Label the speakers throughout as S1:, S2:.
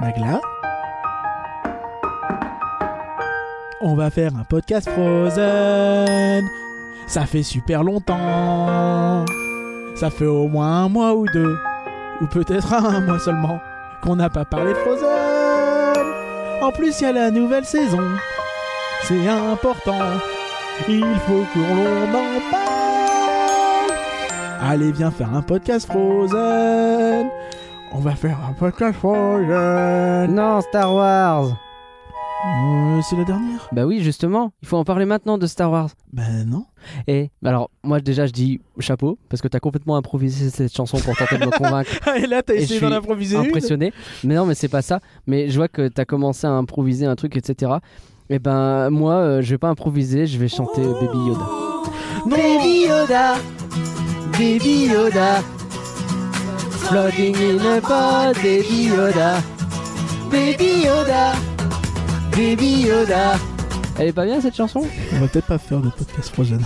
S1: Nagla. On va faire un podcast Frozen. Ça fait super longtemps. Ça fait au moins un mois ou deux. Ou peut-être un mois seulement. Qu'on n'a pas parlé de Frozen. En plus, il y a la nouvelle saison. C'est important. Il faut qu'on en parle. Allez, viens faire un podcast Frozen. On va faire un podcast Frozen.
S2: Non, Star Wars
S1: Euh, c'est la dernière
S2: Bah oui, justement, il faut en parler maintenant de Star Wars.
S1: Ben non.
S2: Et alors, moi déjà, je dis chapeau, parce que t'as complètement improvisé cette chanson pour tenter de me convaincre.
S1: Ah, et là, t'as
S2: Et
S1: essayé
S2: je
S1: d'en
S2: suis
S1: improviser une
S2: Impressionné. Mais non, mais c'est pas ça. Mais je vois que t'as commencé à improviser un truc, etc. Et ben, moi, euh, je vais pas improviser, je vais chanter euh, Baby Yoda.
S1: Non
S2: Yoda, Baby Yoda, floating in a pod, Baby Yoda, Baby Yoda, Baby Yoda. Elle est pas bien cette chanson
S1: On va peut-être pas faire de podcast Frozen.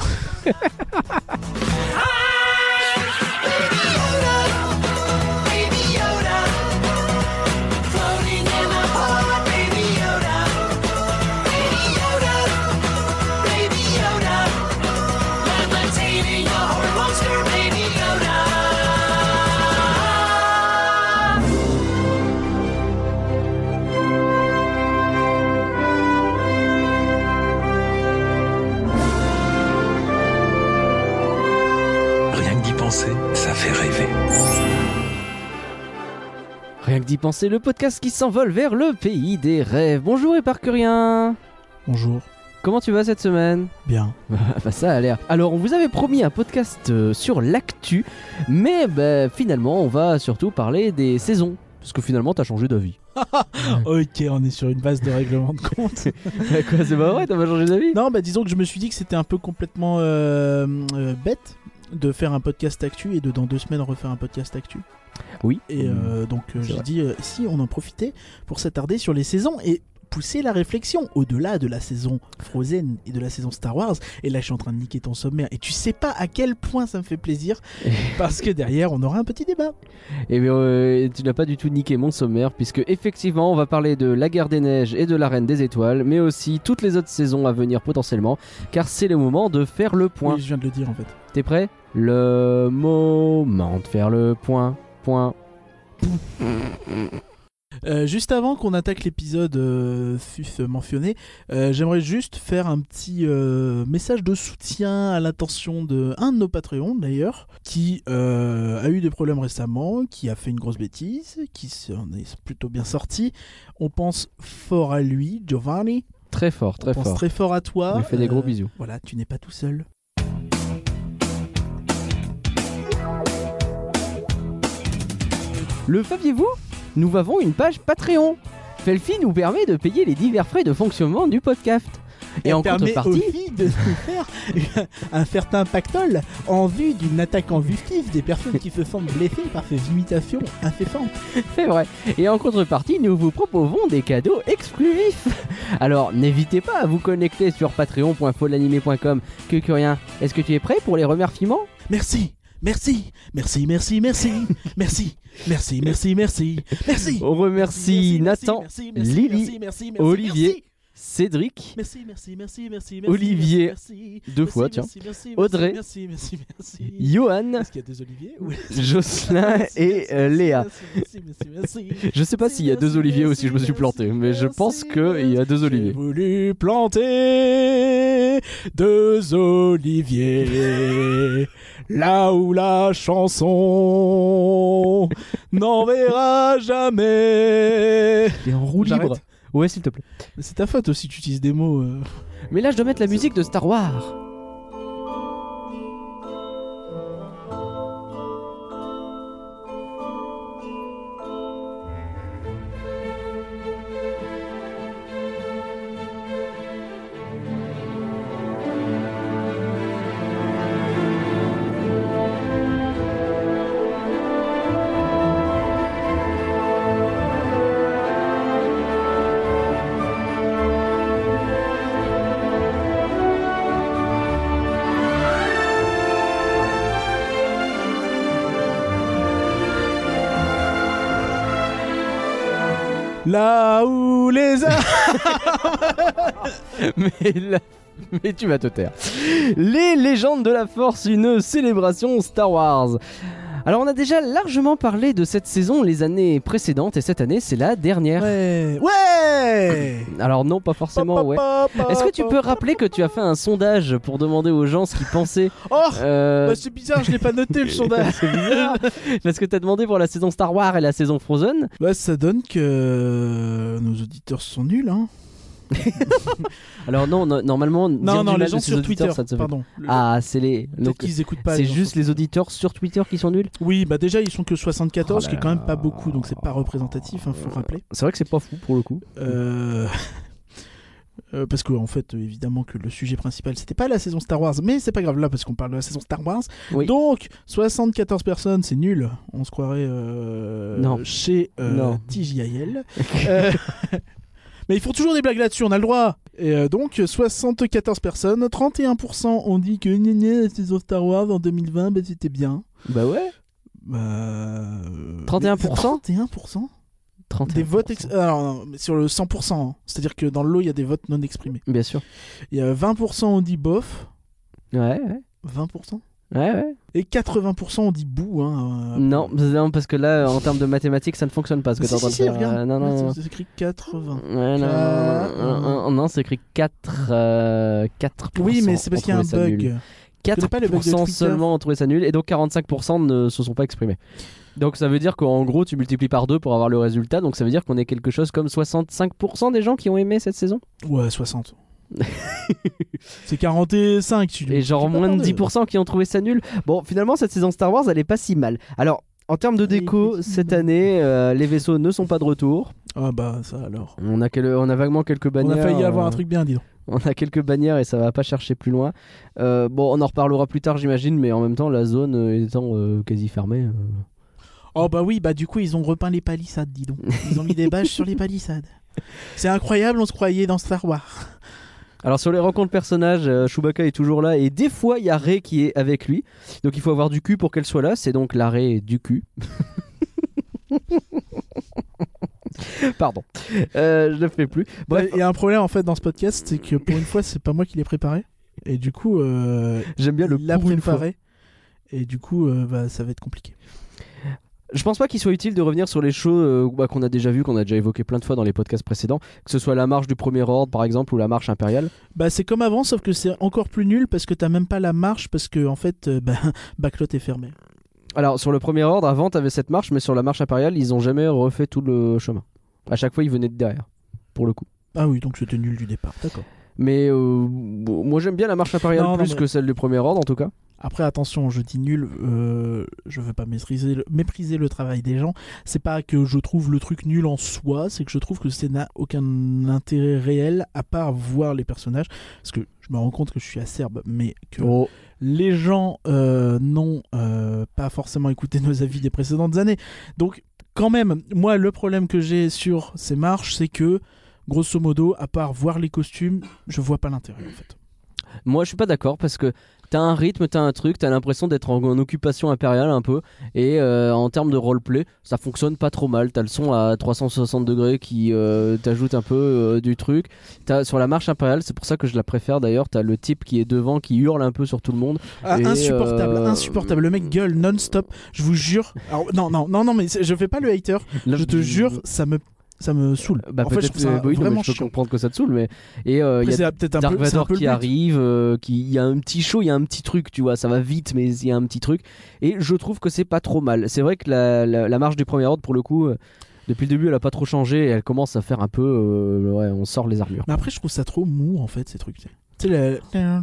S3: Rien que d'y penser, ça fait rêver.
S2: Rien que d'y penser, le podcast qui s'envole vers le pays des rêves. Bonjour Éparcurien
S1: Bonjour.
S2: Comment tu vas cette semaine
S1: Bien.
S2: Ah bah ça a l'air. Alors on vous avait promis un podcast euh, sur l'actu, mais bah, finalement on va surtout parler des saisons. Parce que finalement t'as changé d'avis.
S1: Ok, on est sur une base de règlement de compte.
S2: Bah quoi, c'est pas vrai, t'as pas changé d'avis
S1: non, bah disons que je me suis dit que c'était un peu complètement euh, euh, bête de faire un podcast actu et de dans deux semaines refaire un podcast actu.
S2: Oui.
S1: Et euh, donc euh,
S2: C'est
S1: j'ai
S2: vrai.
S1: dit, euh, si on en profitait pour s'attarder sur les saisons et pousser la réflexion au-delà de la saison Frozen et de la saison Star Wars. Et là, je suis en train de niquer ton sommaire. Et tu sais pas à quel point ça me fait plaisir parce que derrière, on aura un petit débat.
S2: Et bien euh, tu n'as pas du tout niqué mon sommaire, puisque effectivement on va parler de la guerre des neiges et de la reine des étoiles, mais aussi toutes les autres saisons à venir potentiellement, car c'est le moment de faire le point.
S1: Oui, je viens de le dire en fait.
S2: T'es prêt Le moment de faire le point. Point.
S1: Euh, juste avant qu'on attaque l'épisode euh, sus mentionné, euh, j'aimerais juste faire un petit euh, message de soutien à l'attention de un de nos Patreons d'ailleurs, qui euh, a eu des problèmes récemment, qui a fait une grosse bêtise, qui s'en est plutôt bien sorti. On pense fort à lui, Giovanni.
S2: Très fort, très
S1: On pense
S2: fort.
S1: très fort à toi.
S2: On lui fait des
S1: Euh,
S2: gros bisous.
S1: Voilà, tu n'es pas tout seul.
S2: Le saviez-vous Nous avons une page Patreon. Felfi nous permet de payer les divers frais de fonctionnement du podcast. Et
S1: Elle
S2: en
S1: permet aux
S2: contrepartie,
S1: filles de nous faire un certain pactole en vue d'une attaque en justice des personnes qui se sentent blessées par ces imitations incessantes.
S2: c'est vrai. Et en contrepartie, nous vous proposons des cadeaux exclusifs. Alors n'hésitez pas à vous connecter sur patreon.folanimé.com. Cucurien, est-ce que tu es prêt pour les remerciements
S1: Merci, merci, merci, merci, merci, merci, merci, merci, merci, merci.
S2: On remercie Nathan,
S1: merci,
S2: Lily,
S1: merci, merci, merci,
S2: Olivier,
S1: merci.
S2: Cédric,
S1: Merci, merci, merci, merci, merci.
S2: Olivier,
S1: merci,
S2: deux
S1: merci,
S2: fois,
S1: merci,
S2: tiens.
S1: merci, merci,
S2: Audrey.
S1: Merci, merci, merci.
S2: Johan,
S1: Est-ce qu'il y a des Olivier Oui.
S2: Jocelyn
S1: Merci,
S2: et
S1: merci,
S2: euh,
S1: merci,
S2: Léa.
S1: Merci, merci, merci, merci.
S2: Je sais pas s'il y a deux Olivier ou si je me suis planté, mais je pense qu'il y a deux
S1: J'ai
S2: Olivier.
S1: voulu planter deux oliviers là où la chanson n'en verra jamais.
S2: Et en roue
S1: libre.
S2: Ouais, s'il te plaît.
S1: C'est ta faute aussi, tu utilises des mots. euh.
S2: Mais là, je dois mettre la musique de Star Wars.
S1: Là où les arbres.
S2: mais, la- mais tu vas te taire. Les légendes de la force, une célébration Star Wars. Alors on a déjà largement parlé de cette saison les années précédentes et cette année c'est la dernière.
S1: Ouais Ouais
S2: Alors non pas forcément ouais. Est-ce que tu peux rappeler que tu as fait un sondage pour demander aux gens ce qu'ils pensaient
S1: Oh
S2: euh,
S1: bah, C'est bizarre, je l'ai pas noté le sondage.
S2: c'est bizarre. Parce que t'as demandé pour la saison Star Wars et la saison Frozen.
S1: Bah, ça donne que nos auditeurs sont nuls, hein.
S2: Alors non, no- normalement, dire
S1: Non,
S2: du
S1: non,
S2: mal
S1: les
S2: de
S1: gens
S2: ses
S1: sur
S2: auditeurs,
S1: Twitter,
S2: ça ne se fait
S1: pardon.
S2: pas.
S1: Le-
S2: Ah, c'est les.
S1: Peut-être
S2: donc,
S1: qu'ils écoutent pas.
S2: c'est
S1: les gens
S2: juste
S1: sur
S2: les
S1: Twitter.
S2: auditeurs sur Twitter qui sont nuls.
S1: Oui, bah déjà, ils sont que 74,
S2: Oh
S1: ce
S2: là
S1: qui est quand même
S2: là.
S1: pas beaucoup, donc c'est pas représentatif, hein, faut le rappeler.
S2: C'est vrai que c'est pas fou pour le coup.
S1: Euh, euh, parce que en fait, euh, évidemment que le sujet principal, c'était pas la saison Star Wars, mais c'est pas grave là parce qu'on parle de la saison Star Wars.
S2: Oui.
S1: Donc 74 personnes, c'est nul. On se croirait euh,
S2: Non.
S1: chez euh,
S2: Non.
S1: TJIL. Euh, Mais ils font toujours des blagues là-dessus, on a le droit. Et euh, donc 74 personnes, 31% ont dit que gna gna, la saison Star Wars en 2020, bah, c'était bien.
S2: Bah ouais.
S1: Bah, euh,
S2: 31%
S1: 31%
S2: 31%.
S1: des votes ex- alors, non, mais sur le 100%, hein. c'est-à-dire que dans le lot, il y a des votes non exprimés.
S2: Bien sûr.
S1: Il y a 20% on dit bof,
S2: Ouais, ouais.
S1: 20%,
S2: Ouais, ouais.
S1: et 80% on dit bouh. Hein, euh,
S2: Non, non, parce que là, en termes de mathématiques, ça ne fonctionne pas ce Hmm. que
S1: Si,
S2: t'es en
S1: si,
S2: train de
S1: si,
S2: faire.
S1: regarde.
S2: Euh, Non, non, non.
S1: C'est écrit 80.
S2: Ouais, non, non, non, non, non, non, c'est écrit 4 euh, 4
S1: Oui, mais c'est parce
S2: ont
S1: qu'il y a un
S2: trouvé ça nul.
S1: bug. Tu
S2: 4%
S1: connais pas le bug de Twitter
S2: seulement ont trouvé ça nul et donc 45% ne se sont pas exprimés. Donc ça veut dire qu'en gros tu multiplies par 2 pour avoir le résultat, donc ça veut dire qu'on est quelque chose comme 65% des gens qui ont aimé cette saison.
S1: Ouais, 60. c'est 45. Tu
S2: Et genre
S1: tu peux
S2: moins de
S1: pas faire
S2: 10% qui ont trouvé ça nul. Bon finalement cette saison Star Wars elle est pas si mal. Alors en termes de
S1: Elle est
S2: déco,
S1: pas si
S2: cette
S1: mal.
S2: année euh, les vaisseaux ne sont pas de retour.
S1: Ah bah ça alors.
S2: On a, quel- on a vaguement quelques
S1: On
S2: bannières.
S1: a failli avoir
S2: euh,
S1: un truc bien, dis donc.
S2: On a quelques bannières et ça va pas chercher plus loin. Euh, bon, on en reparlera plus tard, j'imagine, mais en même temps, la zone euh, étant euh, quasi fermée. euh,
S1: Oh bah oui, bah du coup ils ont repeint les palissades, dis donc. Ils ont mis des bâches sur les palissades. C'est incroyable, on se croyait dans Star Wars.
S2: Alors sur les rencontres personnages, euh, Chewbacca est toujours là et des fois il y a Rey qui est avec lui. Donc il faut avoir du cul pour qu'elle soit là. C'est donc la Rey du cul. Pardon, Euh, je ne fais plus. Bref,
S1: Bah, Il y a un problème en fait dans ce podcast, c'est que pour une fois, c'est pas moi qui l'ai préparé. Et du coup, euh,
S2: j'aime bien le
S1: il l'a
S2: pour une fois.
S1: préparé. Et du coup, euh, bah, ça va être compliqué.
S2: Je pense pas qu'il soit utile de revenir sur les choses euh, bah, qu'on a déjà vues, qu'on a déjà évoquées plein de fois dans les podcasts précédents, que ce soit la marche du premier ordre par exemple ou la marche impériale.
S1: Bah, c'est comme avant, sauf que c'est encore plus nul parce que t'as même pas la marche parce que en fait, euh, bah, Backlot est fermé.
S2: Alors sur le premier ordre, avant t'avais cette marche, mais sur la marche impériale, ils ont jamais refait tout le chemin. À chaque fois, ils venaient de derrière, pour le coup.
S1: Ah oui, donc c'était nul du départ. D'accord.
S2: Mais euh, bon, moi j'aime bien la marche impériale
S1: Non, non,
S2: plus
S1: mais-
S2: que celle du premier ordre en tout cas.
S1: Après, attention, je dis nul, euh, je veux pas mépriser le, mépriser le travail des gens. C'est pas que je trouve le truc nul en soi, c'est que je trouve que ça n'a aucun intérêt réel à part voir les personnages. Parce que je me rends compte que je suis acerbe, mais que les gens euh, n'ont euh, pas forcément écouté nos avis des précédentes années. Donc, quand même, moi, le problème que j'ai sur ces marches, c'est que, grosso modo, à part voir les costumes, je vois pas l'intérêt, en fait.
S2: Moi je suis pas d'accord parce que t'as un rythme, t'as un truc, t'as l'impression d'être en, en occupation impériale un peu. Et euh, en termes de roleplay, ça fonctionne pas trop mal. T'as le son à 360 degrés qui euh, t'ajoute un peu euh, du truc. T'as, sur la marche impériale, c'est pour ça que je la préfère d'ailleurs. T'as le type qui est devant qui hurle un peu sur tout le monde.
S1: Ah,
S2: Et,
S1: insupportable,
S2: euh,
S1: insupportable. Le mec gueule non-stop, je vous jure. Alors, non, non, non, non, mais c'est- je fais pas le hater,
S2: Là,
S1: je te jure, ça me, ça me saoule.
S2: Bah,
S1: en fait, je
S2: peut-être
S1: trouve ça
S2: euh, oui, non, mais
S1: vraiment
S2: je peux
S1: chiant.
S2: comprendre que ça te saoule, mais et euh, il y a
S1: Après, C'est peut-être un,
S2: Dark
S1: peu- c'est un
S2: Vador
S1: peu le
S2: qui
S1: but.
S2: arrive, euh, qui il y a un petit show, il y a un petit truc, tu vois, ça va vite, mais il y a un petit truc. Et je trouve que c'est pas trop mal. C'est vrai que la, la, la marche du premier ordre, pour le coup, euh, depuis le début, elle a pas trop changé et elle commence à faire un peu. euh, ouais, on sort les armures.
S1: Mais après, je trouve ça trop mou, en fait, ces trucs. Tu sais, la-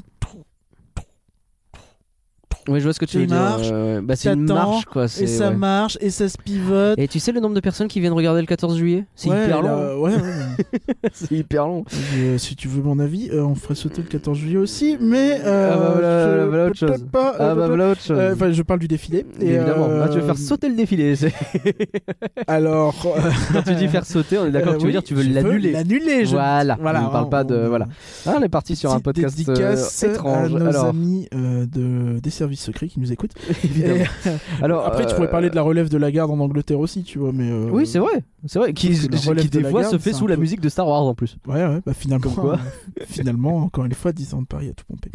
S2: Oui, je vois ce que tu
S1: Les
S2: veux dire.
S1: marches,
S2: euh, bah, c'est une
S1: t'attends,
S2: marche, quoi.
S1: Et
S2: c'est-
S1: ça
S2: ouais.
S1: marche, et ça se pivote.
S2: Et tu sais le nombre de personnes qui viennent regarder le 14 juillet C'est
S1: Ouais,
S2: hyper
S1: là, euh,
S2: long. hein.
S1: ouais, ouais.
S2: c'est hyper long.
S1: Et, euh, si tu veux mon avis, euh, on ferait sauter le 14 juillet aussi, mais. euh,
S2: Ah bah voilà,
S1: je-
S2: voilà autre
S1: peut-être
S2: chose.
S1: pas,
S2: Ah
S1: euh,
S2: bah
S1: peut-être-
S2: voilà autre chose.
S1: euh, Enfin, je parle du défilé. et,
S2: Évidemment,
S1: euh,
S2: Là, tu veux faire sauter le défilé. c'est-
S1: Alors, euh,
S2: Quand tu dis faire sauter, on est d'accord,
S1: euh,
S2: tu veux
S1: oui,
S2: dire tu veux
S1: je
S2: l'annuler.
S1: L'annuler, je
S2: Voilà,
S1: Voilà, hein,
S2: Ah, on ne parle pas de.
S1: on-
S2: Voilà. Ah, on est parti sur un
S1: Petite
S2: podcast euh,
S1: dédicace
S2: étrange.
S1: à nos
S2: Alors,
S1: amis euh, de, des services secrets qui nous écoutent.
S2: évidemment.
S1: Et-
S2: Alors,
S1: Après, tu
S2: euh,
S1: pourrais parler de la relève de la garde en Angleterre aussi, tu vois, mais. euh,
S2: Oui, c'est vrai. C'est vrai, qui,
S1: Sauf que le
S2: qui,
S1: relève de
S2: des
S1: la
S2: fois
S1: garde,
S2: se fait
S1: c'est
S2: sous
S1: un
S2: la
S1: peu-
S2: musique de Star Wars en plus.
S1: Ouais, ouais, bah finalement.
S2: Comme quoi.
S1: euh, finalement, encore une fois, 10 ans de Paris à tout pomper.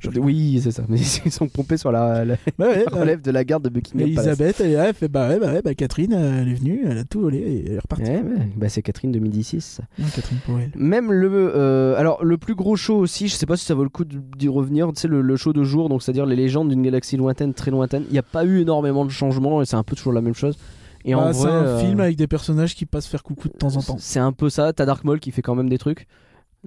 S1: Joli.
S2: Oui, c'est ça. Mais ils sont pompés sur la, la-
S1: Bah ouais,
S2: la relève de la garde de Buckingham
S1: Et
S2: Palace.
S1: Elisabeth, elle est là, elle fait bah ouais, bah ouais, bah Catherine, euh, elle est venue, elle a tout volé et elle est repartie.
S2: Ouais, ouais. Bah, c'est Catherine 2016.
S1: Non, Catherine pour elle.
S2: Même le, euh, alors le plus gros show aussi, je sais pas si ça vaut le coup d- d'y revenir. Tu sais le, le show de jour, donc c'est-à-dire les légendes d'une galaxie lointaine, très lointaine. Il n'y a pas eu énormément de changements et c'est un peu toujours la même chose. Et en
S1: Bah,
S2: vrai,
S1: c'est un
S2: euh,
S1: film avec des personnages qui passent faire coucou de temps en temps.
S2: C'est un peu ça. T'as Dark Maul qui fait quand même des trucs.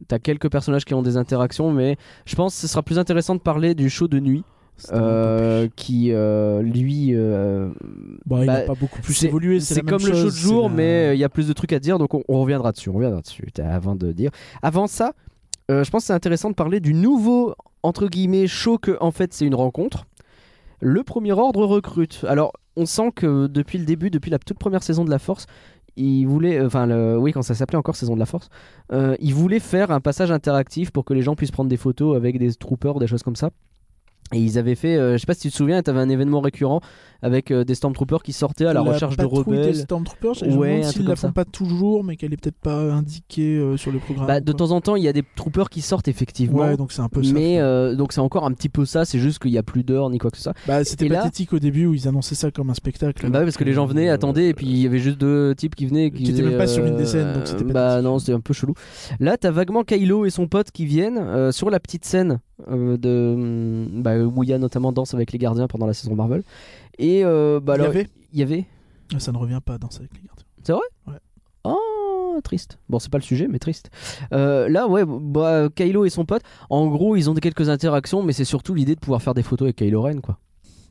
S2: T'as quelques personnages qui ont des interactions, mais je pense que ce sera plus intéressant de parler du show de nuit,
S1: C'est un
S2: euh,
S1: peu
S2: qui euh, lui. euh,
S1: plus- Bah, il a
S2: bah,
S1: pas beaucoup plus
S2: c'est-
S1: évolué.
S2: C'est
S1: la même
S2: comme le show de
S1: chose,
S2: jour,
S1: c'est la-
S2: mais euh, il y a plus de trucs à dire, donc on, on reviendra dessus. On reviendra dessus. t'as- Avant de dire, avant ça, euh, je pense que c'est intéressant de parler du nouveau entre guillemets show que en fait c'est une rencontre. Le Premier Ordre recrute. Alors on sent que depuis le début, depuis la toute première saison de la Force. Il voulait, euh, enfin, le- oui, quand ça s'appelait encore Saison de la Force, euh, il voulait faire un passage interactif pour que les gens puissent prendre des photos avec des troopers, des choses comme ça. Et ils avaient fait, euh, je sais pas si tu te souviens, t'avais un événement récurrent avec euh, des Stormtroopers qui sortaient à la, recherche de
S1: patrouille
S2: rebelles.
S1: des Stormtroopers, je me
S2: Ouais,
S1: demande
S2: un
S1: s'ils
S2: truc
S1: la
S2: comme
S1: font
S2: ça.
S1: pas toujours, mais qu'elle est peut-être pas indiquée euh, sur le programme.
S2: Bah, de
S1: quoi.
S2: temps en temps, il y a des troopers qui sortent effectivement.
S1: Ouais, donc c'est un peu ça.
S2: mais euh, donc c'est encore un petit peu ça, c'est juste qu'il n'y a plus d'heures ni quoi que ce soit.
S1: Bah, c'était
S2: et là-
S1: pathétique au début où ils annonçaient ça comme un spectacle.
S2: Bah ouais, parce que les gens venaient,
S1: Euh,
S2: attendaient, et puis il y avait juste deux types qui venaient.
S1: Qui étaient
S2: faisaient,
S1: même pas sur une des scènes, donc c'était pas
S2: Bah
S1: difficile.
S2: non, c'était un peu chelou. Là, t'as vaguement Kylo et son pote qui viennent euh, sur la petite scène euh, de. Bah, où il y a notamment Danse avec les gardiens pendant la saison Marvel. Et euh, bah
S1: Il y
S2: alors.
S1: avait
S2: Il y avait.
S1: Ah, Ça ne revient pas à danser avec les gardiens.
S2: Oh, triste. Bon, c'est pas le sujet, mais triste. Euh, là, ouais, bah, Kylo et son pote, en gros, ils ont des quelques interactions, mais c'est surtout l'idée de pouvoir faire des photos avec Kylo Ren, quoi.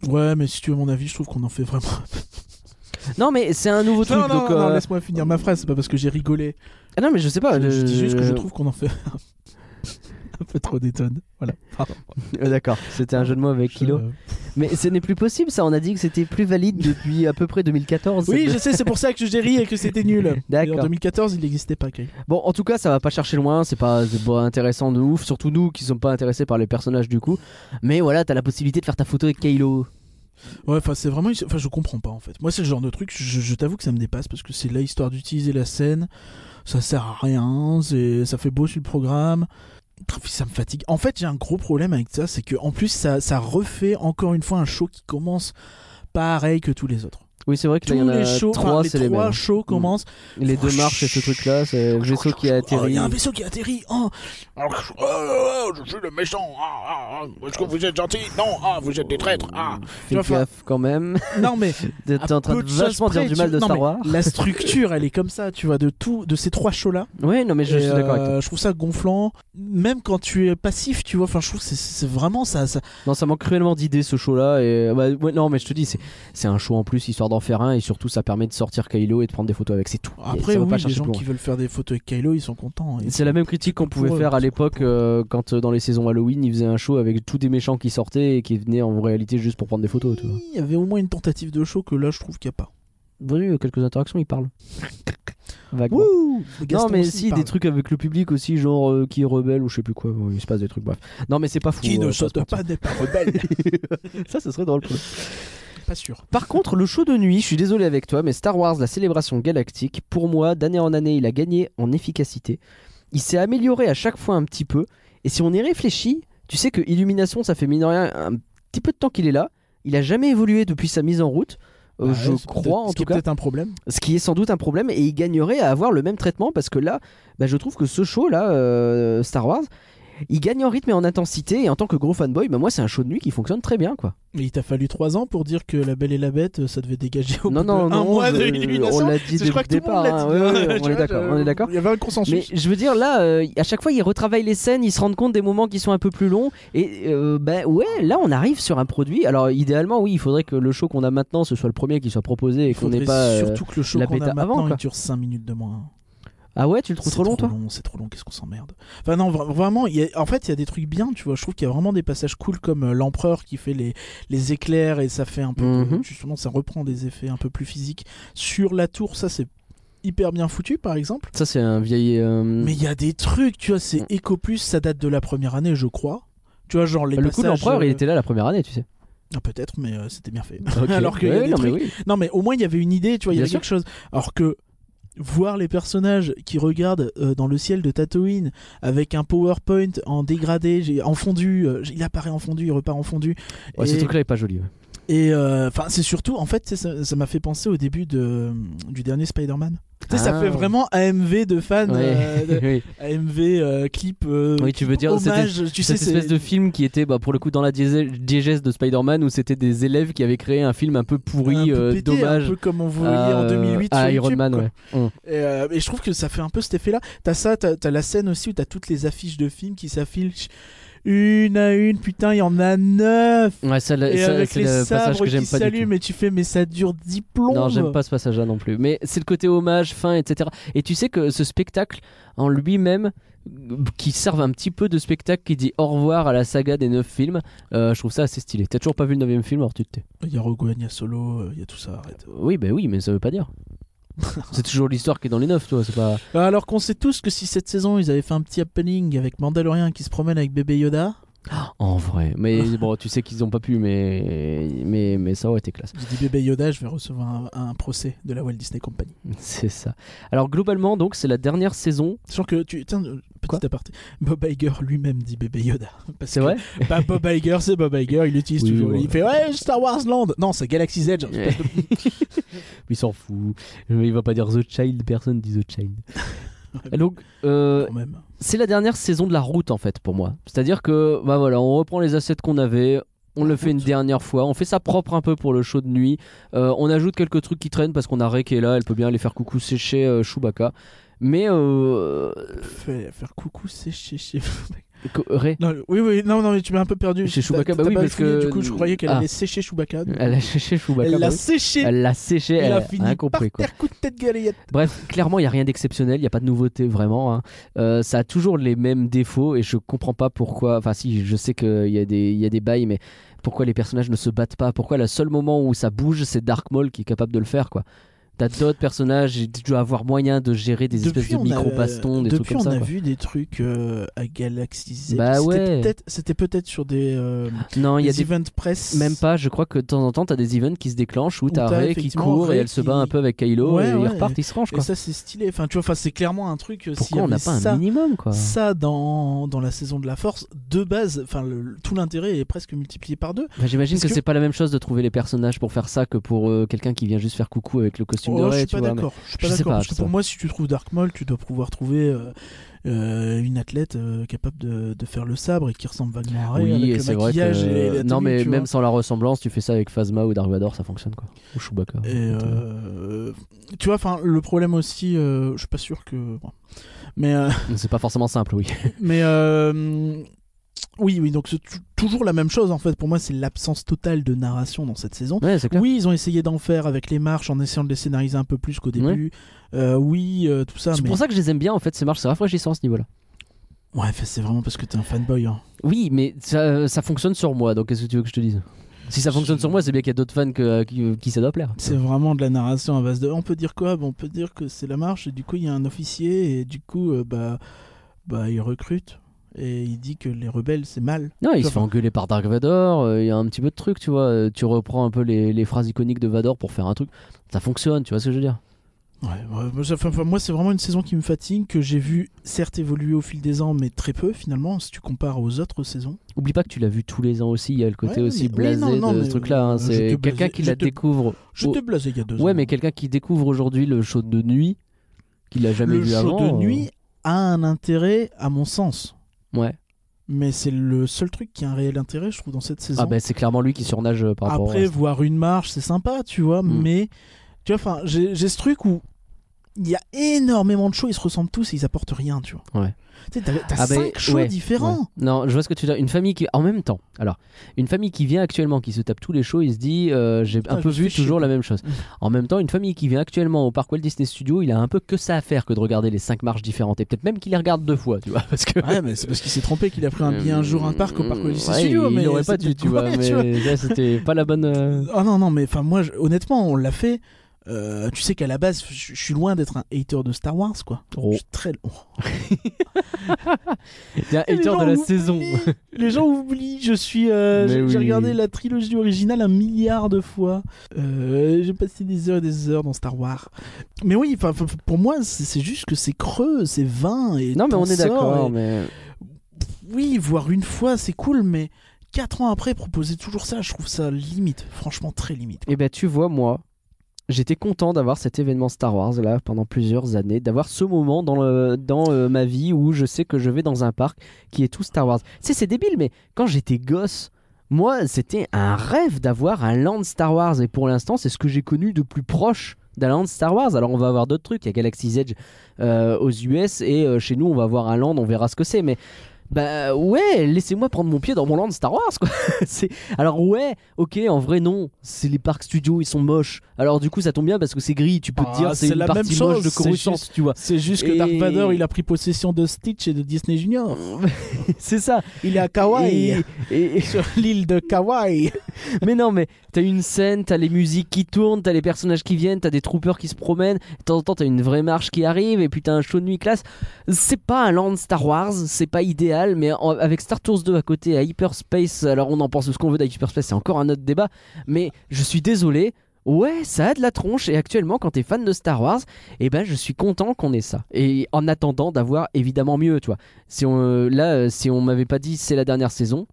S1: Ouais, mais si tu veux mon avis, je trouve qu'on en fait vraiment.
S2: Non, mais c'est un nouveau truc.
S1: Non, non,
S2: donc,
S1: non,
S2: euh,
S1: laisse-moi finir ma phrase, c'est pas parce que j'ai rigolé.
S2: ah non, mais je sais pas.
S1: Je, je
S2: euh,
S1: dis juste que je trouve qu'on en fait un peu trop des tonnes. Voilà. Pardon.
S2: Euh, D'accord, c'était un jeu de mots avec
S1: Je-
S2: Kylo.
S1: euh,
S2: Mais ce n'est plus possible, ça. On a dit que c'était plus valide depuis à peu près 2014.
S1: Oui, je sais, c'est pour ça que j'ai ri et que c'était nul.
S2: D'accord.
S1: Et En 2014, il n'existait pas. Kylo.
S2: Bon, en tout cas, ça va pas chercher loin, c'est pas, c'est pas intéressant de ouf, surtout nous qui sommes pas intéressés par les personnages du coup. Mais voilà, t'as la possibilité de faire ta photo avec Kylo.
S1: Ouais, enfin, c'est vraiment. Enfin, je comprends pas en fait. Moi, c'est le genre de truc, je, je t'avoue que ça me dépasse parce que c'est là histoire d'utiliser la scène. Ça sert à rien, c'est- ça fait beau sur le programme. Pff, Ça me fatigue. En fait, j'ai un gros problème avec ça, c'est que en plus, ça, ça refait encore une fois un show qui commence pareil que tous les autres.
S2: Oui, c'est vrai que
S1: Tous
S2: là, il y en a
S1: les shows, enfin,
S2: trois,
S1: les
S2: c'est les
S1: trois
S2: mêmes.
S1: shows commencent.
S2: Les deux marches et ce truc-là, c'est le vaisseau qui
S1: Oh,
S2: a
S1: il
S2: atterri.
S1: y a un vaisseau qui a atterri. Oh.
S4: je suis le méchant. Ah, ah, ah. Est-ce que vous êtes gentil Non, ah, vous êtes des traîtres. Ah.
S2: Fais
S1: Enfin,
S2: gaffe quand même.
S1: Non mais
S2: T'es
S1: à
S2: en train
S1: peu
S2: de
S1: choses
S2: vachement dire
S1: près,
S2: du
S1: tu-
S2: mal de
S1: non,
S2: Star
S1: mais
S2: Wars.
S1: La structure, elle est comme ça, tu vois, de tout, de ces trois shows là.
S2: Ouais, non, mais je
S1: Et,
S2: suis d'accord avec toi.
S1: euh, je trouve ça gonflant. Même quand tu es passif, tu vois. Enfin, je trouve que c'est- c'est vraiment ça. ça...
S2: Non, ça manque cruellement d'idées ce show-là. Et... bah, ouais, non, mais je te dis, c'est, c'est un show en plus, histoire d'en faire un. Et surtout, ça permet de sortir Kylo et de prendre des photos avec. C'est tout.
S1: Après,
S2: Ça va
S1: oui,
S2: pas
S1: les
S2: chercher
S1: gens
S2: plus loin.
S1: qui veulent faire des photos avec Kylo, ils sont contents. Et-
S2: C'est la même critique qu'on pouvait
S1: pour eux,
S2: faire à
S1: parce que
S2: l'époque
S1: pour eux.
S2: euh, quand euh, dans les saisons Halloween ils faisaient un show avec tous des méchants qui sortaient et qui venaient en réalité juste pour prendre des photos. Tu vois.
S1: Il y avait au moins une tentative de show que là, je trouve qu'il n'y a pas.
S2: Oui, euh, quelques interactions ils parlent. Vaguement.
S1: Wouh
S2: non
S1: Gaston
S2: mais
S1: aussi, il
S2: si
S1: parle.
S2: des trucs avec le public aussi genre euh, qui est rebelle ou je sais plus quoi. bon, il se passe des trucs bref. Non mais c'est pas fou.
S1: Qui ne
S2: euh,
S1: saute pas n'est pas rebelle.
S2: ça ce serait drôle. Pour le
S1: pas sûr.
S2: Par contre, le show de nuit, je suis désolé avec toi, mais Star Wars, la célébration galactique, pour moi, d'année en année, il a gagné en efficacité. Il s'est amélioré à chaque fois un petit peu. Et si on y réfléchit, tu sais que Illumination, ça fait mine de rien un petit peu de temps qu'il est là. Il a jamais évolué depuis sa mise en route. euh,
S1: Bah,
S2: je
S1: c'est peut-être-
S2: crois
S1: ce
S2: en
S1: qui
S2: tout
S1: est
S2: cas,
S1: peut-être un problème.
S2: ce qui est sans doute un problème, et il gagnerait à avoir le même traitement parce que là, bah, je trouve que ce show là, euh, Star Wars, il gagne en rythme et en intensité. Et en tant que gros fanboy, bah, moi c'est un show de nuit qui fonctionne très bien quoi.
S1: Mais il t'a fallu 3 ans pour dire que La Belle et la Bête, euh, ça devait dégager au
S2: non,
S1: bout
S2: non,
S1: de
S2: non,
S1: un mois de
S2: je-
S1: l'illumination.
S2: On l'a dit
S1: Parce que
S2: dès
S1: je crois
S2: le
S1: que tout le monde
S2: départ.
S1: l'a
S2: hein.
S1: dit.
S2: Ouais, ouais,
S1: Tu
S2: on est
S1: vois,
S2: d'accord,
S1: je-
S2: on est d'accord.
S1: Il y avait un consensus.
S2: Mais je veux dire, là, euh, à chaque fois, ils retravaillent les scènes, ils se rendent compte des moments qui sont un peu plus longs. Et euh, ben ouais, là, on arrive sur un produit. Alors, idéalement, oui, il faudrait que le show qu'on a maintenant, ce soit le premier qui soit proposé et
S1: Il
S2: qu'on n'ait
S1: faudrait
S2: pas. euh,
S1: surtout que le show
S2: la
S1: qu'on a
S2: bêta
S1: maintenant,
S2: avant,
S1: il
S2: quoi.
S1: dure 5 minutes de moins.
S2: Ah ouais, tu le trouves
S1: C'est
S2: trop long, toi
S1: C'est trop long, qu'est-ce qu'on s'emmerde. Enfin, non, vra- vraiment, il y a- en fait, il y a des trucs bien, tu vois. Je trouve qu'il y a vraiment des passages cool comme euh, l'empereur qui fait les, les éclairs et ça fait un peu. de-
S2: Mhm.
S1: Justement, ça reprend des effets un peu plus physiques sur la tour. Ça, c'est hyper bien foutu, par exemple.
S2: Ça, c'est un vieil. euh,
S1: Mais il y a des trucs, tu vois, c'est
S2: Mhm.
S1: Ecopus, ça date de la première année, je crois. Tu vois, genre les
S2: Bah, le coup
S1: passages.
S2: de l'empereur, il
S1: euh,
S2: était là la première année, tu sais.
S1: ah, Peut-être, mais euh, c'était bien fait.
S2: Ok.
S1: Alors qu'il y a
S2: Ouais,
S1: des
S2: non, mais
S1: trucs-
S2: oui.
S1: Non, mais au moins, il y avait une idée, tu vois, il y
S2: Bien
S1: avait quelque chose. Alors que voir les personnages qui regardent euh, dans le ciel de Tatooine avec un PowerPoint en dégradé, j'ai- en fondu, euh, il apparaît en fondu, il repart en fondu.
S2: Ouais, Ce
S1: Et-
S2: truc-là est pas joli. ouais.
S1: et euh, enfin, c'est surtout, en fait, tu sais, ça ça m'a fait penser au début de, du dernier Spider-Man. Tu sais, ça
S2: Ah.
S1: fait vraiment AMV de fan,
S2: Ouais.
S1: euh, de-
S2: oui.
S1: AMV euh, clip. euh,
S2: Oui, tu veux dire c'était
S1: hommage, tu sais,
S2: cette espèce
S1: c'est-
S2: de film qui était bah, pour le coup dans la diégèse diégèse de Spider-Man où c'était des élèves qui avaient créé un film un peu pourri,
S1: un peu
S2: euh,
S1: pété, Un
S2: dommage.
S1: peu comme on voyait
S2: à,
S1: en 2008
S2: à
S1: sur
S2: Iron
S1: YouTube,
S2: Man,
S1: quoi.
S2: ouais.
S1: Et, euh, et je trouve que ça fait un peu cet effet-là. T'as ça, t'as t'as la scène aussi où t'as toutes les affiches de films qui s'affichent une à une. Putain, il y en a neuf.
S2: Ouais, ça, la-
S1: Et
S2: ça,
S1: avec
S2: c'est
S1: les
S2: le passage
S1: sabres
S2: que
S1: qui
S2: j'aime pas du tout.
S1: s'allument, et tu fais, mais ça dure 10 plombes.
S2: Non, j'aime pas ce passage-là non plus. Mais c'est le côté hommage, fin, etc. Et tu sais que ce spectacle en lui-même, euh, qui serve un petit peu de spectacle, qui dit au revoir à la saga des 9 films, euh, je trouve ça assez stylé. T'as toujours pas vu le 9 film, alors tu te tais.
S1: Il y a Rogue One, il y a Solo, euh, il y a tout ça. Arrête.
S2: Oui, bah oui, mais ça veut pas dire. c'est toujours l'histoire qui est dans les 9, toi. C'est pas.
S1: Bah, Alors qu'on sait tous que si cette saison ils avaient fait un petit happening avec Mandalorian qui se promène avec bébé Yoda,
S2: En vrai. Mais bon, tu sais qu'ils ont pas pu, mais, mais, mais ça aurait été classe.
S1: je dis bébé Yoda, je vais recevoir un, un procès de la Walt Disney Company.
S2: C'est ça. Alors, globalement, donc, c'est la dernière saison.
S1: Sachant que tu tiens euh, petit
S2: Quoi
S1: aparté, Bob Iger lui-même dit bébé Yoda. Parce
S2: C'est
S1: que-
S2: vrai
S1: Bah, Bob Iger, c'est Bob Iger, il l'utilise
S2: Oui,
S1: toujours.
S2: ouais.
S1: Il fait ouais Star Wars Land. Non, c'est Galaxy's Edge.
S2: Ouais. il s'en fout. Il va pas dire The Child, personne dit The Child. Donc, euh,
S1: Quand même.
S2: c'est la dernière saison de la route en fait pour moi. C'est-à-dire que, bah voilà, on reprend les assets qu'on avait. On le fait une dernière fois, on fait ça propre un peu pour le show de nuit. Euh, on ajoute quelques trucs qui traînent parce qu'on a Rey qui est là, elle peut bien aller faire coucou sécher euh, Chewbacca. Mais euh,
S1: Fais- faire coucou, c'est chez chez.
S2: que- Rey,
S1: Non, le- oui, oui, non, non, mais tu m'as un peu perdu.
S2: Chez Chewbacca,
S1: T'as-
S2: bah
S1: t'as
S2: oui,
S1: pas
S2: parce
S1: fouillé,
S2: que-
S1: Du coup, je croyais qu'elle
S2: Ah.
S1: allait sécher Chewbacca.
S2: elle a séché Chewbacca.
S1: Elle
S2: bah
S1: l'a
S2: oui.
S1: séché.
S2: Elle l'a séché,
S1: Elle
S2: elle
S1: a
S2: a
S1: fini
S2: rien
S1: par
S2: compris quoi.
S1: terre, coup de tête galette.
S2: Bref, clairement, il n'y a rien d'exceptionnel, il n'y a pas de nouveauté vraiment. hein. Euh, ça a toujours les mêmes défauts et je comprends pas pourquoi. Enfin, si, je sais qu'il y, a des- il y a des bails, mais pourquoi les personnages ne se battent pas Pourquoi le seul moment où ça bouge, c'est Dark Maul qui est capable de le faire, quoi T'as d'autres personnages, et tu dois avoir moyen de gérer des espèces de
S1: on a-
S2: micro-bastons, des
S1: depuis,
S2: trucs comme
S1: on
S2: ça.
S1: a
S2: quoi.
S1: vu des trucs euh, à Galaxy's Edge.
S2: Bah
S1: C'était
S2: ouais.
S1: peut-être- C'était peut-être sur des, euh,
S2: Non, il y a
S1: des
S2: des.
S1: event press.
S2: Même pas, je crois que de temps en temps, t'as des events qui se déclenchent où
S1: Où
S2: t'as
S1: t'as
S2: Rey qui
S1: effectivement
S2: court et
S1: Rey
S2: elle se
S1: qui-
S2: bat un peu avec Kylo
S1: Ouais,
S2: et ils
S1: ouais.
S2: repartent, ils se rangent,
S1: Et
S2: quoi.
S1: ça, c'est stylé. Enfin, tu vois, enfin, c'est clairement un truc. euh, s'il y
S2: Pourquoi on n'a
S1: avait
S2: pas
S1: ça,
S2: un minimum, quoi
S1: ça dans, dans la saison de la force de base enfin le- tout l'intérêt est presque multiplié par deux
S2: Bah, J'imagine
S1: Parce
S2: que,
S1: que-
S2: c'est pas la même chose de trouver les personnages pour faire ça que pour euh, quelqu'un qui vient juste faire coucou avec le costume de
S1: Oh, je
S2: Ray,
S1: suis
S2: tu
S1: pas
S2: vois. mais-
S1: d'accord je suis pas
S2: je sais
S1: d'accord
S2: pas,
S1: parce
S2: je
S1: que
S2: sais
S1: pour
S2: pas.
S1: moi si tu trouves Dark Maul tu dois pouvoir trouver euh, euh, une athlète euh, capable de, de faire le sabre et qui ressemble vaguement à Ray
S2: Oui,
S1: avec
S2: et
S1: le
S2: c'est vrai que
S1: maquillage et la
S2: non
S1: tenue,
S2: mais
S1: tu
S2: même
S1: vois.
S2: sans la ressemblance, tu fais ça avec Phasma ou Dark Vador, ça fonctionne quoi. Ou Chewbacca.
S1: Et, euh, tu vois enfin le problème aussi euh, je suis pas sûr que bon. mais euh,
S2: C'est pas forcément simple, oui.
S1: Mais euh, oui, oui, donc c'est tou- toujours la même chose en fait. Pour moi, c'est l'absence totale de narration dans cette saison.
S2: Ouais, c'est clair.
S1: Oui, ils ont essayé d'en faire avec les marches en essayant de les scénariser un peu plus qu'au début. Euh, oui, euh, tout ça.
S2: c'est
S1: mais...
S2: pour ça que je les aime bien en fait, ces marches, c'est rafraîchissant à ce niveau-là.
S1: Ouais, fait, c'est vraiment parce que t'es un fanboy. hein.
S2: Oui, mais ça, ça fonctionne sur moi, donc qu'est-ce que tu veux que je te dise Si ça fonctionne sur moi, c'est bien qu'il y a d'autres fans que- euh, qui, qui ça doit plaire.
S1: C'est vraiment de la narration à base de. On peut dire quoi Bon, On peut dire que c'est la marche. Et du coup, il y a un officier et du coup, euh, bah, bah, il recrute et il dit que les rebelles c'est mal.
S2: Non, il se
S1: Genre-
S2: fait engueuler par Dark Vador, euh, il y a un petit peu de truc, tu vois. euh, Tu reprends un peu les, les phrases iconiques de Vador pour faire un truc. Ça fonctionne, tu vois ce que je veux dire
S1: Ouais, ouais, moi, ça- enfin, enfin, moi, c'est vraiment une saison qui me fatigue, que j'ai vu certes évoluer au fil des ans, mais très peu finalement, si tu compares aux autres saisons.
S2: Oublie pas que tu l'as vu tous les ans aussi, il y a le côté
S1: Ouais,
S2: aussi
S1: mais- oui,
S2: blasé
S1: non, non,
S2: de
S1: mais-
S2: ce truc-là. hein.
S1: euh,
S2: C'est
S1: j'étais
S2: quelqu'un
S1: blasé,
S2: qui la
S1: j'étais-
S2: découvre. au-
S1: J'étais blasé il y a deux ans. hein.
S2: Ouais, mais quelqu'un qui découvre aujourd'hui le show de nuit, qu'il a jamais
S1: le
S2: vu
S1: show
S2: avant.
S1: de
S2: euh,
S1: nuit a un intérêt, à mon sens.
S2: Ouais.
S1: Mais c'est le seul truc qui a un réel intérêt, je trouve, dans cette saison.
S2: Ah ben c'est clairement lui qui surnage euh, par rapport.
S1: Après,
S2: à...
S1: voir une marche, c'est sympa, tu vois,
S2: Mm.
S1: mais tu vois, enfin, j'ai j'ai ce truc où il y a énormément de shows, ils se ressemblent tous et ils apportent rien, tu vois.
S2: Ouais.
S1: Tu sais, t'as t'as
S2: Ah ben,
S1: cinq shows
S2: ouais,
S1: différents.
S2: ouais. Non, je vois ce que tu veux dire. Une famille qui, en même temps, alors une famille qui vient actuellement, qui se tape tous les shows, il se dit euh, j'ai
S1: Putain,
S2: un
S1: je
S2: peu
S1: me suis
S2: vu
S1: fait chier,
S2: toujours
S1: quoi. Mm.
S2: la même chose. En même temps, une famille qui vient actuellement au parc Walt Disney Studio, il a un peu que ça à faire que de regarder les cinq marches différentes et peut-être même qu'il les regarde deux fois, tu vois, parce que.
S1: Ouais, mais c'est parce qu'il s'est trompé qu'il a pris un billet un jour, un parc au parc
S2: Euh, Ouais,
S1: du studio.
S2: il
S1: mais
S2: aurait pas
S1: c'était-
S2: dû, tu vois.
S1: Ouais,
S2: mais
S1: tu vois. Oh
S2: là, c'était pas la bonne. euh,
S1: Ah non, non, mais enfin, moi, je- honnêtement, on l'a fait. Euh, tu sais qu'à la base, je je suis loin d'être un hater de Star Wars, quoi.
S2: Oh.
S1: Je suis très loin.
S2: Il y a un hater de la saison.
S1: Les gens oublient, je suis. euh,
S2: Mais
S1: j'ai
S2: oui.
S1: j'ai regardé la trilogie originale un milliard de fois. Euh, j'ai passé des heures et des heures dans Star Wars. Mais oui, enfin, f- f- pour moi, c'est c'est juste que c'est creux, c'est vain. Et
S2: Non, mais
S1: t'en
S2: on est
S1: sors
S2: d'accord. hein,
S1: et-
S2: Mais...
S1: Oui, voir une fois, c'est cool, mais 4 ans après, proposer toujours ça, je trouve ça limite. Franchement, très limite.
S2: Et ben tu vois, moi, j'étais content d'avoir cet événement Star Wars là pendant plusieurs années, d'avoir ce moment dans, le, dans euh, ma vie où je sais que je vais dans un parc qui est tout Star Wars. Tu sais, c'est débile, mais quand j'étais gosse, moi, c'était un rêve d'avoir un land Star Wars. Et pour l'instant, c'est ce que j'ai connu de plus proche d'un land Star Wars. Alors, on va avoir d'autres trucs. Il y a Galaxy's Edge euh, aux US et euh, chez nous, on va avoir un land, on verra ce que c'est. Mais. Bah ouais, laissez-moi prendre mon pied dans mon land Star Wars quoi. C'est- alors ouais, ok, en vrai non, c'est les parcs studios, ils sont moches. Alors du coup, ça tombe bien parce que c'est gris, tu peux
S1: Ah,
S2: te dire c'est
S1: c'est
S2: une
S1: la
S2: partie
S1: même chose,
S2: moche de
S1: c'est
S2: Coruscant,
S1: juste-
S2: tu vois.
S1: C'est juste que
S2: Et-
S1: Dark Vador, il a pris possession de Stitch et de Disney Junior.
S2: c'est ça.
S1: Il est à Kauai,
S2: Et- et- et-
S1: sur l'île de Kauai.
S2: mais non, mais t'as une scène, t'as les musiques qui tournent, t'as les personnages qui viennent, t'as des troopers qui se promènent. De temps en temps, t'as une vraie marche qui arrive et puis t'as un show de nuit classe. C'est pas un land Star Wars, c'est pas idéal, mais en- avec Star Tours 2 à côté, à Hyperspace, alors on en pense ce qu'on veut d'Hyperspace, c'est encore un autre débat. Mais je suis désolé. Ouais, ça a de la tronche et actuellement quand t'es fan de Star Wars, eh ben je suis content qu'on ait ça. Et en attendant d'avoir évidemment mieux, tu vois. Si on, là, euh, si on m'avait pas dit c'est la dernière saison,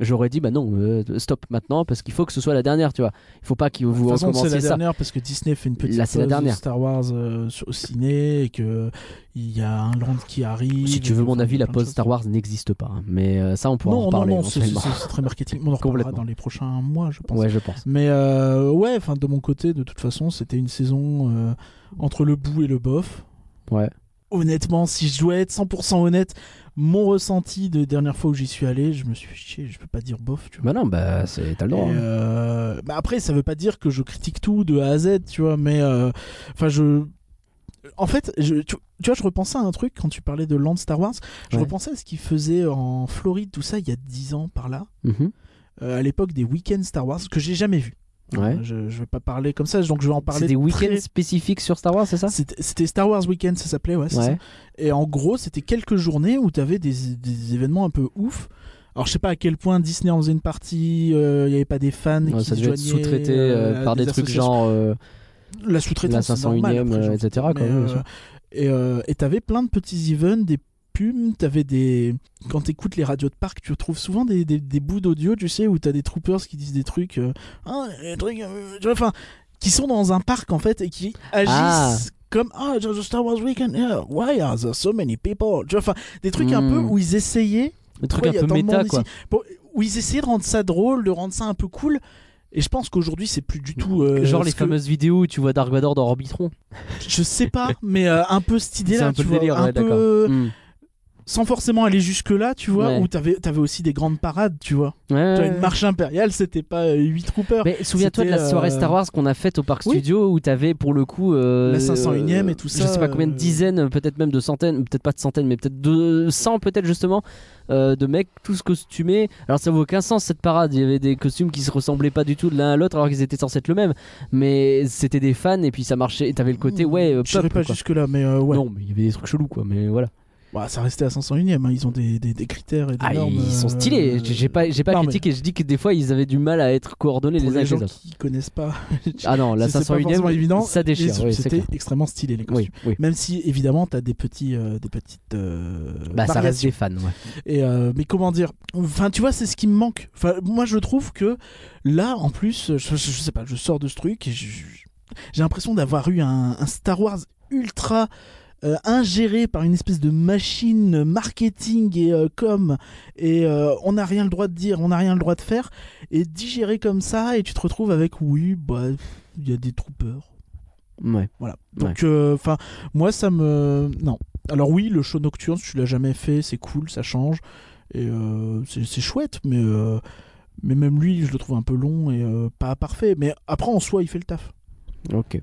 S2: j'aurais dit bah non, euh, stop maintenant parce qu'il faut que ce soit la dernière, tu vois. Il faut pas que vous
S1: de toute façon, c'est
S2: recommenciez
S1: la
S2: ça.
S1: dernière parce que Disney fait une petite
S2: Là, c'est
S1: pause
S2: la
S1: de
S2: dernière.
S1: Star Wars euh, sur- au ciné et que il y a un land qui arrive.
S2: Si tu veux mon
S1: Enfin,
S2: avis, la
S1: plein de
S2: pause
S1: choses.
S2: Star Wars n'existe pas. hein. Mais euh, ça, on pourra en
S1: Non, non,
S2: parler.
S1: non, c'est c'est- c'est très marketing. On en reparlera
S2: Complètement.
S1: dans les prochains mois, je pense.
S2: Ouais, je pense.
S1: Mais euh, ouais, enfin de mon côté, de toute façon, c'était une saison euh, entre le bout et le bof.
S2: Ouais.
S1: Honnêtement, si je dois être 100% honnête, mon ressenti de dernière fois où j'y suis allé, je me suis fait chier, je peux pas dire bof, tu vois.
S2: Bah non, bah c'est t'as le droit.
S1: Et,
S2: hein.
S1: euh, bah après, ça veut pas dire que je critique tout de A à Z, tu vois, mais euh, enfin je, en fait, je, tu, tu vois, je repensais à un truc quand tu parlais de Land Star Wars. Je
S2: Ouais.
S1: repensais à ce qu'ils faisaient en Floride, tout ça, il y a 10 ans par là,
S2: Mhm.
S1: euh, à l'époque des week-ends Star Wars que j'ai jamais vu.
S2: Ouais.
S1: Je, je vais pas parler comme ça, donc je vais en parler.
S2: C'est des
S1: très-
S2: week-ends spécifiques sur Star Wars, c'est ça
S1: C'était c'était Star Wars Weekend, ça s'appelait, ouais. c'est ça.
S2: Ouais.
S1: Et en gros, c'était quelques journées où t'avais des, des événements un peu ouf. Alors je sais pas à quel point Disney en faisait une partie, euh, il y avait pas des fans
S2: Ouais,
S1: qui
S2: ça
S1: se
S2: devait être
S1: joignaient,
S2: sous-traité euh,
S1: euh, à
S2: par des, trucs
S1: associations.
S2: genre euh,
S1: la
S2: la
S1: sous-traitance, c'est
S2: 501
S1: normal,
S2: e
S1: après, j'en
S2: etc.
S1: Mais,
S2: Quoi, ouais,
S1: euh,
S2: bien sûr.
S1: et euh, et t'avais plein de petits events, des pumes, t'avais des. Quand t'écoutes les radios de parc, tu retrouves souvent des, des, des bouts d'audio, tu sais, où t'as des troopers qui disent des trucs. euh, ah, les trucs. euh, tu vois, enfin, qui sont dans un parc en fait et qui agissent.
S2: Ah.
S1: Comme ah, there's a Star Wars weekend. yeah, why are there so many people? Tu vois, enfin, des trucs un
S2: Hmm.
S1: peu où ils essayaient,
S2: Le truc
S1: ouais,
S2: un
S1: y a
S2: peu
S1: tant de
S2: méta,
S1: monde
S2: quoi.
S1: pour- où ils essayaient de rendre ça drôle, de rendre ça un peu cool. Et je pense qu'aujourd'hui, c'est plus du tout. euh,
S2: genre les
S1: parce que-
S2: fameuses vidéos où tu vois Dark Vador dans Orbitron.
S1: Je sais pas, mais euh, un peu cette idée-là.
S2: C'est un
S1: tu
S2: peu le
S1: vois,
S2: délire,
S1: un
S2: ouais,
S1: peu-
S2: d'accord. Mm.
S1: sans forcément aller jusque là, tu vois,
S2: Ouais.
S1: où t'avais avais aussi des grandes parades, tu vois.
S2: Ouais,
S1: Tu vois,
S2: ouais.
S1: une marche impériale, c'était pas euh, 8 troopers.
S2: Mais souviens-toi de la
S1: C'était,
S2: soirée
S1: euh,
S2: Star Wars qu'on a faite au parc
S1: oui.
S2: studio où t'avais pour le coup euh,
S1: La 501e et tout ça,
S2: Je sais pas combien de
S1: euh,
S2: dizaines, peut-être même de centaines, peut-être pas de centaines, mais peut-être de 100 peut-être justement euh, de mecs tous costumés. Alors ça vaut aucun sens cette parade. Il y avait des costumes qui se ressemblaient pas du tout de l'un à l'autre alors qu'ils étaient censés être le même. Mais c'était des fans et puis ça marchait. Et T'avais le côté ouais. euh,
S1: Mmh. Je dirais
S2: peuple,
S1: pas
S2: quoi.
S1: jusque là, mais euh, ouais.
S2: Non, mais il y avait des trucs chelous quoi. Mais voilà.
S1: Bah, ça restait à 501ème, hein. ils ont des, des, des critères et des
S2: Ah,
S1: normes.
S2: ils sont stylés.
S1: euh,
S2: J'ai- J'ai pas, j'ai pas
S1: non, mais
S2: critiqué. Je dis que des fois ils avaient du mal à être coordonnés
S1: Pour
S2: les
S1: les
S2: uns avec
S1: gens
S2: les autres.
S1: qui connaissent pas,
S2: Ah non, la
S1: c'est- c'est pas
S2: 501
S1: forcément évident.
S2: ça
S1: les-
S2: déchire. oui, c'est
S1: c'était
S2: clair.
S1: extrêmement stylé les costumes.
S2: Oui, oui.
S1: Même si évidemment t'as des petits, euh, des petites. euh,
S2: Bah, ça reste
S1: variations.
S2: des fans, ouais.
S1: Et euh, mais comment dire Enfin, tu vois, c'est ce qui me manque. Enfin, moi, je trouve que là, en plus, je, je- je sais pas, je sors de ce truc et je- je- j'ai l'impression d'avoir eu un, un Star Wars ultra euh, ingéré par une espèce de machine euh, marketing et euh, com. Et euh, on n'a rien le droit de dire, on n'a rien le droit de faire. Et digéré comme ça, et tu te retrouves avec oui, bah, il y a des troopers.
S2: ouais.
S1: Voilà. Donc, euh, enfin, moi, ça me. Non. Alors, oui, le show nocturne, si tu l'as jamais fait, c'est cool, ça change. Et euh, c'est c'est chouette, mais, euh, mais même lui, je le trouve un peu long et euh, pas parfait. Mais après, en soi, il fait le taf.
S2: Ok.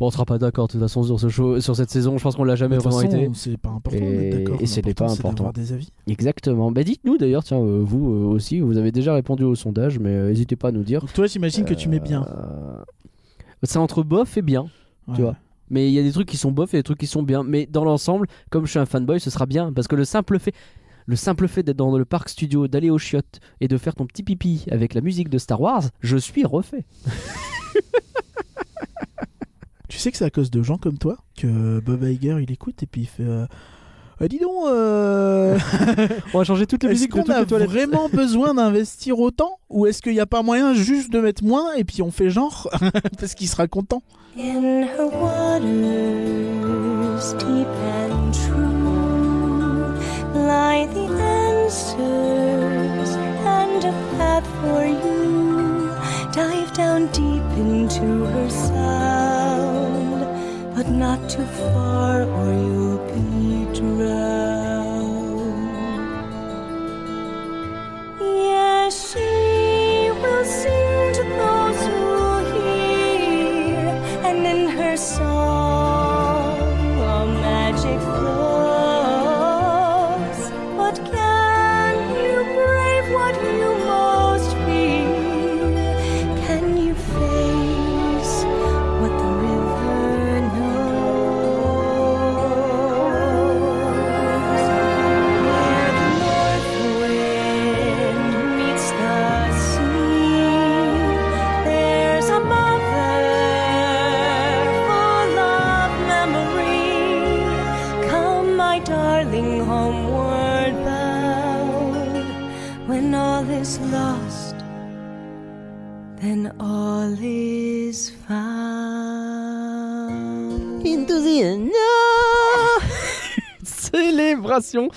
S2: Bon, on sera pas d'accord de toute façon sur, ce show, sur cette saison. Je pense qu'on l'a jamais
S1: de toute
S2: vraiment
S1: façon,
S2: été.
S1: c'est pas important
S2: Et-
S1: d'être d'accord.
S2: et ce n'est pas
S1: L'important, c'est
S2: important.
S1: d'avoir des avis.
S2: Exactement. Bah, dites-nous d'ailleurs, tiens, euh, vous euh, aussi, vous avez déjà répondu au sondage, mais euh, n'hésitez pas à nous dire.
S1: Donc, toi, j'imagine que tu mets bien.
S2: Euh, c'est entre bof et bien. Tu
S1: Ouais.
S2: vois. Mais il y a des trucs qui sont bof et des trucs qui sont bien. Mais dans l'ensemble, comme je suis un fanboy, ce sera bien. Parce que le simple fait, le simple fait d'être dans le parc studio, d'aller au chiottes et de faire ton petit pipi avec la musique de Star Wars, je suis refait.
S1: Tu sais que c'est à cause de gens comme toi que Bob Iger il écoute et puis il fait. euh, Ah, dis donc, euh,
S2: On va changer toutes les
S1: est-ce
S2: musiques de
S1: qu'on
S2: toutes
S1: a
S2: les toilettes.
S1: vraiment besoin d'investir autant Ou est-ce qu'il n'y a pas moyen juste de mettre moins et puis on fait genre Parce qu'il sera content.
S5: In her waters deep and true lie the answers and a path for you. Dive down deep into her sound, but not too far or you'll be drowned. Yes, she will sing to those who hear, and in her song all magic flows. But can you brave what you most fear? Can you face what the river knows? Where the north wind meets the sea, there's a mother full of memory. Come, my darling, homeward bound. When all is lost, then all is found.
S2: Célébration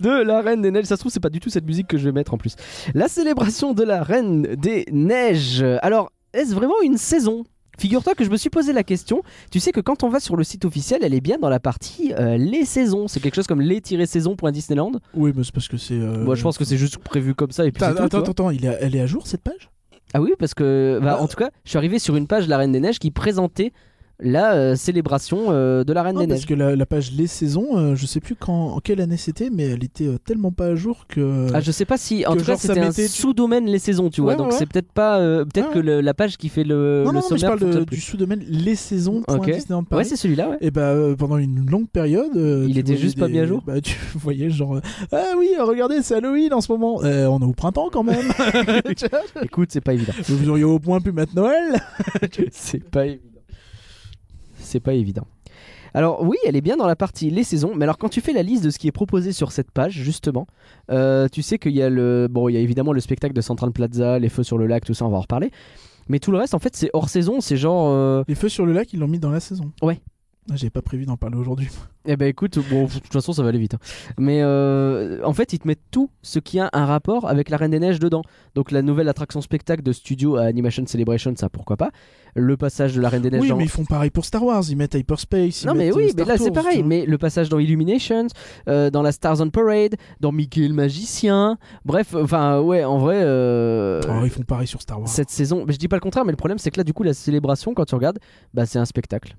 S2: de la Reine des Neiges. Ça se trouve, c'est pas du tout cette musique que je vais mettre en plus. La célébration de la Reine des Neiges. Alors, est-ce vraiment une saison Figure-toi que je me suis posé la question. Tu sais que quand on va sur le site officiel, elle est bien dans la partie euh, les saisons. C'est quelque chose comme les-saisons.disneyland.
S1: Oui, mais c'est parce que c'est. euh,
S2: Moi, je pense que c'est juste prévu comme ça. Et puis
S1: Attends,
S2: c'est tout,
S1: attends,
S2: tu
S1: attends,
S2: vois.
S1: il est à- elle est à jour cette page
S2: Ah oui, parce que. bah,
S1: Ah.
S2: En tout cas, je suis arrivé sur une page de la Reine des Neiges qui présentait la euh, célébration euh, de la Reine
S1: Non,
S2: des
S1: Ah, Parce
S2: Neiges.
S1: que la, la page Les Saisons, euh, je sais plus quand, en quelle année c'était, mais elle était euh, tellement pas à jour que.
S2: Ah, je sais pas si. En
S1: que
S2: tout cas,
S1: genre, ça
S2: c'était un
S1: mettait-
S2: sous-domaine les saisons, tu vois.
S1: Ouais,
S2: donc
S1: ouais, ouais.
S2: c'est peut-être pas. euh, peut-être
S1: Ouais,
S2: que le- la page qui fait le,
S1: non,
S2: le
S1: non, mais je
S2: sommaire.
S1: parle de-
S2: fonctionne
S1: du
S2: plus.
S1: sous-domaine Les Saisons.
S2: Ok.
S1: Disneyland Paris.
S2: Ouais, c'est celui-là, ouais.
S1: Et bah euh, pendant une longue période, euh,
S2: Il
S1: tu
S2: était
S1: voyais
S2: juste pas
S1: des-
S2: mis à jour
S1: Bah, tu voyais genre euh, ah oui euh, regardez c'est Halloween en ce moment. Euh, on est au printemps quand même. Tu vois,
S2: Écoute, c'est pas évident.
S1: Vous auriez au point pu mettre Noël.
S2: c'est pas évident. C'est pas évident. Alors oui, elle est bien dans la partie les saisons, mais alors quand tu fais la liste de ce qui est proposé sur cette page justement, euh, tu sais qu'il y a le bon, il y a évidemment le spectacle de Central Plaza, les feux sur le lac, tout ça, on va en reparler. Mais tout le reste, en fait, c'est hors saison, c'est genre. euh,
S1: Les feux sur le lac ils l'ont mis dans la saison.
S2: Ouais.
S1: Ah, J'avais pas prévu d'en parler aujourd'hui.
S2: Eh ben écoute, bon, de toute façon ça va aller vite. hein. Mais euh, en fait, ils te mettent tout ce qui a un rapport avec la Reine des Neiges dedans. Donc la nouvelle attraction spectacle de studio à Animation Celebration, ça pourquoi pas. Le passage de la Reine des Neiges
S1: Oui
S2: dans...
S1: mais ils font pareil pour Star Wars ils mettent Hyperspace. ils
S2: Non mais
S1: mettent,
S2: oui,
S1: euh,
S2: mais
S1: Star
S2: là c'est
S1: Tours, tu
S2: pareil.
S1: vois.
S2: Mais le passage dans Illuminations, euh, dans la Stars on Parade, dans Mickey le Magicien. Bref, enfin ouais, en vrai... euh,
S1: Oh, ils font pareil sur Star Wars.
S2: cette saison. Mais je dis pas le contraire, mais le problème c'est que là, du coup, la célébration, quand tu regardes, bah, c'est un spectacle.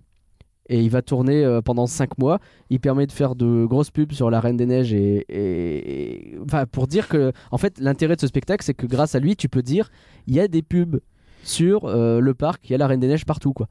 S2: Et il va tourner euh, pendant 5 mois. Il permet de faire de grosses pubs sur la Reine des Neiges. Et, et- et- Enfin, pour dire que, en fait, l'intérêt de ce spectacle, c'est que grâce à lui, tu peux dire il y a des pubs sur euh, le parc, il y a la Reine des Neiges partout, quoi.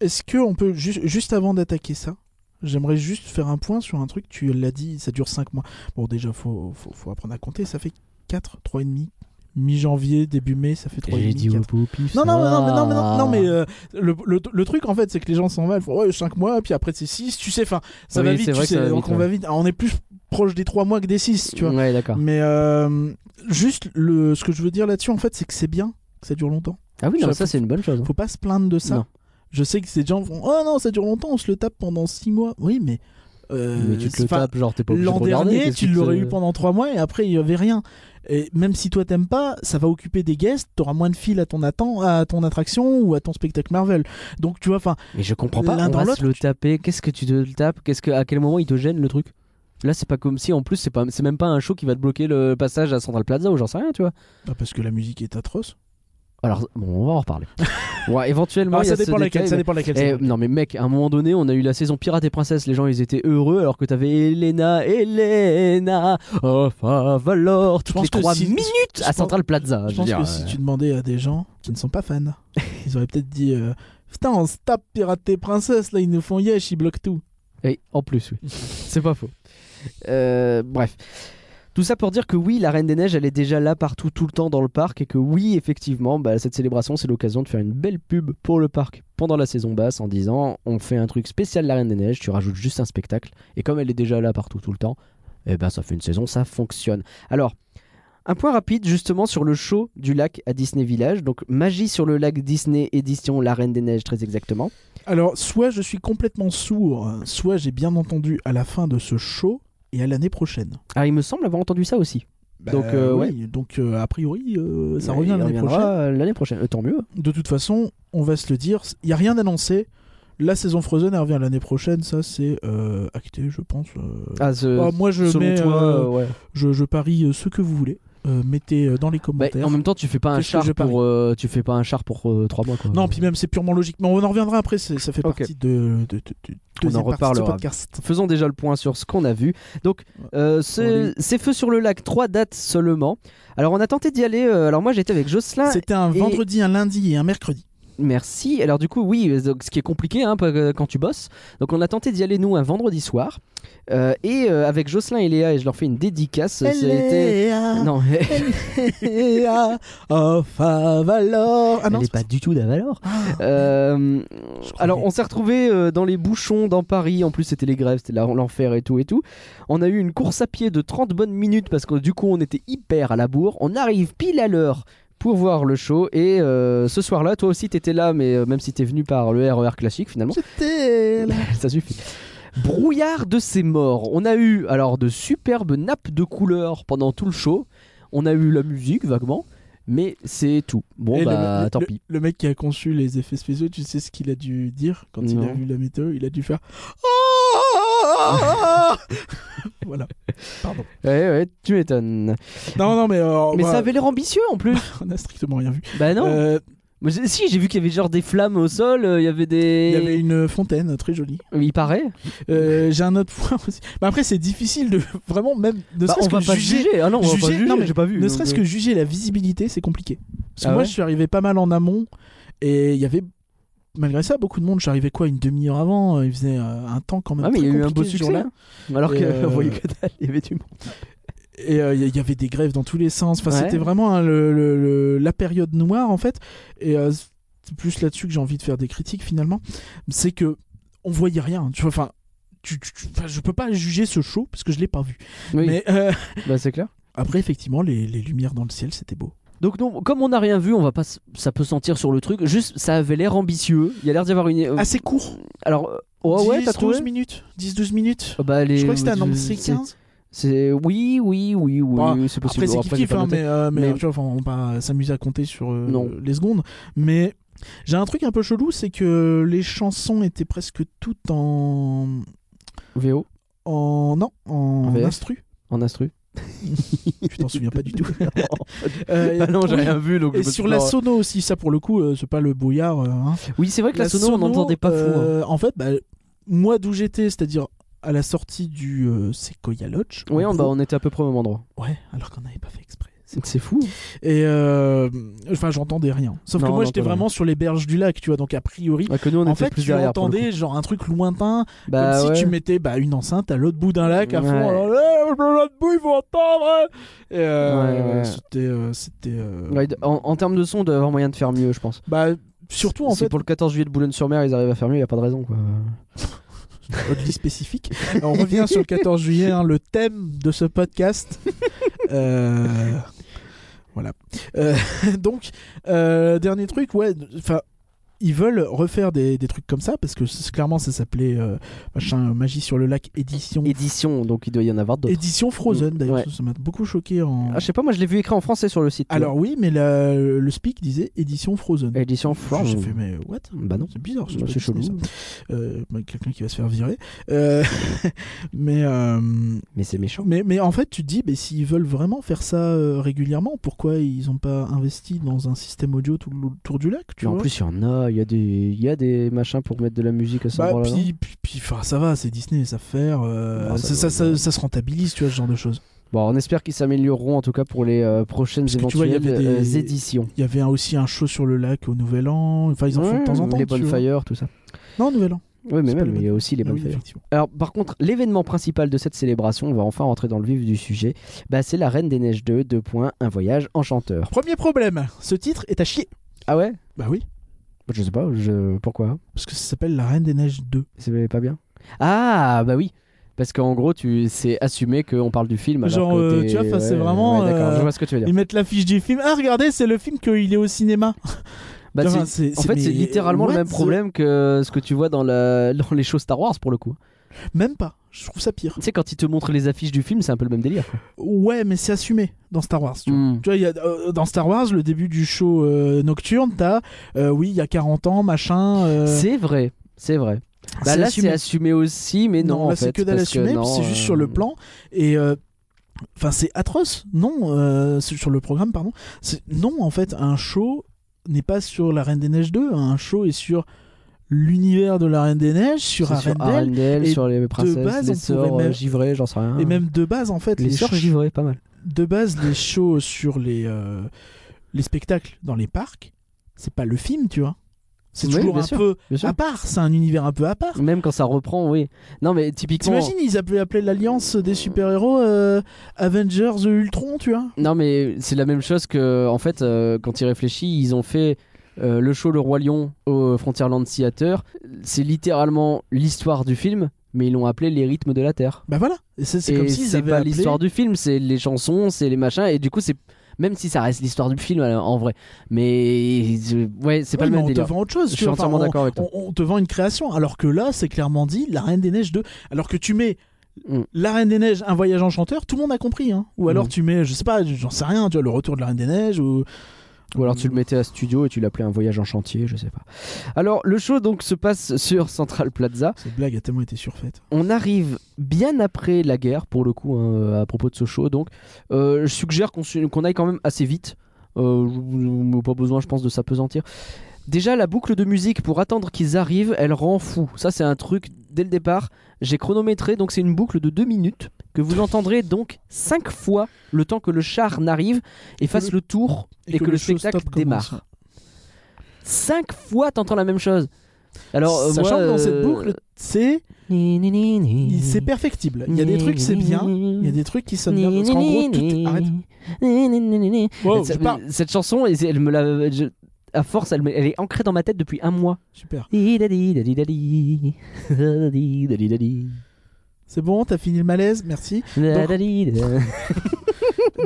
S1: Est-ce que on peut juste, juste avant d'attaquer ça, j'aimerais juste faire un point sur un truc. Tu l'as dit, ça dure 5 mois. Bon, déjà faut, faut, faut apprendre à compter. Ça fait 4, 3 et demi. Mi-janvier, début mai, ça fait 3 et demi. quatre. Non, non, non, mais non, mais non, non, mais euh, le, le- le truc en fait, c'est que les gens s'en vont, ils font ouais, 5 mois, puis après c'est 6, tu sais, enfin, ça
S2: Oui,
S1: va
S2: c'est
S1: vite,
S2: vrai
S1: tu
S2: que ça va
S1: sais, donc
S2: vite,
S1: on va
S2: ouais. Mm.
S1: vite. Ah, On est plus proche des 3 mois que des 6, tu vois.
S2: Ouais, d'accord.
S1: Mais euh, juste le, ce que je veux dire là-dessus, en fait, c'est que c'est bien que ça dure longtemps.
S2: Ah oui, non,
S1: J'avoue.
S2: ça, c'est une bonne chose.
S1: Faut pas se plaindre de ça.
S2: Non.
S1: Je sais que ces gens vont oh non, ça dure longtemps, on se le tape pendant 6 mois. Oui, mais. euh,
S2: mais tu te le
S1: enfin,
S2: tapes, genre, t'es pas obligé de
S1: L'an
S2: regarder,
S1: dernier,
S2: qu'est-ce
S1: tu
S2: qui te-
S1: l'aurais eu pendant 3 mois et après il y avait rien. Et même si toi t'aimes pas, ça va occuper des guests, t'auras moins de fils à ton, atten- à ton attraction ou à ton spectacle Marvel. Donc tu vois, enfin,
S2: Mais je comprends pas.
S1: L'un
S2: on
S1: dans
S2: va se
S1: l'autre,
S2: le
S1: tu-
S2: taper. Qu'est-ce que tu te le tapes Qu'est-ce que à quel moment il te gêne le truc Là, c'est pas comme si en plus c'est pas c'est même pas un show qui va te bloquer le passage à Central Plaza ou j'en sais rien, tu vois.
S1: bah, parce que la musique est atroce.
S2: Alors bon, on va en reparler. ouais, éventuellement,
S1: Ah,
S2: il y
S1: ça,
S2: a ce
S1: dépend laquelle,
S2: détail,
S1: ça
S2: mais-
S1: dépend laquelle.
S2: Eh,
S1: ça dépend.
S2: non mais mec, à un moment donné, on a eu la saison Pirates et Princesses, les gens ils étaient heureux alors que t'avais Elena, Elena, oh Valor, toutes
S1: pense
S2: les
S1: que
S2: trois
S1: si-
S2: minutes
S1: je
S2: à
S1: pense-
S2: Central Plaza.
S1: Je
S2: veux
S1: pense
S2: dire,
S1: que si
S2: euh,
S1: tu demandais à des gens qui ne sont pas fans, ils auraient peut-être dit euh, Putain, on se tape pirate tes princesses, là, ils nous font yesh, ils bloquent tout.
S2: Oui, en plus, oui. C'est pas faux. Euh, bref. Tout ça pour dire que oui, la Reine des Neiges, elle est déjà là partout, tout le temps dans le parc, et que oui, effectivement, bah, cette célébration, c'est l'occasion de faire une belle pub pour le parc pendant la saison basse en disant on fait un truc spécial la Reine des Neiges, tu rajoutes juste un spectacle, et comme elle est déjà là partout, tout le temps, eh ben ça fait une saison, ça fonctionne. Alors, un point rapide justement sur le show du lac à Disney Village, donc Magie sur le lac Disney, édition La Reine des Neiges, très exactement.
S1: Alors, soit je suis complètement sourd, soit j'ai bien entendu à la fin de ce show et à l'année prochaine.
S2: Ah, il me semble avoir entendu ça aussi.
S1: Bah,
S2: Donc, euh,
S1: oui, donc euh, a priori, euh, ça
S2: Ouais,
S1: revient
S2: il
S1: l'année
S2: reviendra,
S1: prochaine.
S2: euh, L'année prochaine, Euh, tant mieux.
S1: De toute façon, on va se le dire, il n'y a rien d'annoncé. La saison Frozen, elle revient l'année prochaine, ça c'est euh, acté, je pense. euh.
S2: Ah, ce-
S1: Ah, moi, je,
S2: selon
S1: mets,
S2: toi,
S1: euh,
S2: euh, ouais.
S1: je, je parie euh, ce que vous voulez. Euh, mettez euh, dans les
S2: Bah,
S1: commentaires.
S2: en même temps, tu fais pas un
S1: Qu'est-ce que
S2: char
S1: je parie
S2: pour, euh, tu fais pas un char pour euh, trois mois quoi.
S1: Non, puis même c'est purement logique. Mais on en reviendra après, c'est- ça fait
S2: Ok.
S1: partie de, de, de, de- deuxième partie de ce
S2: reparlera.
S1: podcast.
S2: Faisons déjà le point sur ce qu'on a vu. Donc, euh, ce- ces feux sur le lac, trois dates seulement. Alors, on a tenté d'y aller. euh, alors, moi, j'étais avec Jocelyn.
S1: C'était un
S2: et-
S1: vendredi, un lundi et un mercredi.
S2: Merci. Alors du coup, oui, euh, donc, ce qui est compliqué hein, pa- euh, quand tu bosses. Donc on a tenté d'y aller nous un vendredi soir. Euh, et euh, avec Jocelyn et Léa, et je leur fais une dédicace. C'était...
S1: Léa,
S2: Non, elle,
S1: Léa, of Avalor. Ah non,
S2: elle est
S1: c'est Ah.
S2: pas du tout d'Avalor. Euh, alors on s'est retrouvés euh, dans les bouchons dans Paris. En plus c'était les grèves, c'était la- l'enfer et tout et tout. On a eu une course à pied de 30 bonnes minutes parce que du coup on était hyper à la bourre. On arrive pile à l'heure pour voir le show. Et euh, ce soir-là, toi aussi t'étais là, mais euh, même si t'es venu par le RER classique finalement.
S1: C'était là.
S2: ça suffit. Brouillard de ces morts. On a eu alors de superbes nappes de couleurs pendant tout le show. On a eu la musique vaguement, mais c'est tout. Bon
S1: Et le-
S2: bah
S1: le,
S2: tant
S1: le-
S2: pis.
S1: Le mec qui a conçu les effets spéciaux, tu sais ce qu'il a dû dire quand il a
S2: Non.
S1: vu la météo Il a dû faire. Ah voilà.
S2: Ouais ouais, tu m'étonnes.
S1: Non, non, mais. euh,
S2: Mais
S1: bah,
S2: ça avait l'air ambitieux en plus.
S1: On a strictement rien vu.
S2: bah non.
S1: Euh,
S2: Mais j'ai- si j'ai vu qu'il y avait genre des flammes au sol, euh, il y avait des.
S1: Il y avait une fontaine très jolie.
S2: Il paraît.
S1: Euh, J'ai un autre point aussi. Mais après, c'est difficile de vraiment même ne
S2: Bah, on
S1: serait-ce
S2: va
S1: que
S2: pas
S1: juger.
S2: juger. Ah non, on va pas
S1: juger-
S2: juger.
S1: non, mais
S2: j'ai pas vu.
S1: Ne
S2: donc,
S1: serait-ce
S2: euh,
S1: que juger la visibilité, c'est compliqué. Parce que
S2: Ah
S1: moi,
S2: ouais
S1: je suis arrivé pas mal en amont et il y avait. Malgré ça, beaucoup de monde. J'arrivais quoi une demi-heure avant. euh, Il faisait euh, un temps quand même.
S2: Ah mais il y
S1: très
S2: a eu un beau
S1: compliqué ce
S2: succès.
S1: jour-là.
S2: hein. Alors
S1: Et,
S2: que
S1: euh,
S2: on voyait que dalle, il y avait du monde.
S1: Et euh, il y y avait des grèves dans tous les sens. Enfin,
S2: Ouais.
S1: c'était vraiment hein, le- le- le- la période noire en fait. Et euh, c'est plus là-dessus que j'ai envie de faire des critiques finalement. C'est que on voyait rien. Tu vois, enfin, tu, tu- tu- enfin, je peux pas juger ce show parce que je l'ai pas vu.
S2: Oui,
S1: Mais euh,
S2: bah c'est clair.
S1: après, effectivement, les, les lumières dans le ciel, c'était beau.
S2: Donc non, comme on n'a rien vu, on va pas, s- ça peut sentir sur le truc. Juste, ça avait l'air ambitieux. Il y a l'air d'y avoir une. euh,
S1: Assez court.
S2: Alors, euh, ouais, ouais,
S1: 10,
S2: t'as
S1: 12
S2: trouvé.
S1: minutes. 10-12 minutes.
S2: Ah bah, les-
S1: je crois que c'était un nombre
S2: c'est-
S1: C 15.
S2: C'est oui, oui, oui, oui,
S1: Bah,
S2: oui, c'est possible.
S1: Après, c'est
S2: Bon, j'ai
S1: kiff-kiff,
S2: pas
S1: hein,
S2: noté.
S1: mais, euh, mais,
S2: Mais-
S1: tu vois, enfin, on va pas s'amuser à compter sur euh,
S2: Non.
S1: les secondes. Mais j'ai un truc un peu chelou, c'est que les chansons étaient presque toutes en.
S2: VO
S1: en... Non, en,
S2: En VF.
S1: instru.
S2: en instru.
S1: Je t'en souviens pas du tout.
S2: Non,
S1: Euh,
S2: bah non, j'ai
S1: oui.
S2: rien vu. Donc
S1: Et
S2: je me
S1: sur
S2: suis
S1: la
S2: pas-
S1: sono aussi, ça pour le coup, euh, c'est pas le brouillard. euh, hein.
S2: Oui, c'est vrai que la, sono, on n'entendait pas fou. hein.
S1: euh, En fait, bah, moi d'où j'étais, c'est-à-dire à la sortie du euh, Sequoia Lodge.
S2: Oui,
S1: en
S2: on, bah,
S1: gros.
S2: on était à peu près au même endroit.
S1: Ouais, alors qu'on n'avait pas fait exprès.
S2: C'est fou.
S1: Et euh, enfin, j'entendais rien. Sauf
S2: Non,
S1: que moi,
S2: on
S1: j'étais
S2: entend
S1: vraiment sur les berges du lac, tu vois. Donc a priori,
S2: Ouais, Bah, que nous, on
S1: en
S2: était
S1: fait,
S2: plus
S1: tu
S2: derrière. pour le
S1: entendais genre un truc lointain,
S2: coup. Bah,
S1: comme
S2: ouais.
S1: si tu mettais bah, une enceinte à l'autre bout d'un lac à fond.
S2: Ouais.
S1: alors, Eh, l'autre bout, il faut entendre. hein. Et, euh,
S2: Ouais, ouais.
S1: C'était, euh, c'était. euh,
S2: Ouais, en, en termes de son, on doit avoir moyen de faire mieux, je pense.
S1: Bah, surtout en
S2: Si
S1: fait,
S2: pour le 14 juillet de Boulogne-sur-Mer, ils arrivent à faire mieux, il n'y a pas de raison. Quoi.
S1: Oddly spécifique. Alors, on revient sur le 14 juillet, hein, le thème de ce podcast. Euh, voilà. Euh, donc, euh, dernier truc, ouais, enfin. Ils veulent refaire des, des trucs comme ça parce que c'est- clairement ça s'appelait euh, machin Magie sur le lac édition
S2: Édition, donc il doit y en avoir d'autres.
S1: édition Frozen
S2: Mm,
S1: d'ailleurs
S2: ouais.
S1: ça, ça m'a beaucoup choqué en
S2: Ah, je sais pas, moi je l'ai vu écrit en français sur le site. tu
S1: alors oui mais la- le speak disait édition Frozen
S2: vois. édition France.
S1: j'ai fait mais what
S2: Bah non.
S1: c'est bizarre pas
S2: Bah, c'est
S1: Disney,
S2: chelou.
S1: ça. Euh, bah, quelqu'un qui va se faire virer Euh, mais euh,
S2: Mais c'est méchant.
S1: Mais, mais en fait, tu te dis, mais s'ils veulent vraiment faire ça euh, régulièrement, pourquoi ils n'ont pas investi dans un système audio tout le tour du lac tu
S2: Mais en
S1: vois
S2: plus, il y en a, il y, a des- il y a des machins pour mettre de la musique à ce
S1: Bah,
S2: endroit-là. non
S1: puis, puis, puis, enfin, ça va, c'est Disney, ça faire. euh,
S2: Bah, ça
S1: ça, ça,
S2: doit-
S1: ça- ça se rentabilise, tu vois, ce genre de choses.
S2: Bon, on espère qu'ils s'amélioreront en tout cas pour les euh, prochaines
S1: Parce que tu vois,
S2: éventuelles
S1: il y avait
S2: euh,
S1: des-
S2: éditions.
S1: Il y avait un- aussi un show sur le lac au Nouvel An. Enfin, ils en font de temps en temps.
S2: Les
S1: tu vois.
S2: bonfires, tout ça.
S1: Non, Nouvel An.
S2: Oui, mais
S1: C'est pas
S2: même,
S1: les
S2: il y a aussi les
S1: Ah oui,
S2: bonfires.
S1: effectivement.
S2: Alors, par contre, l'événement principal de cette célébration, on va enfin rentrer dans le vif du sujet, bah, c'est la Reine des Neiges 2, 2 points, un voyage enchanteur.
S1: Premier problème, ce titre est à chier.
S2: Ah ouais
S1: Bah oui,
S2: Je sais pas, je... pourquoi
S1: parce que ça s'appelle La Reine des Neiges 2.
S2: C'est pas bien Ah, bah oui parce qu'en gros, tu c'est assumé qu'on parle du film. alors
S1: Genre,
S2: que
S1: euh,
S2: t'es-
S1: tu vois, enfin, c'est
S2: ouais,
S1: vraiment,
S2: ouais, d'accord,
S1: euh,
S2: je vois ce que tu veux dire.
S1: Ils mettent l'affiche du film. Ah, regardez, c'est le film qu'il est au cinéma.
S2: Bah,
S1: Enfin,
S2: c'est- en fait,
S1: mais-
S2: c'est littéralement le
S1: what
S2: même
S1: the-
S2: problème que ce que tu vois dans, la... dans les shows Star Wars pour le coup.
S1: Même pas. Je trouve ça pire.
S2: Tu sais, quand ils te montrent les affiches du film, c'est un peu le même délire. quoi.
S1: Ouais, mais c'est assumé dans Star Wars.
S2: Mm.
S1: Tu vois.
S2: Hmm.
S1: Tu vois, il y a, euh, dans Star Wars, le début du show euh, nocturne, t'as, euh, oui, il y a 40 ans, machin. euh,
S2: C'est vrai, c'est vrai. Bah là, c'est assumé aussi, mais non,
S1: non,
S2: en
S1: là,
S2: fait,
S1: c'est que dalle
S2: parce
S1: assumée,
S2: non,
S1: puis c'est juste
S2: euh,
S1: sur le plan. Et. euh, Enfin, c'est atroce, non euh, c'est Sur le programme, pardon. C'est- Non, en fait, un show n'est pas sur La Reine des Neiges 2. Un show est sur l'univers de La Reine des Neiges,
S2: c'est
S1: sur
S2: Sur Arendelle,
S1: Arendelle. et
S2: sur les princesses,
S1: base,
S2: les
S1: on
S2: sœurs
S1: pourrait
S2: euh,
S1: même-
S2: givrées, j'en sais rien.
S1: Et même de base, en fait,
S2: les
S1: les
S2: sœurs
S1: shows-
S2: givrées, pas mal.
S1: de base, les shows sur les, euh, les spectacles dans les parcs, c'est pas le film, tu vois. C'est
S2: Oui,
S1: toujours
S2: bien
S1: un
S2: sûr,
S1: peu
S2: Bien sûr.
S1: à part, c'est un univers un peu à part.
S2: Même quand ça reprend, oui. Non, mais typiquement.
S1: Ah. T'imagines, ils appelaient, appelaient l'alliance des super-héros euh, Avengers euh, Ultron, tu vois
S2: Non, mais c'est la même chose que, en fait, euh, quand il réfléchit, ils ont fait euh, le show Le Roi Lion au Frontierland Theater. C'est littéralement l'histoire du film, mais ils l'ont appelé les rythmes de la Terre.
S1: Bah voilà, Et c'est c'est
S2: Et
S1: comme s'ils
S2: c'est
S1: avaient
S2: pas
S1: appelé-
S2: l'histoire du film, c'est les chansons, c'est les machins, et du coup, c'est même si ça reste l'histoire du film euh, en vrai, mais euh, ouais, c'est pas
S1: Oui, mais
S2: le même
S1: on
S2: délire.
S1: te vend autre chose. tu
S2: Je suis
S1: vois. Enfin,
S2: entièrement
S1: on-
S2: d'accord avec toi.
S1: on, on te vend une création, alors que là, c'est clairement dit La Reine des Neiges 2. Alors que tu mets
S2: Mm.
S1: La Reine des Neiges, un voyage enchanteur, tout le monde a compris. hein. Ou alors
S2: Mm.
S1: tu mets, je sais pas, j'en sais rien, tu vois, le retour de la Reine des Neiges, ou
S2: Ou alors tu le mettais à studio et tu l'appelais un voyage en chantier, je sais pas. Alors le show donc se passe sur Central Plaza.
S1: Cette blague a tellement été surfaite.
S2: On arrive bien après la guerre pour le coup hein, à propos de ce show. Donc euh, je suggère qu'on su- qu'on aille quand même assez vite. Euh, je- pas besoin je pense de s'apesantir. Déjà la boucle de musique pour attendre qu'ils arrivent, elle rend fou. Ça c'est un truc dès le départ. J'ai chronométré donc c'est une boucle de deux minutes que vous entendrez donc cinq fois le temps que le char n'arrive et fasse le tour et, que, le
S1: show
S2: spectacle
S1: stop
S2: démarre.
S1: commence.
S2: Cinq fois t'entends la même chose. Alors, euh,
S1: Sachant
S2: moi,
S1: que dans cette
S2: euh,
S1: boucle, c'est
S2: ni, ni, ni, ni,
S1: c'est perfectible. Il y a des trucs c'est bien, il y a
S2: Mm.
S1: des trucs qui sonnent bien. Parce qu'en gros, tout... arrête.
S2: Ni, ni, ni, ni, ni.
S1: Wow,
S2: cette,
S1: je parle.
S2: cette chanson, elle- elle me la, je- à force, elle, me- elle est ancrée dans ma tête depuis un mois.
S1: Super.
S2: Didadidadidadi, dadidadidadi,
S1: C'est bon, t'as fini le malaise, merci.
S2: dadadidada.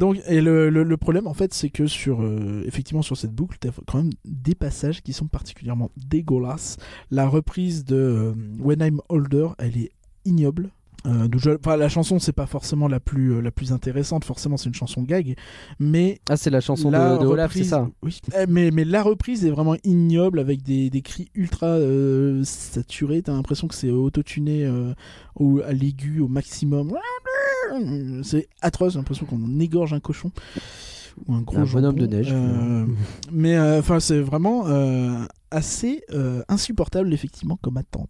S1: Donc, et le, le- le problème en fait, c'est que sur euh, effectivement sur cette boucle, t'as quand même des passages qui sont particulièrement dégueulasses. La reprise de euh, When I'm Older, elle est ignoble. Euh, d'où je- enfin, la chanson c'est pas forcément la plus euh, la plus intéressante, forcément c'est une chanson gag, mais
S2: Ah, c'est la chanson
S1: La
S2: de, de Olaf, c'est
S1: reprise-
S2: ça
S1: oui. Eh, Mais, mais la reprise est vraiment ignoble avec des, des cris ultra euh, saturés. T'as l'impression que c'est autotuné euh, ou à l'aigu au maximum. C'est atroce, j'ai l'impression qu'on égorge un cochon. Ou un gros
S2: Un bonhomme
S1: jambon.
S2: de neige.
S1: Euh, mais euh, enfin, c'est vraiment euh, assez euh, insupportable, effectivement, comme attente.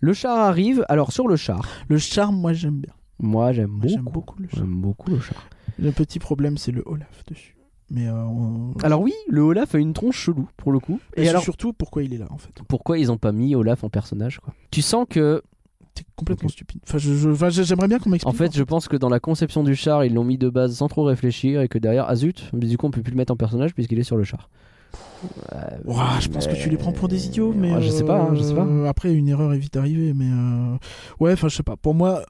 S2: Le char arrive, alors sur le char,
S1: Le charme, moi j'aime bien.
S2: moi j'aime
S1: Moi, J'aime
S2: beaucoup.
S1: beaucoup le charme.
S2: J'aime beaucoup le char.
S1: Le petit problème, c'est le Olaf dessus. Mais, euh, on-
S2: Alors oui, le Olaf a une tronche chelou pour le coup.
S1: Mais
S2: Et
S1: c'est
S2: alors
S1: surtout, pourquoi il est là en fait
S2: pourquoi ils ont pas mis Olaf en personnage quoi Tu sens que
S1: T'es complètement stupide. Enfin, je- je- enfin, j'aimerais bien qu'on
S2: en
S1: m'explique. hein.
S2: fait je pense que dans la conception du char ils l'ont mis de base sans trop réfléchir et que derrière ah zut mais du coup on peut plus le mettre en personnage puisqu'il est sur le char.
S1: Ouah, je pense que tu les prends pour des idiots, mais
S2: Ouais, je sais pas, hein, je sais pas.
S1: euh, Après, une erreur est vite arrivée, mais euh, ouais, enfin, je sais pas. Pour moi,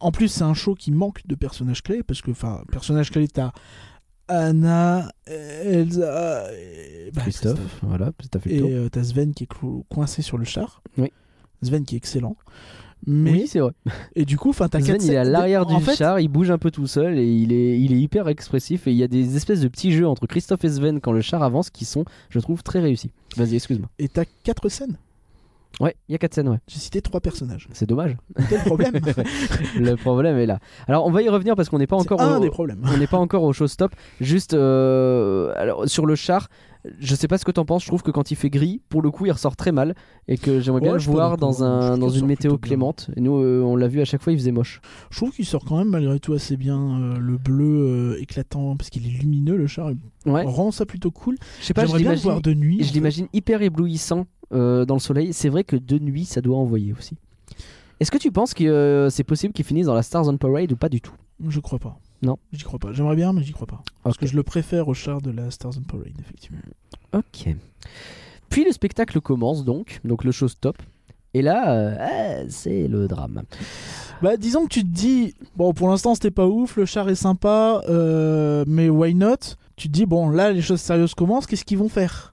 S1: en plus, c'est un show qui manque de personnages clés, parce que, enfin, personnages clés, t'as Anna, Elsa, et- bah,
S2: Christophe, voilà, t'as fait le
S1: et
S2: tour.
S1: euh, t'as Sven qui est clo- coincé sur le char.
S2: Oui.
S1: Sven qui est excellent. Mais
S2: Oui c'est vrai.
S1: et du coup, enfin, t'as
S2: Sven
S1: quatre-
S2: il est à l'arrière du
S1: en fait,
S2: char, il bouge un peu tout seul et il est, il est hyper expressif et il y a des espèces de petits jeux entre Christophe et Sven quand le char avance qui sont je trouve très réussis. Vas-y excuse-moi.
S1: Et t'as quatre scènes.
S2: Ouais il y a quatre scènes ouais.
S1: J'ai cité trois personnages.
S2: C'est dommage.
S1: Quel problème
S2: le problème est là. Alors on va y revenir parce qu'on n'est pas
S1: C'est
S2: encore
S1: un
S2: au-
S1: des problèmes.
S2: on n'est pas encore au show stop. Juste euh, alors, sur le char, Je sais pas ce que t'en penses, je trouve que quand il fait gris, pour le coup, il ressort très mal et que j'aimerais bien
S1: Ouais,
S2: le
S1: je suis pas
S2: voir
S1: d'accord.
S2: dans,
S1: Je
S2: un,
S1: trouve
S2: dans
S1: qu'il
S2: une
S1: sort
S2: météo
S1: plutôt bien.
S2: clémente. Et nous, euh, on l'a vu à chaque fois, il faisait moche.
S1: Je trouve qu'il sort quand même malgré tout assez bien euh, le bleu euh, éclatant parce qu'il est lumineux le char.
S2: Ouais,
S1: On rend ça plutôt cool.
S2: je sais pas, je
S1: J'aimerais bien le voir
S2: l'imagine
S1: de nuit. en
S2: je
S1: fait.
S2: l'imagine hyper éblouissant euh, dans le soleil. C'est vrai que de nuit, ça doit envoyer aussi. Est-ce que tu penses que euh, c'est possible qu'il finisse dans la Stars on Parade ou pas du tout
S1: Je crois pas.
S2: Non.
S1: J'y crois pas. J'aimerais bien, mais j'y crois pas. Parce que je le préfère au char de la Stars and Parade, effectivement.
S2: Ok. Puis le spectacle commence donc, donc le show stop. Et là, euh, ah, c'est le drame.
S1: Bah, disons que tu te dis, bon, pour l'instant, c'était pas ouf, le char est sympa, euh, mais why not Tu te dis, bon, là, les choses sérieuses commencent, qu'est-ce qu'ils vont faire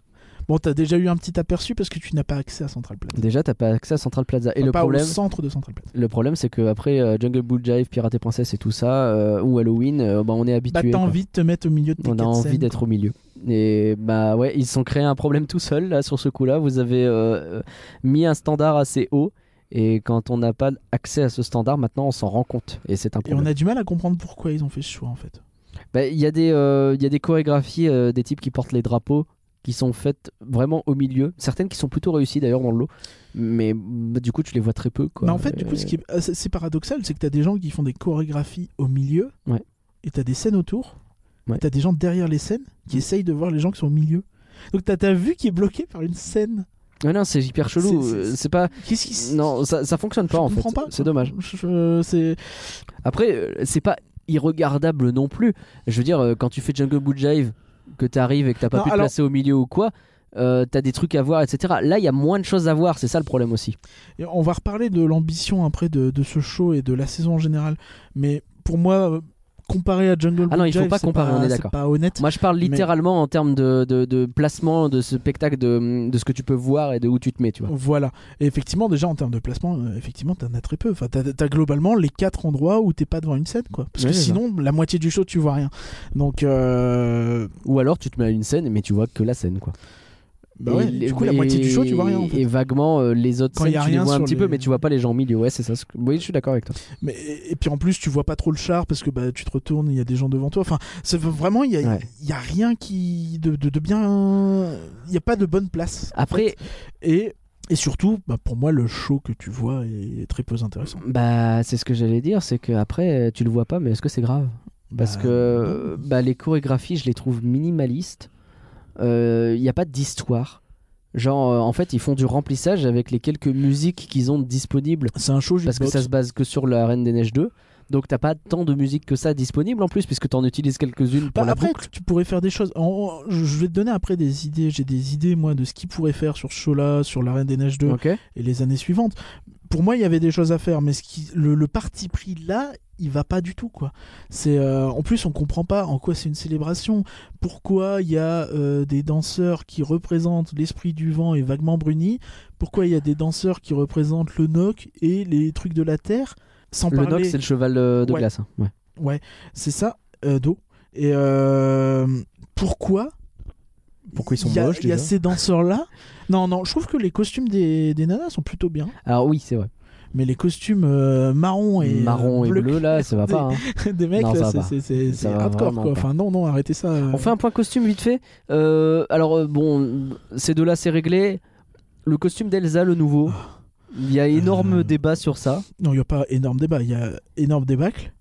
S1: Bon, t'as déjà eu un petit aperçu parce que tu n'as pas accès à Central Plaza.
S2: Déjà, t'as pas accès à Central Plaza. Et
S1: Enfin,
S2: le
S1: pas
S2: problème,
S1: au centre de Central Plaza.
S2: le problème, c'est que après euh, Jungle Bull Jive, Pirate et Princesse et tout ça, euh, ou Halloween, euh, bah, on est
S1: Bah,
S2: habitué.
S1: t'as
S2: quoi.
S1: envie de te mettre au milieu de tes
S2: on a
S1: quatre
S2: envie
S1: scènes,
S2: d'être au milieu. Et bah ouais, ils se sont créés un problème tout seuls là sur ce coup-là. Vous avez euh, euh, mis un standard assez haut. Et quand on n'a pas accès à ce standard, maintenant on s'en rend compte. Et c'est un
S1: Et
S2: problème.
S1: on a du mal à comprendre pourquoi ils ont fait ce choix en fait.
S2: Bah, Il y, a des, euh, il y a des chorégraphies euh, des types qui portent les drapeaux qui sont faites vraiment au milieu. Certaines qui sont plutôt réussies d'ailleurs dans le lot. Mais bah, du coup, tu les vois très peu. Quoi.
S1: Mais en fait, du
S2: Euh,
S1: coup, ce qui est assez- c'est paradoxal, c'est que t'as des gens qui font des chorégraphies au milieu,
S2: Ouais.
S1: et t'as des scènes autour,
S2: Ouais. Mm.
S1: et t'as des gens derrière les scènes qui essayent de voir les gens qui sont au milieu. Donc t'as ta vue qui est bloquée par une scène.
S2: ouais, Ah non, c'est hyper chelou.
S1: C'est- c'est-
S2: Euh, C'est pas.
S1: Qu'est-ce qui se-
S2: Non, ça, ça fonctionne
S1: je
S2: pas en fait.
S1: comprends pas.
S2: C'est dommage.
S1: Je- je- c'est-
S2: Après, euh, c'est pas irregardable non plus. Je veux dire, euh, quand tu fais Jungle Boot Jive, que t'arrives et que t'as pas
S1: Non,
S2: pu te
S1: alors-
S2: placer au milieu ou quoi, euh, t'as des trucs à voir, etc. Là, il y a moins de choses à voir, c'est ça le problème aussi.
S1: Et on va reparler de l'ambition après de, de ce show et de la saison en général. Mais pour moi, euh, comparé à Jungle
S2: Ah non,
S1: Book
S2: il faut
S1: Jive,
S2: pas
S1: c'est
S2: comparer, on est
S1: c'est
S2: d'accord.
S1: pas honnête.
S2: Moi, je parle
S1: Mais-
S2: littéralement en termes de, de- de placement de ce spectacle, de, de ce que tu peux voir et de où tu te mets, tu vois.
S1: Voilà. Et effectivement, déjà en termes de placement, euh, effectivement, t'en as très peu. Enfin, t'as, t'as globalement les quatre endroits où t'es pas devant une scène, quoi. Parce
S2: Ouais,
S1: que
S2: c'est ça.
S1: sinon, la moitié du show, tu vois rien. Donc, euh,
S2: Ou alors, tu te mets à une scène, mais tu vois que la scène, quoi.
S1: bah
S2: Et
S1: ouais,
S2: les-
S1: du coup, la moitié du show, tu vois rien. En
S2: Et
S1: fait.
S2: vaguement, euh, les autres
S1: Quand
S2: scènes,
S1: y a
S2: tu les
S1: rien
S2: vois un
S1: sur
S2: petit
S1: les-
S2: peu, mais tu vois pas les gens au milieu. Ouais, c'est ça. ce que- Oui, je suis d'accord avec toi.
S1: Mais et puis en plus, tu vois pas trop le char parce que bah tu te retournes, il y a des gens devant toi. Enfin, c'est vraiment il y a,
S2: Ouais.
S1: il y a rien qui de, de, de bien. Il y a pas de bonne place. en
S2: Après,
S1: fait. et et surtout, bah, pour moi, le show que tu vois est très peu intéressant.
S2: Bah, c'est ce que j'allais dire, c'est que après euh, tu le vois pas, mais est-ce que c'est grave Parce
S1: Bah,
S2: que euh, bah, les chorégraphies, je les trouve minimalistes. Il n'y a pas d'histoire. Genre, euh, en fait, ils font du remplissage avec les quelques musiques qu'ils ont disponibles
S1: c'est un show
S2: parce que
S1: jukebox.
S2: ça se base que sur la Reine des Neiges 2. Donc, t'as pas tant de musique que ça disponible en plus, puisque t'en utilises quelques-unes pour
S1: Bah,
S2: la
S1: après,
S2: boucle.
S1: tu pourrais faire des choses. En- en- je je vais te donner après des idées. J'ai des idées, moi, de ce qu'ils pourraient faire sur ce show-là, sur La Reine des Neiges 2
S2: Ok.
S1: et les années suivantes. Pour moi, il y avait des choses à faire, mais ce qui, le, le parti pris là, il va pas du tout, quoi. C'est euh, en plus, on comprend pas en quoi c'est une célébration. Pourquoi il y a euh, des danseurs qui représentent l'esprit du vent et vaguement bruni. Pourquoi il y a des danseurs qui représentent le noc et les trucs de la terre. Sans
S2: Le
S1: parler.
S2: Nox, c'est le cheval euh, de
S1: Ouais.
S2: glace. hein. Ouais.
S1: C'est ça, euh, d'eau. Et euh, pourquoi
S2: Pourquoi ils sont
S1: il y a-
S2: moches,
S1: Il y a
S2: déjà
S1: ces danseurs-là. non, non, je trouve que les costumes des, des nanas sont plutôt bien.
S2: Alors, oui, c'est vrai.
S1: Mais les costumes euh, marron et,
S2: Marron
S1: euh,
S2: et
S1: bleu,
S2: bleu, là, ça va pas. hein.
S1: des mecs,
S2: Non,
S1: là,
S2: ça
S1: c'est-
S2: va
S1: c'est- c'est
S2: Ça
S1: c'est
S2: va
S1: hardcore
S2: vraiment
S1: quoi.
S2: pas.
S1: Enfin, non, non, arrêtez ça. euh.
S2: On fait un point costume vite fait. Euh, alors euh, bon, ces deux-là c'est réglé. Le costume d'Elsa, le nouveau. Il y a énorme
S1: Euh.
S2: débat sur ça.
S1: Non, il n'y a pas énorme débat, il y a énorme débâcle.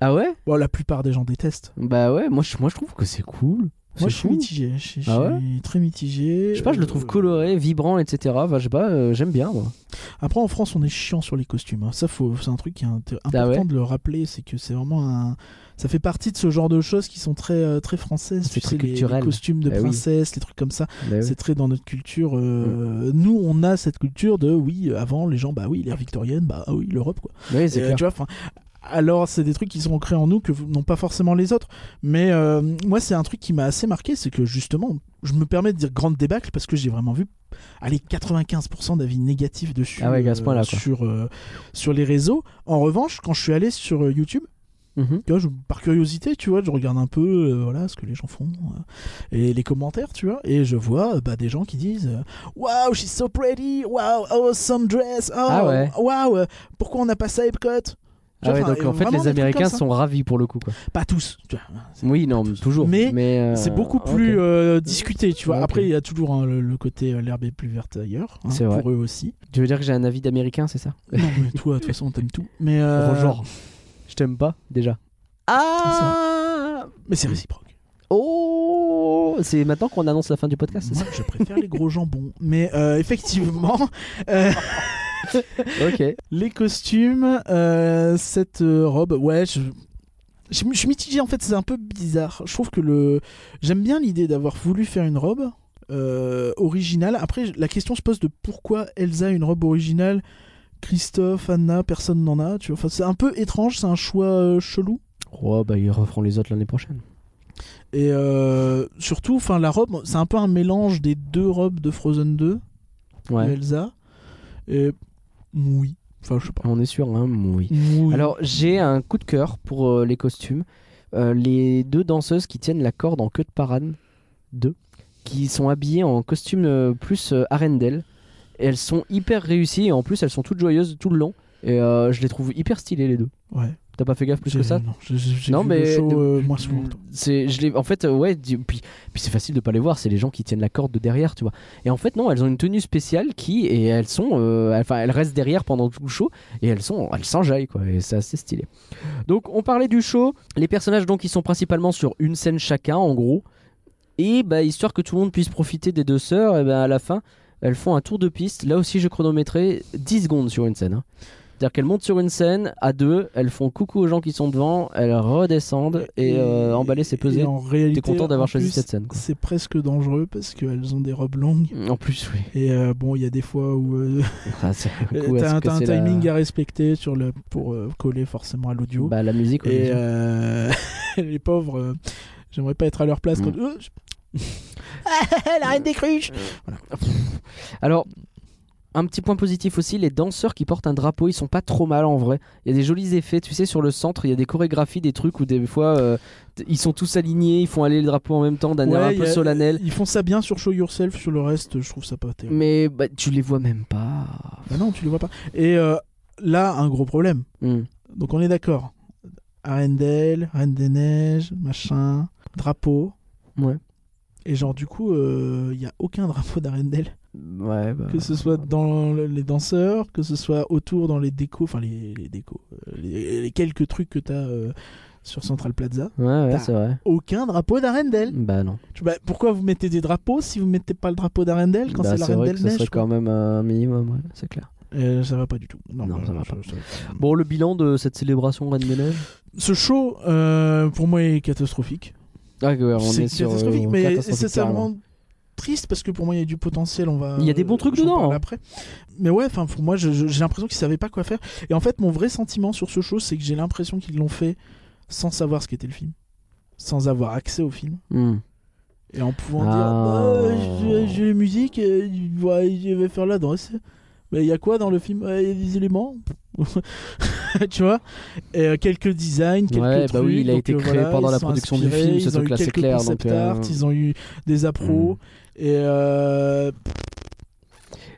S2: Ah ouais
S1: Bon, la plupart des gens détestent.
S2: Bah ouais, moi je, moi, je trouve que c'est cool.
S1: Moi,
S2: C'est
S1: je suis
S2: cool.
S1: mitigé. Je suis je
S2: Ah ouais
S1: suis très mitigé.
S2: Je sais pas, je le trouve
S1: Euh,
S2: coloré, vibrant, etc. Bah, je sais pas, euh, j'aime bien. Moi.
S1: Après, en France, on est chiant sur les costumes. hein. Ça, faut, c'est un truc qui est inté- important
S2: Ah ouais
S1: de le rappeler, c'est que c'est vraiment un. Ça fait partie de ce genre de choses qui sont très, euh, très françaises. Tu
S2: C'est très
S1: sais, les- Les,
S2: culturel.
S1: costumes de
S2: Eh oui.
S1: princesse, les trucs comme ça.
S2: Bah, ouais.
S1: C'est très dans notre culture. euh, Nous, on a cette culture de oui, avant, les gens, bah oui, l'ère victorienne, bah oui, l'Europe, quoi.
S2: Ouais, c'est
S1: Et,
S2: clair.
S1: tu vois, 'fin, alors c'est des trucs qui sont ancrés en nous que v- n'ont pas forcément les autres. Mais euh, moi, c'est un truc qui m'a assez marqué, c'est que justement, je me permets de dire grande débâcle parce que j'ai vraiment vu allez 95% d'avis négatifs dessus
S2: Ah ouais, à ce point-là, quoi.
S1: sur euh, sur les réseaux. En revanche, quand je suis allé sur euh, YouTube
S2: Mhm.
S1: tu vois, je- par curiosité, tu vois, je regarde un peu euh, voilà, ce que les gens font euh, et les commentaires, tu vois, et je vois euh, bah, des gens qui disent euh, Wow, she's so pretty, wow, awesome dress, oh,
S2: Ah ouais.
S1: wow, euh, pourquoi on n'a pas ça à Epcot Tu vois,
S2: Ah ouais,
S1: enfin,
S2: donc en
S1: euh,
S2: fait,
S1: vraiment des
S2: les
S1: trucs
S2: Américains
S1: comme ça.
S2: sont ravis pour le coup. Quoi.
S1: Pas tous. tu vois. C'est-
S2: Oui, non, mais toujours.
S1: Mais
S2: euh,
S1: C'est beaucoup
S2: ok.
S1: plus euh, discuté, tu vois.
S2: Ok.
S1: Après, il y a toujours hein, le, le côté euh, l'herbe est plus verte ailleurs. hein,
S2: C'est
S1: pour
S2: vrai.
S1: eux aussi.
S2: Tu veux dire que j'ai un avis d'américain, c'est ça
S1: Non, mais toi, de toute façon, t'aimes tout. Mais. euh,
S2: Genre, je t'aime pas déjà. Ah
S1: Mais c'est réciproque.
S2: Oh C'est maintenant qu'on annonce la fin du podcast, Ah, c'est
S1: Moi, je préfère les gros jambons. Mais euh, effectivement, euh,
S2: ça Ok.
S1: les costumes, euh, cette euh, robe, ouais, je. Je je suis mitigé en fait, c'est un peu bizarre. Je trouve que le. J'aime bien l'idée d'avoir voulu faire une robe euh, originale. Après, la question se pose de pourquoi Elsa a une robe originale, Christophe, Anna, personne n'en a. Tu vois, enfin, c'est un peu étrange, c'est un choix euh, chelou.
S2: Oh, bah ils referont les autres l'année prochaine.
S1: Et euh, surtout, enfin, la robe, c'est un peu un mélange des deux robes de Frozen 2 de
S2: Ouais.
S1: Elsa. Et oui, enfin, je sais pas.
S2: On est sûr, hein Oui.
S1: Mouille.
S2: Alors, j'ai un coup de cœur pour euh, les costumes. Euh, les deux danseuses qui tiennent la corde en queue de parane 2, qui sont habillées en costume euh, plus euh, Arendelle. Et elles sont hyper réussies et en plus elles sont toutes joyeuses tout le long. Et euh, je les trouve hyper stylées les deux.
S1: ouais.
S2: T'as pas fait gaffe plus
S1: J'ai-
S2: que ça
S1: Non, j'ai- j'ai
S2: Non,
S1: vu
S2: mais-
S1: le show euh, moins souvent. que toi.
S2: Mm. C'est, je l'ai, en fait, euh, ouais, du- puis, puis c'est facile de pas les voir, c'est les gens qui tiennent la corde de derrière, tu vois. Et en fait, non, elles ont une tenue spéciale qui, et elles sont, euh, enfin, elles restent derrière pendant tout le show, et elles sont, elles s'enjaillent, quoi, et c'est assez stylé. Donc, on parlait du show, les personnages, donc, ils sont principalement sur une scène chacun, en gros, et bah, histoire que tout le monde puisse profiter des deux sœurs, et ben à la fin, elles font un tour de piste, là aussi, je chronométrais 10 secondes sur une scène, hein. C'est-à-dire qu'elles montent sur une scène à deux, elles font coucou aux gens qui sont devant, elles redescendent et, euh, emballer c'est
S1: et
S2: pesé.
S1: en réalité,
S2: T'es content d'avoir
S1: en
S2: choisi
S1: plus,
S2: cette scène. quoi.
S1: C'est presque dangereux parce qu'elles ont des robes longues.
S2: En plus, oui.
S1: Et euh, bon, il y a des fois où euh,
S2: Ah, c'est un coup, est-ce
S1: t'as un,
S2: que
S1: t'as un
S2: c'est la-
S1: timing à respecter sur le, pour euh, coller forcément à l'audio.
S2: Bah, la musique. ouais,
S1: et
S2: bien sûr.
S1: euh, les pauvres, euh, j'aimerais pas être à leur place.
S2: Mm.
S1: Quand... Euh, je- la reine des cruches
S2: Alors, un petit point positif aussi, les danseurs qui portent un drapeau, ils sont pas trop mal en vrai. Il y a des jolis effets, tu sais, sur le centre, il y a des chorégraphies, des trucs où des fois euh, t- ils sont tous alignés, ils font aller le drapeau en même temps d'un air
S1: Ouais,
S2: un
S1: il y
S2: peu
S1: a-
S2: solennel.
S1: Ils font ça bien sur Show Yourself, sur le reste, je trouve ça pas terrible.
S2: Mais bah, tu les vois même pas.
S1: Bah non, tu les vois pas. Et euh, là, un gros problème.
S2: Hmm.
S1: Donc on est d'accord. Arendelle, Reine des Neiges, machin, drapeau.
S2: Ouais.
S1: Et genre du coup, il n'y a aucun drapeau d'Arendelle.
S2: Ouais, bah.
S1: Que ce soit dans le- les danseurs, que ce soit autour dans les décos, enfin les, les décos, euh, les, les quelques trucs que t'as euh, sur Central Plaza,
S2: Ouais, ouais,
S1: T'as-
S2: c'est vrai.
S1: aucun drapeau d'Arendelle.
S2: Bah non.
S1: Je- bah, pourquoi vous mettez des drapeaux si vous mettez pas le drapeau d'Arendelle quand
S2: Bah,
S1: c'est
S2: c'est vrai que
S1: l'Arendelle
S2: ça
S1: Neige
S2: serait quand même un minimum, ouais, c'est clair.
S1: quoi. Euh, Ça va pas du tout. Non,
S2: Non,
S1: bah,
S2: ça va pas.
S1: je- je-
S2: Bon, le bilan de cette célébration Reine des Neiges
S1: Ce show, euh, pour moi, est catastrophique.
S2: ah, ouais, on
S1: C'est
S2: est sur, euh,
S1: catastrophique, mais
S2: catastrophique,
S1: c'est ça me
S2: carrément.
S1: rend triste parce que pour moi il y a du potentiel. On va.
S2: Il y a des bons trucs
S1: j'en
S2: dedans,
S1: parle
S2: hein.
S1: Après, mais ouais, enfin pour moi je- je- j'ai l'impression qu'ils savaient pas quoi faire. Et en fait mon vrai sentiment sur ce show c'est que j'ai l'impression qu'ils l'ont fait sans savoir ce qu'était le film, sans avoir accès au film.
S2: Hmm.
S1: Et en pouvant
S2: Ah.
S1: dire, bah, j'ai- j'ai les musiques, euh, ouais, je vais faire la danse. Mais il y a quoi dans le film Ouais, Il y a des éléments, tu vois Et euh, quelques designs, quelques
S2: Ouais, bah
S1: trucs.
S2: oui, il a
S1: donc,
S2: été
S1: euh,
S2: créé
S1: voilà,
S2: pendant
S1: ils
S2: la
S1: sont
S2: production du
S1: inspirés,
S2: film, ce
S1: ils ont eu
S2: truc-là, c'est
S1: quelques
S2: clair, donc,
S1: concept
S2: euh, hmm.
S1: art, ils ont eu des appros. Et euh,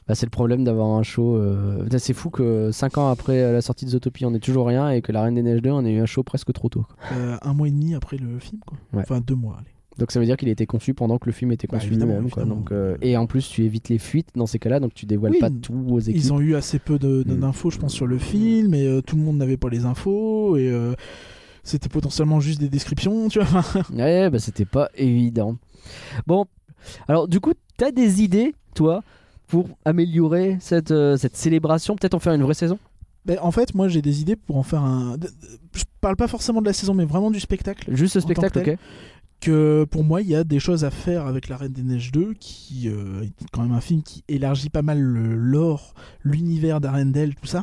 S2: Bah, c'est le problème d'avoir un show. euh, putain, C'est fou que 5 ans après euh, la sortie de Zootopie, on est toujours rien et que La Reine des Neiges 2, on a eu un show presque trop tôt. quoi.
S1: euh, un mois et demi après le film, quoi.
S2: Ouais.
S1: Enfin deux mois. allez.
S2: Donc ça veut dire qu'il a été conçu pendant que le film était
S1: Bah,
S2: conçu
S1: évidemment,
S2: lui-même. quoi.
S1: évidemment.
S2: Donc, euh, et en plus, tu évites les fuites dans ces cas-là, donc tu dévoiles
S1: Oui,
S2: pas tout aux équipes.
S1: Ils ont eu assez peu de- de-
S2: Mm.
S1: d'infos, je pense, sur le film, et euh, tout le monde n'avait pas les infos, et euh, c'était potentiellement juste des descriptions, tu vois.
S2: Ouais, bah c'était pas évident. Bon, alors du coup, t'as des idées, toi, pour améliorer cette, euh, cette célébration Peut-être en faire une vraie saison
S1: Ben, en fait, moi, j'ai des idées pour en faire un. de- de- Je parle pas forcément de la saison, mais vraiment du spectacle.
S2: Juste ce
S1: En tant que
S2: spectacle,
S1: tel.
S2: ok
S1: Que pour moi, il y a des choses à faire avec La Reine des Neiges 2, qui euh, est quand même un film qui élargit pas mal le lore, l'univers d'Arendelle, tout ça.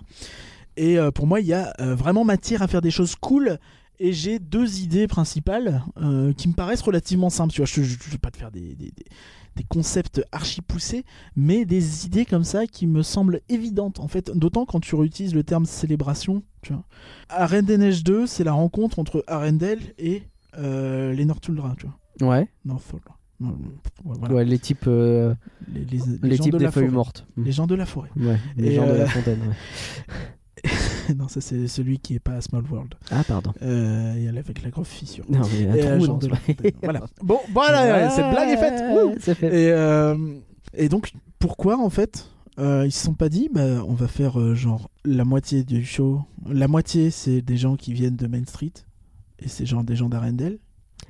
S1: Et euh, pour moi, il y a euh, vraiment matière à faire des choses cool. Et j'ai deux idées principales euh, qui me paraissent relativement simples. Tu vois, je ne vais pas te faire des, des, des- des concepts archi poussés, mais des idées comme ça qui me semblent évidentes, en fait. D'autant quand tu réutilises le terme célébration. Tu vois. Arène des Neiges 2, c'est la rencontre entre Arendelle et euh, les Northuldra. Tu vois.
S2: Ouais.
S1: Northuldra. Non, euh, ouais, voilà.
S2: ouais, les types, euh,
S1: Les, les- les
S2: les
S1: gens
S2: types
S1: de
S2: des
S1: la
S2: feuilles
S1: forêt.
S2: mortes.
S1: Les gens de la forêt.
S2: Ouais, les
S1: Et,
S2: gens de
S1: euh,
S2: la fontaine. ouais.
S1: non, ça c'est celui qui est pas à Small World.
S2: Ah, pardon.
S1: Euh, il y a avec la grosse fissure.
S2: Non, mais il y a
S1: Et,
S2: un
S1: euh,
S2: trou
S1: Jean
S2: dans
S1: de
S2: ce-
S1: La Fontaine. voilà. Bon, voilà, euh,
S2: Ouais,
S1: cette blague est faite. Wouh
S2: c'est fait.
S1: et, euh, et donc, pourquoi en fait euh, ils se sont pas dit, bah, on va faire euh, genre la moitié du show. La moitié, c'est des gens qui viennent de Main Street et c'est genre des gens d'Arendelle.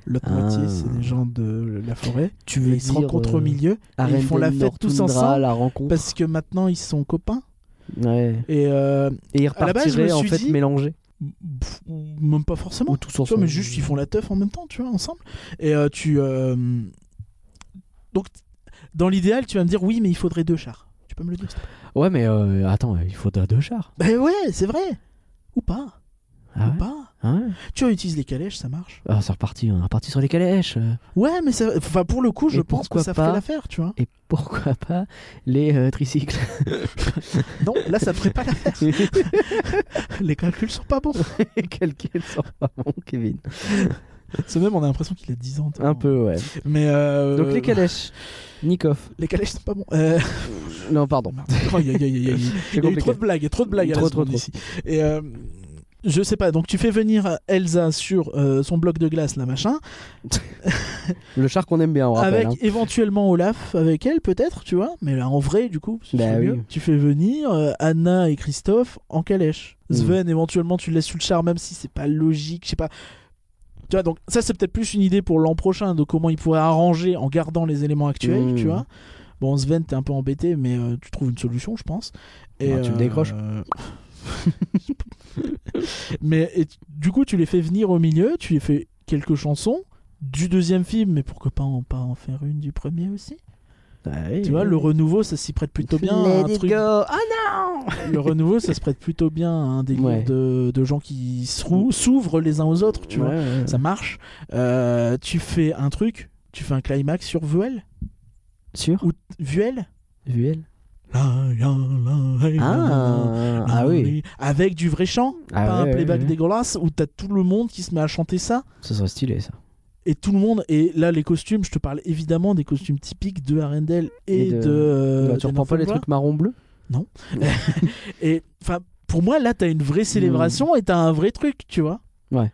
S1: L'autre
S2: Ah.
S1: moitié, c'est des gens de la forêt.
S2: Tu
S1: Et ils se
S2: euh,
S1: rencontrent au milieu ils font la fête tous ensemble
S2: la rencontre.
S1: parce que maintenant ils sont copains.
S2: Ouais.
S1: Et euh,
S2: Et ils
S1: À la base, je me
S2: repartiraient en
S1: suis
S2: fait
S1: dit-
S2: mélangés.
S1: pff, même pas forcément.
S2: Ou tous
S1: Tu vois,
S2: ensemble.
S1: mais juste ils font la teuf en même temps, tu vois, ensemble. Et euh, tu. euh, Donc, dans l'idéal, tu vas me dire oui, mais il faudrait deux chars. Tu peux me le dire s'il te plaît
S2: Ouais, mais euh, attends, il faudra deux chars.
S1: Ben ouais, c'est vrai Ou pas
S2: Ah
S1: Ou
S2: ouais,
S1: pas
S2: ah ouais.
S1: Tu vois, utilise les calèches, ça marche.
S2: Ah, c'est reparti, on est reparti sur les calèches. euh.
S1: Ouais, mais ça... enfin, pour le coup, je
S2: Et
S1: pense que
S2: pourquoi
S1: ça
S2: pas
S1: ferait l'affaire, tu vois.
S2: Et pourquoi pas les euh, tricycles
S1: Non, là, ça ferait pas l'affaire. les calculs sont pas bons.
S2: Quelqu'un sort pas bon, Kevin.
S1: Ce même, on a l'impression qu'il a 10 ans.
S2: Un
S1: tellement.
S2: peu, ouais.
S1: Mais. euh,
S2: Donc les calèches, Nikov.
S1: Les calèches sont pas bons. Euh...
S2: Non, pardon.
S1: Merde. Aïe, aïe, aïe, aïe, aïe.
S2: C'est
S1: Il y a eu trop
S2: compliqué.
S1: de blagues, trop de blagues à la
S2: Trop, trop,
S1: seconde
S2: trop.
S1: ici. Et euh, je sais pas, donc tu fais venir euh, Elsa sur euh, son bloc de glace, là machin,
S2: Le char qu'on aime bien, on rappelle.
S1: avec
S2: hein.
S1: éventuellement Olaf avec elle peut-être, tu vois, mais là, en vrai du coup, ce
S2: Bah
S1: serait
S2: oui.
S1: mieux. tu fais venir euh, Anna et Christophe en calèche.
S2: Mm.
S1: Sven éventuellement tu le laisses sur le char même si c'est pas logique, je sais pas. Tu vois, donc ça c'est peut-être plus une idée pour l'an prochain de comment ils pourraient arranger en gardant les éléments actuels,
S2: Mm.
S1: tu vois. Bon, Sven, t'es un peu embêté, mais euh, tu trouves une solution, je pense. Et,
S2: Ah, tu me décroches.
S1: euh, mais et tu- du coup, tu les fais venir au milieu, tu les fais quelques chansons du deuxième film, mais pourquoi pas en, pas en faire une du premier aussi
S2: Ah oui,
S1: Tu vois,
S2: oui.
S1: le renouveau, ça s'y prête plutôt bien. à un
S2: Let it
S1: truc-
S2: go. Ah non
S1: Le renouveau, ça se prête plutôt bien à un délire
S2: Ouais.
S1: de, de gens qui s'rou- s'ouvrent les uns aux autres, tu vois.
S2: Ouais, ouais, ouais.
S1: Ça marche. Euh, tu fais un truc, tu fais un climax sur Vuel
S2: Sûr
S1: Ou Vuel
S2: Vuel
S1: Ah,
S2: Ah, ah oui.
S1: Avec du vrai chant, pas
S2: Ah ouais,
S1: un
S2: ouais,
S1: playback
S2: ouais.
S1: dégueulasse où t'as tout le monde qui se met à chanter ça.
S2: Ça serait stylé ça.
S1: Et tout le monde, et là les costumes, je te parle évidemment des costumes typiques de Arendelle et,
S2: Et
S1: de.
S2: de-
S1: euh,
S2: Bah, tu
S1: des
S2: reprends pas les
S1: Norfolk
S2: trucs marron bleu
S1: Bois. Et enfin, pour moi, là t'as une vraie célébration et t'as un vrai truc, tu vois.
S2: Hmm. Ouais.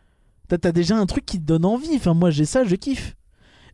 S1: T'as t'as déjà un truc qui te donne envie. Enfin, moi j'ai ça, je kiffe.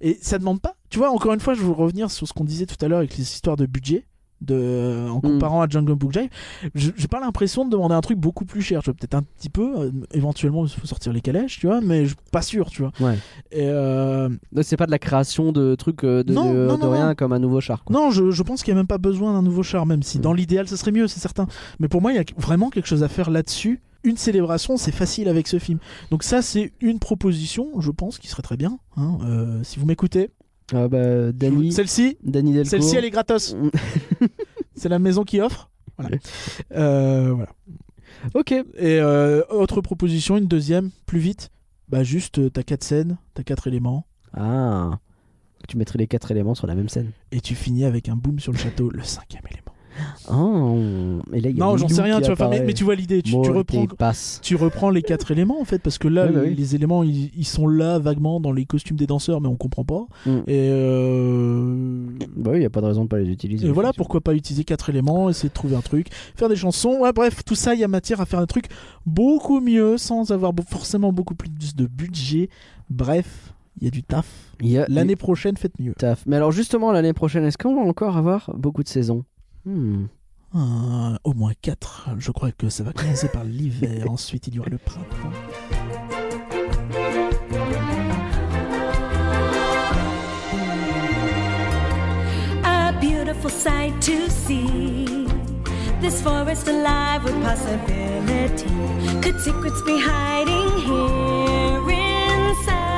S1: Et ça demande pas. Tu vois, encore une fois, je veux revenir sur ce qu'on disait tout à l'heure avec les histoires de budget. De,
S2: Hmm.
S1: en comparant à Jungle Book Jive, je- j'ai pas l'impression de demander un truc beaucoup plus cher. Tu vois, peut-être un petit peu, euh, éventuellement, il faut sortir les calèches, tu vois, mais je pas sûr, tu vois.
S2: Ouais.
S1: Et euh,
S2: Donc, C'est pas de la création de trucs euh, de,
S1: Non,
S2: de-
S1: non,
S2: de
S1: non,
S2: rien
S1: non.
S2: comme un nouveau char. Quoi.
S1: Non, je, je pense qu'il n'y a même pas besoin d'un nouveau char, même si
S2: Mm.
S1: dans l'idéal, ce serait mieux, c'est certain. Mais pour moi, il y a vraiment quelque chose à faire là-dessus. Une célébration, c'est facile avec ce film. Donc ça, c'est une proposition, je pense, qui serait très bien. hein. Euh, si vous m'écoutez,
S2: Ah bah,
S1: je vous-
S2: Danny,
S1: celle-ci,
S2: Danny Delcourt. Mm.
S1: celle-ci, elle est gratos. c'est la maison qui offre. Voilà. Euh, voilà.
S2: Ok.
S1: Et euh, autre proposition, une deuxième, plus vite. Bah juste, euh, t'as quatre scènes, t'as quatre éléments,
S2: Ah. Tu mettrais les quatre éléments sur la même scène.
S1: et tu finis avec un boom sur le château, le cinquième élément.
S2: Oh. Et là, il y a
S1: Non, j'en
S2: Milou
S1: sais rien,
S2: qui
S1: tu vas faire, mais,
S2: apparaît.
S1: mais tu vois l'idée, tu, tu
S2: Moltes
S1: reprends
S2: passes.
S1: tu reprends les quatre éléments en fait parce que là
S2: Oui, bah
S1: les,
S2: oui.
S1: les éléments ils, ils sont là vaguement dans les costumes des danseurs mais on comprend pas
S2: Mm.
S1: et, euh,
S2: Bah oui, y a pas de raison de pas les utiliser.
S1: et voilà pourquoi pas utiliser quatre éléments essayer de trouver un truc faire des chansons ouais bref tout ça il y a matière à faire un truc beaucoup mieux sans avoir be- forcément beaucoup plus de budget bref il y a du taf
S2: Il y a
S1: l'année prochaine faites mieux
S2: du taf. Mais alors justement, l'année prochaine, est-ce qu'on va encore avoir beaucoup de saisons Hmm.
S1: Ah, au moins quatre je crois que ça va commencer par l'hiver ensuite il y aura le printemps
S5: a beautiful sight to see. This forest alive with possibility. Could secrets be hiding here inside?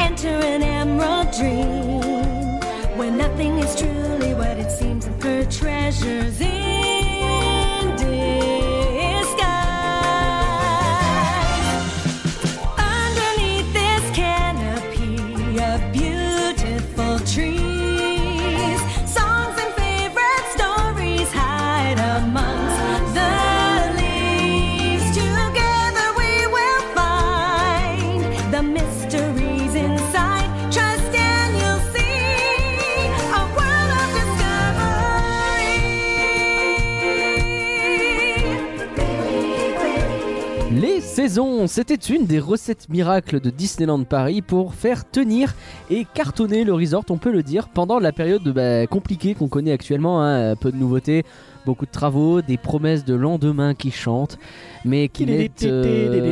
S5: Enter an emerald dream where nothing is truly what it seems and her treasures in disguise. Underneath this canopy of beautiful trees, songs and favorite stories hide amongst the leaves. Together we will find the mysteries inside. Trust and you'll see a world of discovery.
S2: Les saisons, c'était une des recettes miracles de Disneyland Paris pour faire tenir et cartonner le resort, on peut le dire, pendant la période bah, compliquée qu'on connaît actuellement. hein. Peu de nouveautés, beaucoup de travaux, des promesses de lendemain qui chantent, mais qui mettent...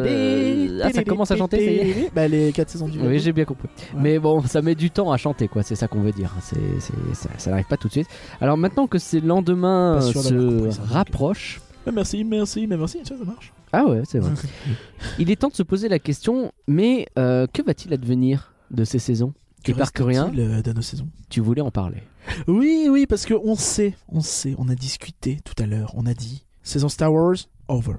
S2: euh, Ah, ça commence à chanter, ça y est
S1: Bah, les 4 saisons du
S2: oui, j'ai bien compris.
S1: Ouais.
S2: Mais bon, ça met du temps à chanter, quoi. C'est ça qu'on veut dire. hein. C'est, c'est- ça, ça n'arrive pas tout de suite. Alors maintenant que ces lendemains
S1: Pas sûr d'avoir compris
S2: se
S1: ça, donc.
S2: rapprochent,
S1: Ah, merci, merci, mais merci, ça, ça marche.
S2: ah ouais, c'est vrai. Il est temps de se poser la question. Mais euh, que va-t-il advenir de ces saisons
S1: Que
S2: Et par que rien.
S1: reste-t-il, euh, de nos saisons
S2: Tu voulais en parler.
S1: Oui, oui, parce que on sait, on sait, on a discuté tout à l'heure, on a dit saison Star Wars over.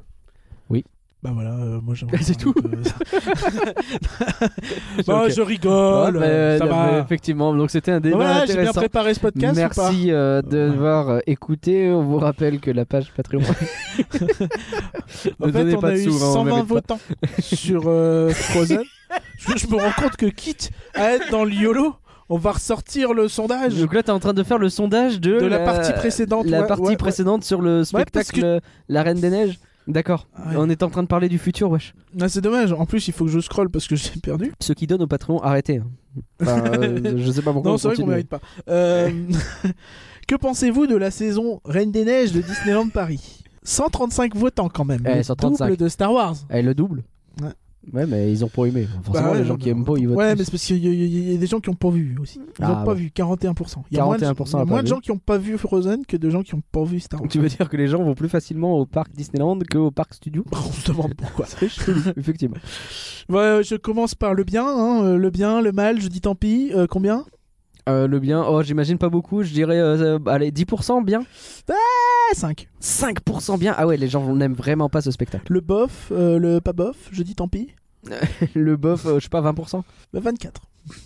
S2: Oui.
S1: Bah voilà, euh, moi j'aimerais.
S2: C'est
S1: parler
S2: tout.
S1: de euh, ça. Bah,
S2: Ok.
S1: je rigole,
S2: Ouais, mais,
S1: euh, ça
S2: euh, mais
S1: va.
S2: effectivement, donc c'était un débat
S1: Voilà, j'ai bien
S2: intéressant.
S1: préparé ce podcast ou pas
S2: Merci euh,
S1: Ouais.
S2: d'avoir euh, écouté. On vous rappelle que la page Patreon.
S1: En
S2: Ne
S1: fait,
S2: donnez
S1: on
S2: pas
S1: a
S2: de
S1: eu
S2: sous, hein, on
S1: 120
S2: mérite pas.
S1: votants sur euh, Frozen. je, je me rends compte que quitte à être dans le YOLO, on va ressortir le sondage
S2: Donc là, t'es en train de faire le sondage de,
S1: de la partie précédente.
S2: La
S1: ouais,
S2: partie
S1: ouais, ouais.
S2: précédente sur le
S1: parce
S2: spectacle
S1: que-
S2: euh, La Reine des Neiges. D'accord.
S1: Ouais.
S2: On est en train de parler du futur, wesh.
S1: Ah, c'est dommage. En plus, il faut que je scrolle parce que j'ai perdu.
S2: Ceux qui donnent au Patreon, arrêtez. hein. Enfin, euh, je sais pas pourquoi.
S1: Non,
S2: on
S1: c'est vrai qu'on
S2: continue.
S1: mérite pas. Euh, que pensez-vous de la saison Reine des Neiges de Disneyland Paris 135 votants quand même.
S2: Eh,
S1: Le
S2: 135.
S1: Double de Star Wars.
S2: Eh, le double.
S1: Ouais.
S2: Ouais, mais ils ont pas aimé. Forcément,
S1: Bah ouais,
S2: les gens
S1: non,
S2: qui
S1: mais-
S2: aiment pas, ils votent.
S1: Ouais,
S2: plus.
S1: mais c'est parce qu'il y, a- il y a- il y a des gens qui n'ont pas vu aussi. Ils
S2: Ah,
S1: n'ont pas
S2: ouais.
S1: vu, 41%. Il y a moins de,
S2: 41%
S1: il y a
S2: a
S1: moins
S2: pas
S1: de
S2: vu.
S1: gens qui n'ont pas vu Frozen que de gens qui n'ont pas vu Star Wars.
S2: Tu veux dire que les gens vont plus facilement au parc Disneyland qu'au parc Studio
S1: On se demande pourquoi.
S2: Effectivement.
S1: Ouais, je commence par le bien, hein, euh, le bien, le mal, je dis tant pis. euh, combien
S2: Euh, le bien, oh, j'imagine pas beaucoup. Je dirais, euh, euh, allez, 10% bien.
S1: Ah, 5.
S2: 5% bien. Ah ouais, les gens n'aiment vraiment pas ce spectacle.
S1: Le bof, euh, le pas bof, je dis tant pis.
S2: Le bof, euh, je sais pas, 20%.
S1: bah, 24.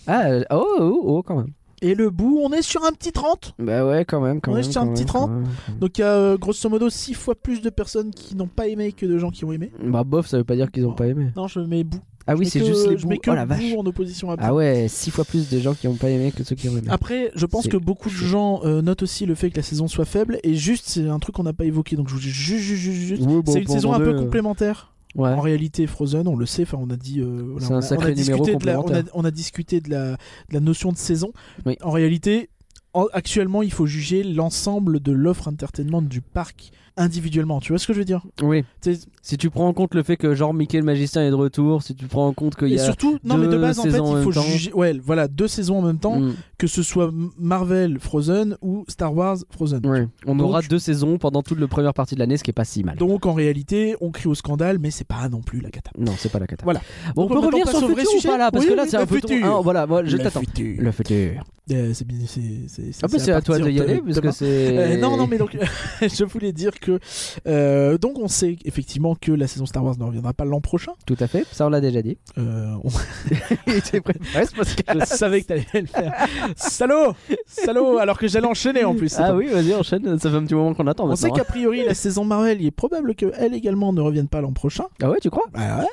S2: Ah, euh, oh, oh, oh, quand même.
S1: Et le bout, on est sur un petit 30.
S2: Bah ouais, quand même. Quand
S1: Ouais,
S2: même,
S1: je tiens un
S2: quand
S1: petit
S2: même,
S1: train.
S2: quand même, quand même.
S1: Donc il y a euh, grosso modo 6 fois plus de personnes qui n'ont pas aimé que de gens qui ont aimé.
S2: Bah bof, ça veut pas dire qu'ils ont pas aimé.
S1: Non, je mets bout.
S2: Ah oui,
S1: Oh. Je mets
S2: c'est
S1: que-
S2: juste les
S1: je
S2: bouts.
S1: mets que euh,
S2: oh la
S1: bout
S2: vache.
S1: en opposition à bout.
S2: Ah ouais, 6 fois plus de gens qui ont pas aimé que ceux qui ont aimé.
S1: Après, je pense
S2: C'est
S1: que beaucoup de
S2: chaud.
S1: gens euh, notent aussi le fait que la saison soit faible et juste c'est un truc qu'on n'a pas évoqué. Donc je vous dis juste, juste, juste, juste.
S2: Oui, bon,
S1: c'est une
S2: pour
S1: saison un peu
S2: demander, euh,
S1: complémentaire.
S2: Ouais.
S1: En réalité, Frozen, on le sait. Enfin, on a dit. euh, voilà,
S2: C'est un
S1: on a-
S2: sacré
S1: on a
S2: numéro
S1: discuté de la- on, a,
S2: complémentaire.
S1: on a discuté de la, de la notion de saison.
S2: Oui.
S1: En réalité, en- actuellement, il faut juger l'ensemble de l'offre entertainment du parc individuellement. Tu vois ce que je veux dire
S2: Oui.
S1: C'est-
S2: Si tu prends en compte le fait que genre Mickey le magicien est de retour, si tu prends en compte qu'il
S1: Et
S2: y a
S1: surtout, non mais de
S2: deux
S1: base en fait,
S2: saisons en
S1: il faut
S2: même temps.
S1: juger. Ouais, voilà, deux saisons en même temps,
S2: Mm,
S1: que ce soit M- Marvel Frozen ou Star Wars Frozen.
S2: ouais. on
S1: Donc-
S2: aura deux saisons pendant toute la première partie de l'année, ce qui est pas si mal.
S1: Donc en réalité, on crie au scandale, mais c'est pas non plus la cata.
S2: Non, c'est pas la cata.
S1: Voilà.
S2: Bon,
S1: Donc,
S2: on peut
S1: maintenant,
S2: revenir
S1: passe
S2: sur
S1: au
S2: le
S1: vrai
S2: futur ou
S1: sujet
S2: pas là parce
S1: Oui,
S2: que là
S1: oui,
S2: c'est un
S1: le
S2: peu ton-
S1: futur.
S2: Ah, voilà, moi, je
S1: Le
S2: t'attends.
S1: futur.
S2: Le futur.
S1: Euh, c'est bien, c'est c'est.
S2: Ah bah c'est à toi de
S1: partir
S2: y aller
S1: de-
S2: parce que
S1: demain.
S2: c'est
S1: Euh, non, non, mais donc je voulais dire que euh, donc on sait effectivement que la saison Star Wars ne reviendra pas l'an prochain.
S2: tout à fait, ça on l'a déjà dit.
S1: Euh, on
S2: Il était préparé ce podcast.
S1: je savais que t'allais le faire. salaud, salaud, alors que j'allais enchaîner en plus. c'est
S2: Ah
S1: pas-
S2: oui, vas-y, enchaîne. Ça fait un petit moment qu'on attend.
S1: On sait
S2: maintenant, hein.
S1: qu'a priori la saison Marvel, il est probable qu'elle également ne revienne pas l'an prochain.
S2: Ah ouais, tu crois
S1: Ah ouais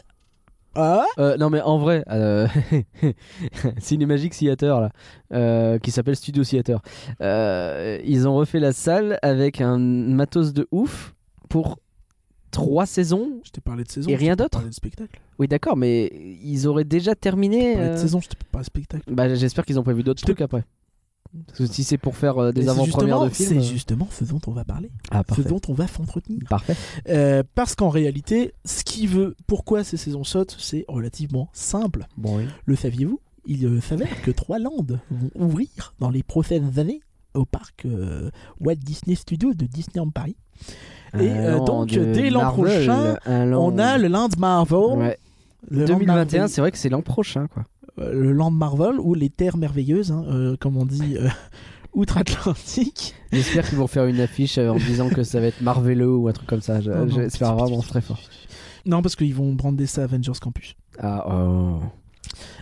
S1: Ah ouais
S2: Euh, non mais en vrai, euh, Cinemagic Theater là, euh, qui s'appelle Studio Theater, euh, ils ont refait la salle avec un matos de ouf pour trois saisons.
S1: Je t'ai parlé de saison.
S2: Et
S1: je t'ai
S2: rien
S1: pas
S2: d'autre
S1: parlé de spectacle.
S2: Oui d'accord, mais ils auraient déjà
S1: Je
S2: terminé.
S1: t'ai parlé de
S2: euh,
S1: saison, je t'ai pas parlé de spectacle.
S2: Bah j'espère qu'ils ont prévu d'autres
S1: Je te-
S2: trucs après. Parce que si c'est pour faire euh,
S1: Mais
S2: des
S1: c'est justement-
S2: avant-premières de films.
S1: C'est
S2: euh,
S1: justement ce dont on va parler. Ce
S2: Ah parfait.
S1: dont on va s'entretenir.
S2: Parfait.
S1: Euh, parce qu'en réalité, ce qui veut, pourquoi ces saisons sautent, c'est relativement simple.
S2: Bon oui.
S1: Le saviez-vous Il euh, s'avère que trois landes vont ouvrir dans les prochaines années au parc euh, Walt Disney Studios de Disneyland Paris. Et,
S2: Un
S1: euh,
S2: land
S1: donc,
S2: de
S1: dès l'an
S2: Marvel,
S1: prochain,
S2: un land-
S1: On a le Land Marvel.
S2: Ouais.
S1: Le Land
S2: 2021,
S1: Marvel.
S2: c'est vrai que c'est l'an prochain quoi.
S1: Euh, le Land Marvel ou les Terres merveilleuses, hein, euh, comme on dit euh, outre-Atlantique.
S2: J'espère qu'ils vont faire une affiche euh, en disant que ça va être Marvelo ou un truc comme ça. Je-
S1: Oh Non, non,
S2: J'espère
S1: putain,
S2: vraiment
S1: putain,
S2: très fort.
S1: Non, parce qu'ils vont brander ça Avengers Campus.
S2: Ah oh.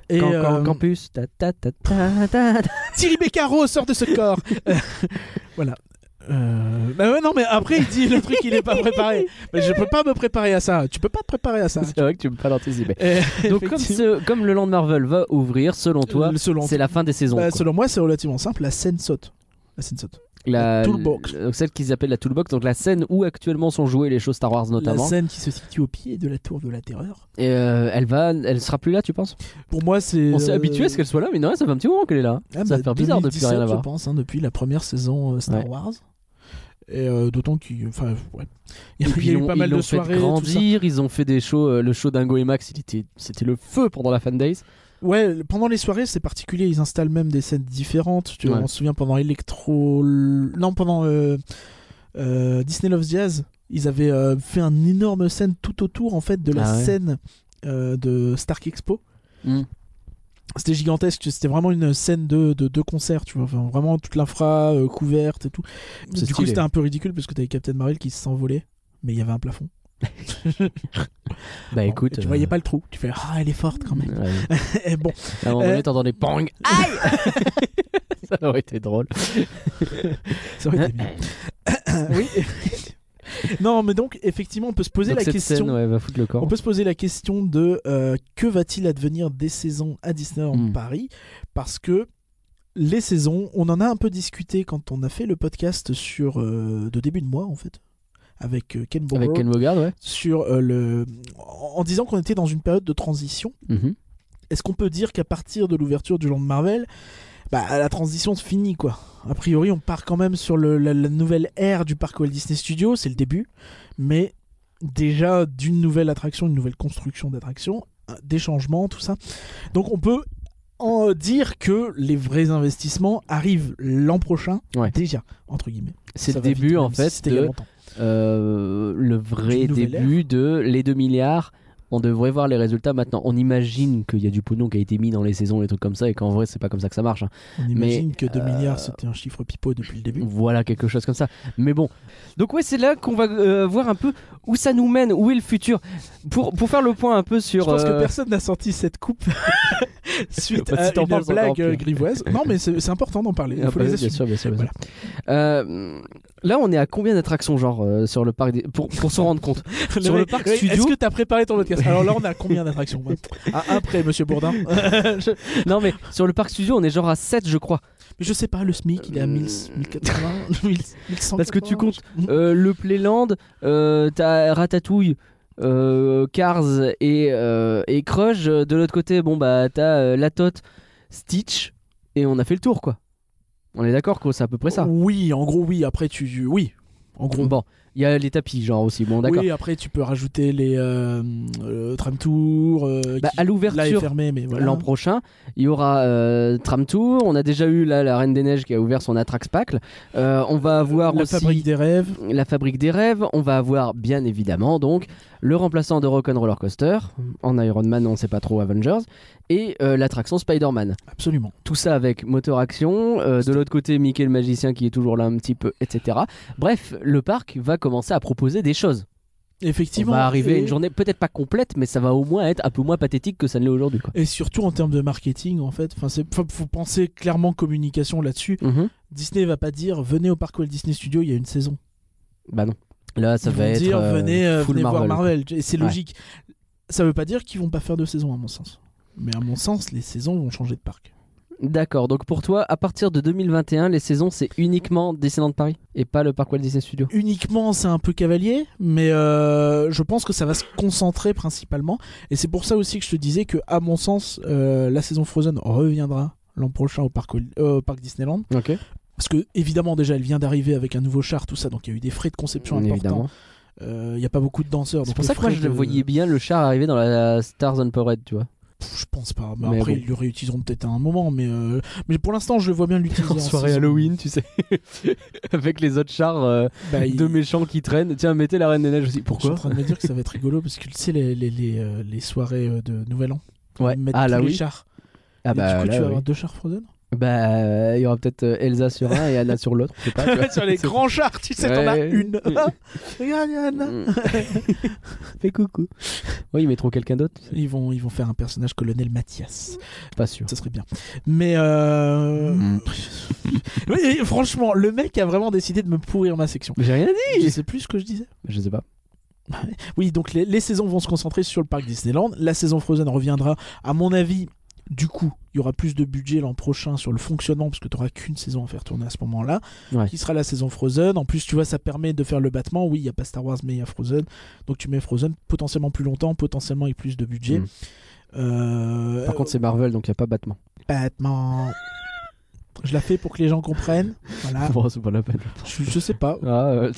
S1: Et
S2: Quand- quand-
S1: euh,
S2: Campus. ta, ta, ta, ta, ta, ta.
S1: Thierry Beccaro sort de ce corps. Euh, voilà. Euh, bah ouais, non, mais après, il dit le truc, il est pas préparé. Mais je peux pas me préparer à ça. Tu peux pas te préparer à ça.
S2: C'est vrai que tu peux pas l'anticiper.
S1: Euh,
S2: Donc comme,
S1: effectivement.
S2: ce- comme le Land Marvel va ouvrir, selon toi,
S1: Euh, selon,
S2: c'est la fin des saisons.
S1: bah,
S2: quoi.
S1: selon moi, c'est relativement simple. La scène saute. La scène saute. La toolbox.
S2: le- celle qu'ils appellent la toolbox, donc la scène où actuellement sont jouées les shows Star Wars
S1: La
S2: notamment.
S1: scène qui se situe au pied de la tour de la terreur.
S2: Et euh, elle va, elle sera plus là, tu penses
S1: Pour moi, c'est.
S2: On s'est
S1: euh,
S2: habitué à ce qu'elle soit là, mais non, ça fait un petit moment qu'elle est là. hein.
S1: ah,
S2: ça
S1: bah,
S2: va faire bizarre de plus
S1: 2017,
S2: rien
S1: Je
S2: avoir.
S1: pense, hein, depuis la première saison euh, Star
S2: Ouais.
S1: Wars. Et euh, d'autant qu'il. Enfin, ouais. Il y a-
S2: Et
S1: il
S2: puis,
S1: y a
S2: ils
S1: eu
S2: l'ont-
S1: pas mal
S2: ils l'ont
S1: de
S2: fait
S1: soirées. tout ça.
S2: grandir, ils ont fait des shows, euh, le show Dingo et Max, il était, c'était le feu pendant la fan days.
S1: Ouais, le- pendant les soirées, c'est particulier. Ils installent même des scènes différentes. Tu vois,
S2: Ouais.
S1: on se souvient pendant Electro. Non, pendant euh, euh, Disney Loves Jazz, ils avaient euh, fait une énorme scène tout autour en fait de la
S2: Ah ouais.
S1: scène euh, de Stark Expo.
S2: Mm.
S1: C'était gigantesque. C'était vraiment une scène de, de, de concert. Tu vois, Enfin, vraiment toute l'infra euh, couverte et tout. Du
S2: C'est
S1: coup,
S2: stylé.
S1: c'était un peu ridicule parce que t'avais Captain Marvel qui s'envolait, mais il y avait un plafond.
S2: Bah écoute,
S1: tu
S2: euh,
S1: voyais pas le trou. Tu fais ah, elle est forte quand même.
S2: ouais.
S1: Et bon,
S2: À un moment
S1: Euh,
S2: donné, t'entendais bang, aïe Ça aurait été drôle.
S1: ça aurait été bien. oui. non, mais donc effectivement, on peut se poser
S2: Donc
S1: la
S2: cette
S1: question.
S2: scène, ouais, va foutre le camp.
S1: On peut se poser la question de euh, que va-t-il advenir des saisons à Disneyland
S2: Mm.
S1: Paris Parce que les saisons, on en a un peu discuté quand on a fait le podcast sur euh, de début de mois en fait avec euh, Ken Burrow
S2: Avec Ken Bogard, ouais.
S1: sur euh, le en en disant qu'on était dans une période de transition.
S2: Mhm.
S1: Est-ce qu'on peut dire qu'à partir de l'ouverture du Land Marvel, bah, la transition se finit quoi A priori, on part quand même sur le- la, la nouvelle ère du parc Walt Disney Studios, c'est le début, mais déjà d'une nouvelle attraction, une nouvelle construction d'attraction, euh, des changements, tout ça. Donc on peut en dire que les vrais investissements arrivent l'an prochain,
S2: Ouais.
S1: déjà, entre guillemets.
S2: C'est
S1: Ça
S2: le
S1: va vite,
S2: début,
S1: même
S2: en
S1: si
S2: fait,
S1: c'était il y a
S2: de,
S1: longtemps.
S2: euh, le vrai
S1: D'une nouvelle
S2: début de les 2 milliards. On devrait voir les résultats maintenant. On imagine qu'il y a du pognon qui a été mis dans les saisons et trucs comme ça, et qu'en vrai, c'est pas comme ça que ça marche. hein.
S1: On
S2: mais, euh,
S1: imagine que 2 milliards, c'était un chiffre pipeau depuis le début.
S2: Voilà, quelque chose comme ça. Mais bon. Donc ouais, c'est là qu'on va euh, voir un peu où ça nous mène, où est le futur. Pour, pour faire le point un peu sur...
S1: Je pense que
S2: euh,
S1: personne n'a sorti cette coupe suite
S2: Bah, si
S1: à
S2: t'en
S1: une
S2: parles, c'est encore
S1: blague euh,
S2: pire.
S1: grivoise. Non, mais c'est c'est important d'en parler. Il
S2: ah
S1: faut
S2: bah,
S1: les
S2: bien
S1: assumer.
S2: sûr, bien sûr, bien sûr. Euh, là, on est à combien d'attractions, genre, euh, sur le parc des- pour, pour s'en rendre compte Sur
S1: mec,
S2: le parc
S1: oui,
S2: studio-
S1: Est-ce que t'as préparé ton podcast Alors là, on a combien d'attractions Euh, À un près, Ah, monsieur Bourdin. je,
S2: Non, mais sur le parc studio, on est genre à 7, je crois.
S1: mais je sais pas, le SMIC, il est à 1000, 1080, 1100.
S2: Parce que tu comptes
S1: Mm.
S2: euh, le Playland, euh, t'as Ratatouille, euh, Cars et, euh, et Crush. Euh, De l'autre côté, bon, bah, t'as euh, La Tote, Stitch, et on a fait le tour, quoi. On est d'accord que c'est à peu près ça.
S1: Oui, en gros, oui. Après, tu. Oui. En gros.
S2: Bon, il y a les tapis, genre aussi. Bon, d'accord.
S1: oui, après, tu peux rajouter les euh, euh, tram tours. euh,
S2: Bah,
S1: qui-
S2: à
S1: Là, est
S2: l'ouverture,
S1: fermé, mais voilà.
S2: L'an prochain, il y aura euh, Tram Tour. On a déjà eu là, la Reine des Neiges qui a ouvert son Attrax Pack. Euh, on va avoir
S1: La
S2: aussi
S1: fabrique des rêves.
S2: la Fabrique des Rêves. On va avoir bien évidemment donc le remplaçant de Rock'n'Roller Coaster en Iron Man, on sait pas trop Avengers, et euh, l'attraction Spider-Man.
S1: Absolument.
S2: Tout ça avec moteur action. euh, de l'autre côté, Mickey le magicien qui est toujours là un petit peu, etc. Bref, le parc va commencer à proposer des choses. On
S1: Effectivement.
S2: va arriver à
S1: et-
S2: une journée peut-être pas complète, mais ça va au moins être un peu moins pathétique que ça ne l'est aujourd'hui. quoi.
S1: Et surtout en termes de marketing, en fait, enfin, c'est, faut, faut penser clairement communication là-dessus.
S2: Mhm.
S1: Disney va pas dire venez au parc Walt Disney Studio, il y a une saison.
S2: Bah non. Là, ça
S1: Ils
S2: va
S1: vont
S2: être
S1: dire
S2: euh,
S1: venez, euh,
S2: full
S1: venez
S2: Marvel.
S1: voir Marvel, et c'est
S2: Ouais.
S1: logique. Ça veut pas dire qu'ils vont pas faire de saison, à mon sens. Mais à mon sens, les saisons vont changer de parc.
S2: D'accord. Donc pour toi, à partir de 2021, les saisons c'est uniquement Disneyland Paris et pas le parc Walt Disney Studio.
S1: Uniquement, c'est un peu cavalier, mais euh, je pense que ça va se concentrer principalement. Et c'est pour ça aussi que je te disais que, à mon sens, euh, la saison Frozen reviendra l'an prochain au parc, Wal- euh, au parc Disneyland.
S2: Ok.
S1: Parce que, évidemment, déjà, elle vient d'arriver avec un nouveau char, tout ça, donc il y a eu des frais de conception importants.
S2: Mm, Évidemment.
S1: Il n'y a pas beaucoup de danseurs.
S2: C'est
S1: donc
S2: pour
S1: les
S2: ça que moi
S1: frais
S2: je le
S1: de-
S2: voyais bien le char arriver dans la Stars and Parade, tu vois.
S1: Pff, je pense pas. Mais
S2: Mais
S1: après,
S2: bon.
S1: ils le réutiliseront peut-être à un moment, mais, euh, mais pour l'instant, je le vois bien l'utiliser. en saison.
S2: tu sais, avec les autres chars euh,
S1: Bah, il-
S2: méchants qui traînent. Tiens, mettez la Reine des Neiges aussi.
S1: Je suis en train de me dire que ça va être rigolo parce que tu sais, les, les, les, euh, les soirées euh, de Nouvel An,
S2: Ouais.
S1: ils mettent
S2: Ah
S1: tous
S2: là
S1: les
S2: oui.
S1: chars.
S2: Ah
S1: Et du
S2: bah
S1: coup,
S2: là,
S1: tu vas
S2: oui.
S1: avoir deux chars Frozen
S2: Bah, il y aura peut-être euh, Elsa sur un et Anna sur l'autre. je sais pas, tu vois.
S1: Sur les grands chars, tu sais, t'en as
S2: Ouais. Mm.
S1: une. Regarde, il y en a.
S2: Fais coucou. Mm. Oui, ils mettront quelqu'un d'autre. tu sais.
S1: Ils vont, ils vont faire un personnage colonel Mathias.
S2: Pas sûr.
S1: Ça serait bien. Mais euh...
S2: Mm.
S1: Oui, oui, franchement, le mec a vraiment décidé de me pourrir ma section.
S2: J'ai rien
S1: Je
S2: dit.
S1: sais plus ce que je disais.
S2: Je sais pas.
S1: Oui, donc les, les saisons vont se concentrer sur le parc Disneyland. La saison Frozen reviendra, à mon avis, Du coup, il y aura plus de budget l'an prochain sur le fonctionnement, parce que tu n'auras qu'une saison à faire tourner à ce moment-là,
S2: Ouais.
S1: qui sera la saison Frozen. En plus, tu vois, ça permet de faire le battement. Oui, il n'y a pas Star Wars, mais il y a Frozen. Donc tu mets Frozen potentiellement plus longtemps, potentiellement avec plus de budget.
S2: Mm.
S1: Euh,
S2: Par contre, c'est Marvel, donc il n'y a pas Batman.
S1: Batman. Je la fais pour que les gens comprennent. Voilà.
S2: Bon, c'est pas la peine.
S1: Je, je sais pas.
S2: Ah, euh,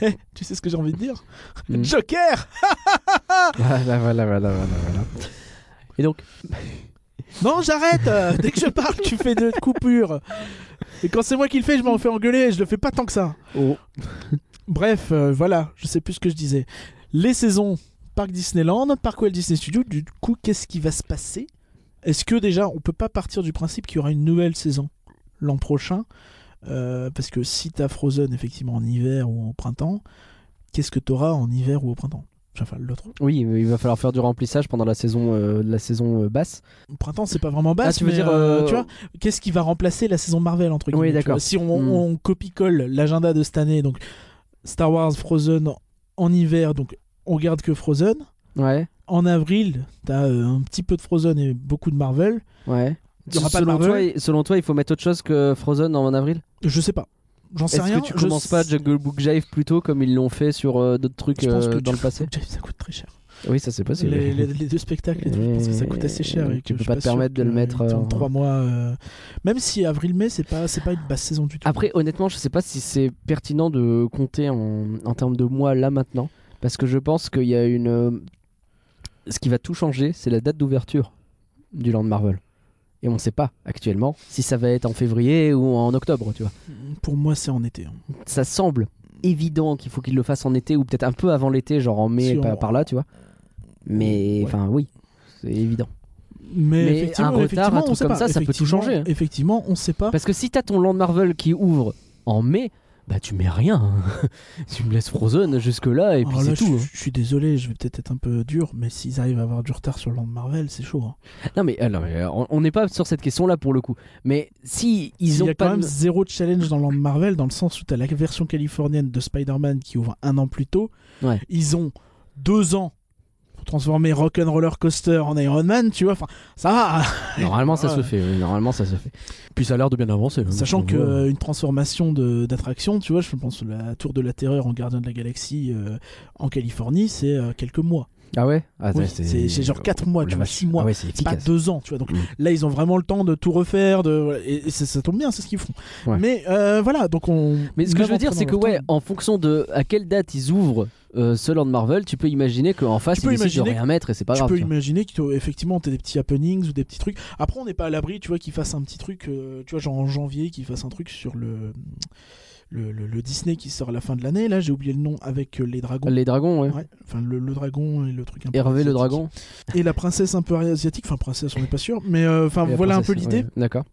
S1: Hé, tu sais ce que j'ai envie de dire
S2: Mm.
S1: Joker Ah.
S2: voilà, voilà, voilà, voilà, voilà. Et donc,
S1: Non, j'arrête euh, Dès que je parle, tu fais de coupures. Et quand c'est moi qui le fais, je m'en fais engueuler. Je le fais pas tant que ça.
S2: oh,
S1: Bref, euh, voilà. Je sais plus ce que je disais. Les saisons Parc Disneyland, Parc Walt Disney Studio. Du coup, qu'est-ce qui va se passer Est-ce que déjà, on peut pas partir du principe qu'il y aura une nouvelle saison l'an prochain Euh, Parce que si t'as Frozen effectivement en hiver ou en printemps, qu'est-ce que t'auras en hiver ou au printemps Enfin, l'autre.
S2: oui, mais il va falloir faire du remplissage pendant la saison, euh, la saison euh, basse.
S1: Au printemps, c'est pas vraiment basse.
S2: Ah, tu veux
S1: mais,
S2: dire,
S1: euh,
S2: euh,
S1: tu vois, qu'est-ce qui va remplacer la saison Marvel entre guillemets
S2: Oui,
S1: tu
S2: d'accord.
S1: vois. Si on,
S2: Hmm.
S1: on copie-colle l'agenda de cette année, donc Star Wars, Frozen en hiver, donc on garde que Frozen.
S2: Ouais,
S1: En avril, t'as euh, un petit peu de Frozen et beaucoup de Marvel.
S2: ouais.
S1: Il y aura pas de
S2: selon, toi,
S1: Marvel
S2: il- selon toi, il faut mettre autre chose que Frozen en avril
S1: Je sais pas. J'en sais
S2: Est-ce
S1: rien.
S2: que tu
S1: Je
S2: commences
S1: sais-
S2: pas Jungle Book Jive plutôt comme ils l'ont fait sur euh, d'autres trucs
S1: Je pense
S2: euh,
S1: que
S2: dans
S1: tu-
S2: le passé
S1: Ça coûte très cher.
S2: Oui, ça c'est possible.
S1: Les, les- les deux spectacles, et tout, je pense que ça coûte assez cher. et
S2: Et tu
S1: que
S2: peux
S1: je suis
S2: pas te
S1: sûr
S2: permettre de le
S1: que-
S2: mettre, euh,
S1: en trois mois. euh, Même si avril-mai, c'est pas, c'est pas une basse saison du tout.
S2: Après, honnêtement, je sais pas si c'est pertinent de compter en, en termes de mois là maintenant, parce que je pense qu'il y a une. euh, Ce qui va tout changer, c'est la date d'ouverture du Land Marvel. Et on sait pas actuellement si ça va être en février ou en octobre, tu vois.
S1: Pour moi, c'est en été. hein.
S2: Ça semble évident qu'il faut qu'il le fasse en été ou peut-être un peu avant l'été, genre en mai
S1: Si on-
S2: par, par là, tu vois. Mais
S1: Ouais.
S2: enfin, oui, c'est évident.
S1: Mais,
S2: Mais
S1: effectivement,
S2: un retard,
S1: effectivement,
S2: un
S1: on
S2: truc
S1: sait
S2: comme
S1: pas.
S2: ça, ça peut tout
S1: Effectivement-
S2: changer, hein.
S1: Effectivement, on sait pas.
S2: Parce que si t'as ton Land Marvel qui ouvre en mai, bah tu mets rien. tu me laisses Frozen jusque là et puis
S1: Alors
S2: c'est
S1: Oh là,
S2: tout. hein.
S1: Je, je suis désolé, je vais peut-être être un peu dur, mais s'ils arrivent à avoir du retard sur le land Marvel, c'est chaud. hein.
S2: hein. Non mais, euh, non, mais, euh, on on n'est pas sur cette question là pour le coup. Mais si
S1: Il
S2: ils
S1: y
S2: ont
S1: a
S2: pas
S1: quand même
S2: de-
S1: zéro challenge dans le land Marvel, dans le sens où tu as la version californienne de Spider-Man qui ouvre un an plus tôt.
S2: Ouais.
S1: Ils ont deux ans pour transformer Rock'n'Roller Coaster en Iron Man, tu vois. Enfin, ça va.
S2: Ah, normalement ça
S1: Ouais.
S2: se fait. oui, normalement ça se fait. Puis ça a l'air de bien avancer. hein,
S1: Sachant
S2: parce qu'on voit.
S1: qu'une transformation de- d'attraction, tu vois, je pense à la Tour de la Terreur en Gardien de la Galaxie euh, en Californie, c'est euh, quelques mois.
S2: ah ouais, Ah,
S1: Oui,
S2: ouais,
S1: c'est c'est genre 4 mois,
S2: La
S1: tu vois,
S2: vache.
S1: 6 mois.
S2: Ah ouais, c'est
S1: C'est pas
S2: efficace.
S1: deux ans, tu vois. Donc
S2: Mm.
S1: là, ils ont vraiment le temps de tout refaire, de voilà, et, et ça, ça tombe bien, c'est ce qu'ils font.
S2: Ouais.
S1: Mais euh, voilà, donc on.
S2: Mais ce que
S1: même
S2: je veux
S1: en
S2: dire,
S1: prenant
S2: c'est que
S1: leur
S2: ouais,
S1: temps,
S2: en fonction de à quelle date ils ouvrent euh, ce Land Marvel, tu peux imaginer qu'en face
S1: peux
S2: ils décident de
S1: imaginer-
S2: rien mettre et c'est pas
S1: tu
S2: grave.
S1: peux
S2: tu vois.
S1: imaginer qu'effectivement t'as des petits happenings ou des petits trucs. Après, on n'est pas à l'abri, tu vois, qu'ils fassent un petit truc, euh, tu vois, genre en janvier, qu'ils fassent un truc sur le le, le- le Disney qui sort à la fin de l'année. Là, j'ai oublié le nom avec euh, les dragons.
S2: Les dragons, ouais.
S1: Ouais, enfin le, le dragon et le truc un peu
S2: Hervé le
S1: asiatique.
S2: dragon.
S1: et la princesse un peu asiatique enfin princesse on n'est pas sûr mais euh, enfin
S2: Et la
S1: voilà un peu
S2: princesse,
S1: l'idée
S2: ouais. D'accord.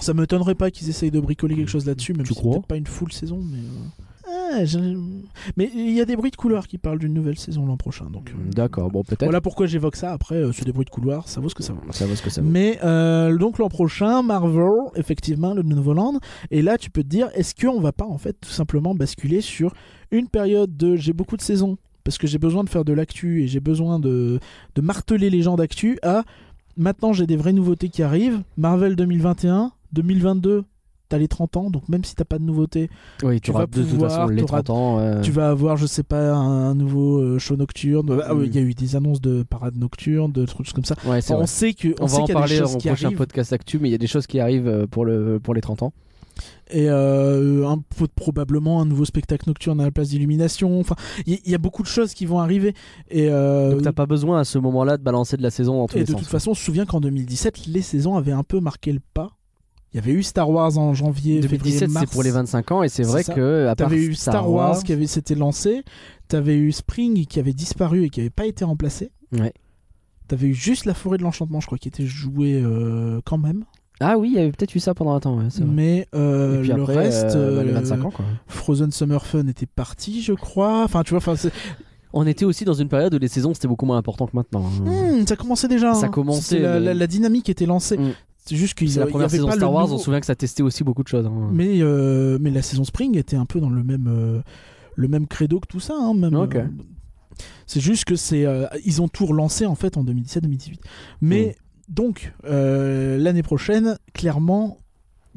S1: Ça m'étonnerait pas qu'ils essayent de bricoler quelque chose là-dessus, même
S2: Tu
S1: si c'est
S2: crois
S1: peut-être pas une full saison, mais. euh, ah, j'ai- mais il y a des bruits de couloir qui parlent d'une nouvelle saison l'an prochain, donc. euh,
S2: D'accord, bon peut-être.
S1: Voilà pourquoi j'évoque ça. Après, euh, c'est des bruits de couloir, ça vaut ce que ça vaut.
S2: Ça vaut ce que ça vaut.
S1: Mais euh, donc l'an prochain, Marvel, effectivement, le nouveau land. Et là, tu peux te dire, est-ce qu'on va pas en fait tout simplement basculer sur une période de j'ai beaucoup de saisons parce que j'ai besoin de faire de l'actu et j'ai besoin de, de marteler les gens d'actu à maintenant j'ai des vraies nouveautés qui arrivent. Marvel 2021, 2022, t'as les 30 ans, donc même si t'as pas de nouveautés,
S2: Oui,
S1: tu
S2: tu auras
S1: vas
S2: de toute
S1: pouvoir,
S2: façon les
S1: t'auras-
S2: 30 ans. euh,
S1: tu vas avoir, je sais pas, un, un nouveau euh, show nocturne. Ah ouais, Il y a eu des annonces de parades nocturnes, de trucs comme ça.
S2: Ouais, c'est
S1: on
S2: vrai.
S1: sait que
S2: On
S1: sait
S2: va en
S1: qu'il y a des
S2: parler
S1: choses
S2: en
S1: qui
S2: prochain
S1: arrivent.
S2: podcast actu, mais il y a des choses qui arrivent euh, pour, le, pour les 30 ans.
S1: et euh, un, faut- probablement un nouveau spectacle nocturne à la place d'illumination. Enfin, il y, il y a beaucoup de choses qui vont arriver. Et, euh,
S2: Donc t'as pas besoin à ce moment-là de balancer de la saison en tous
S1: et
S2: les
S1: de
S2: sens.
S1: toute façon, on se souvient qu'en 2017, les saisons avaient un peu marqué le pas. Il y avait eu Star Wars en janvier, février,
S2: 2017,
S1: mars.
S2: c'est pour les 25 ans, et c'est
S1: C'est
S2: vrai
S1: ça.
S2: que à part
S1: T'avais eu Star Wars, qui avait s'était lancé. T'avais eu Spring qui avait disparu et qui avait pas été remplacé.
S2: Ouais.
S1: T'avais eu juste la forêt de l'enchantement, je crois, qui était jouée euh, quand même.
S2: Ah oui, il y avait peut-être eu ça pendant un temps, ouais, c'est vrai.
S1: Mais euh,
S2: et puis
S1: le
S2: après,
S1: reste,
S2: euh, bah, les
S1: euh,
S2: 25 ans, quoi.
S1: Frozen Summer Fun était parti, je crois. Enfin, tu vois, enfin, c'est-
S2: On était aussi dans une période où les saisons c'était beaucoup moins important que maintenant. hein.
S1: Hmm, ça commençait déjà.
S2: Ça
S1: hein.
S2: commençait,
S1: C'était La,
S2: mais-
S1: la- la dynamique était lancée.
S2: Hmm.
S1: C'est juste qu'ils
S2: C'est la première
S1: il y avait
S2: saison
S1: pas
S2: Star
S1: le
S2: Wars, on
S1: nouveau-
S2: se souvient que ça testait aussi beaucoup de choses. hein.
S1: Mais, euh, mais la saison Spring était un peu dans le même, euh, le même credo que tout ça. hein, même,
S2: Ok.
S1: euh, c'est juste que c'est, euh, ils ont tout relancé en fait en 2017-2018. Mais
S2: Mmh.
S1: Donc, euh, l'année prochaine, clairement,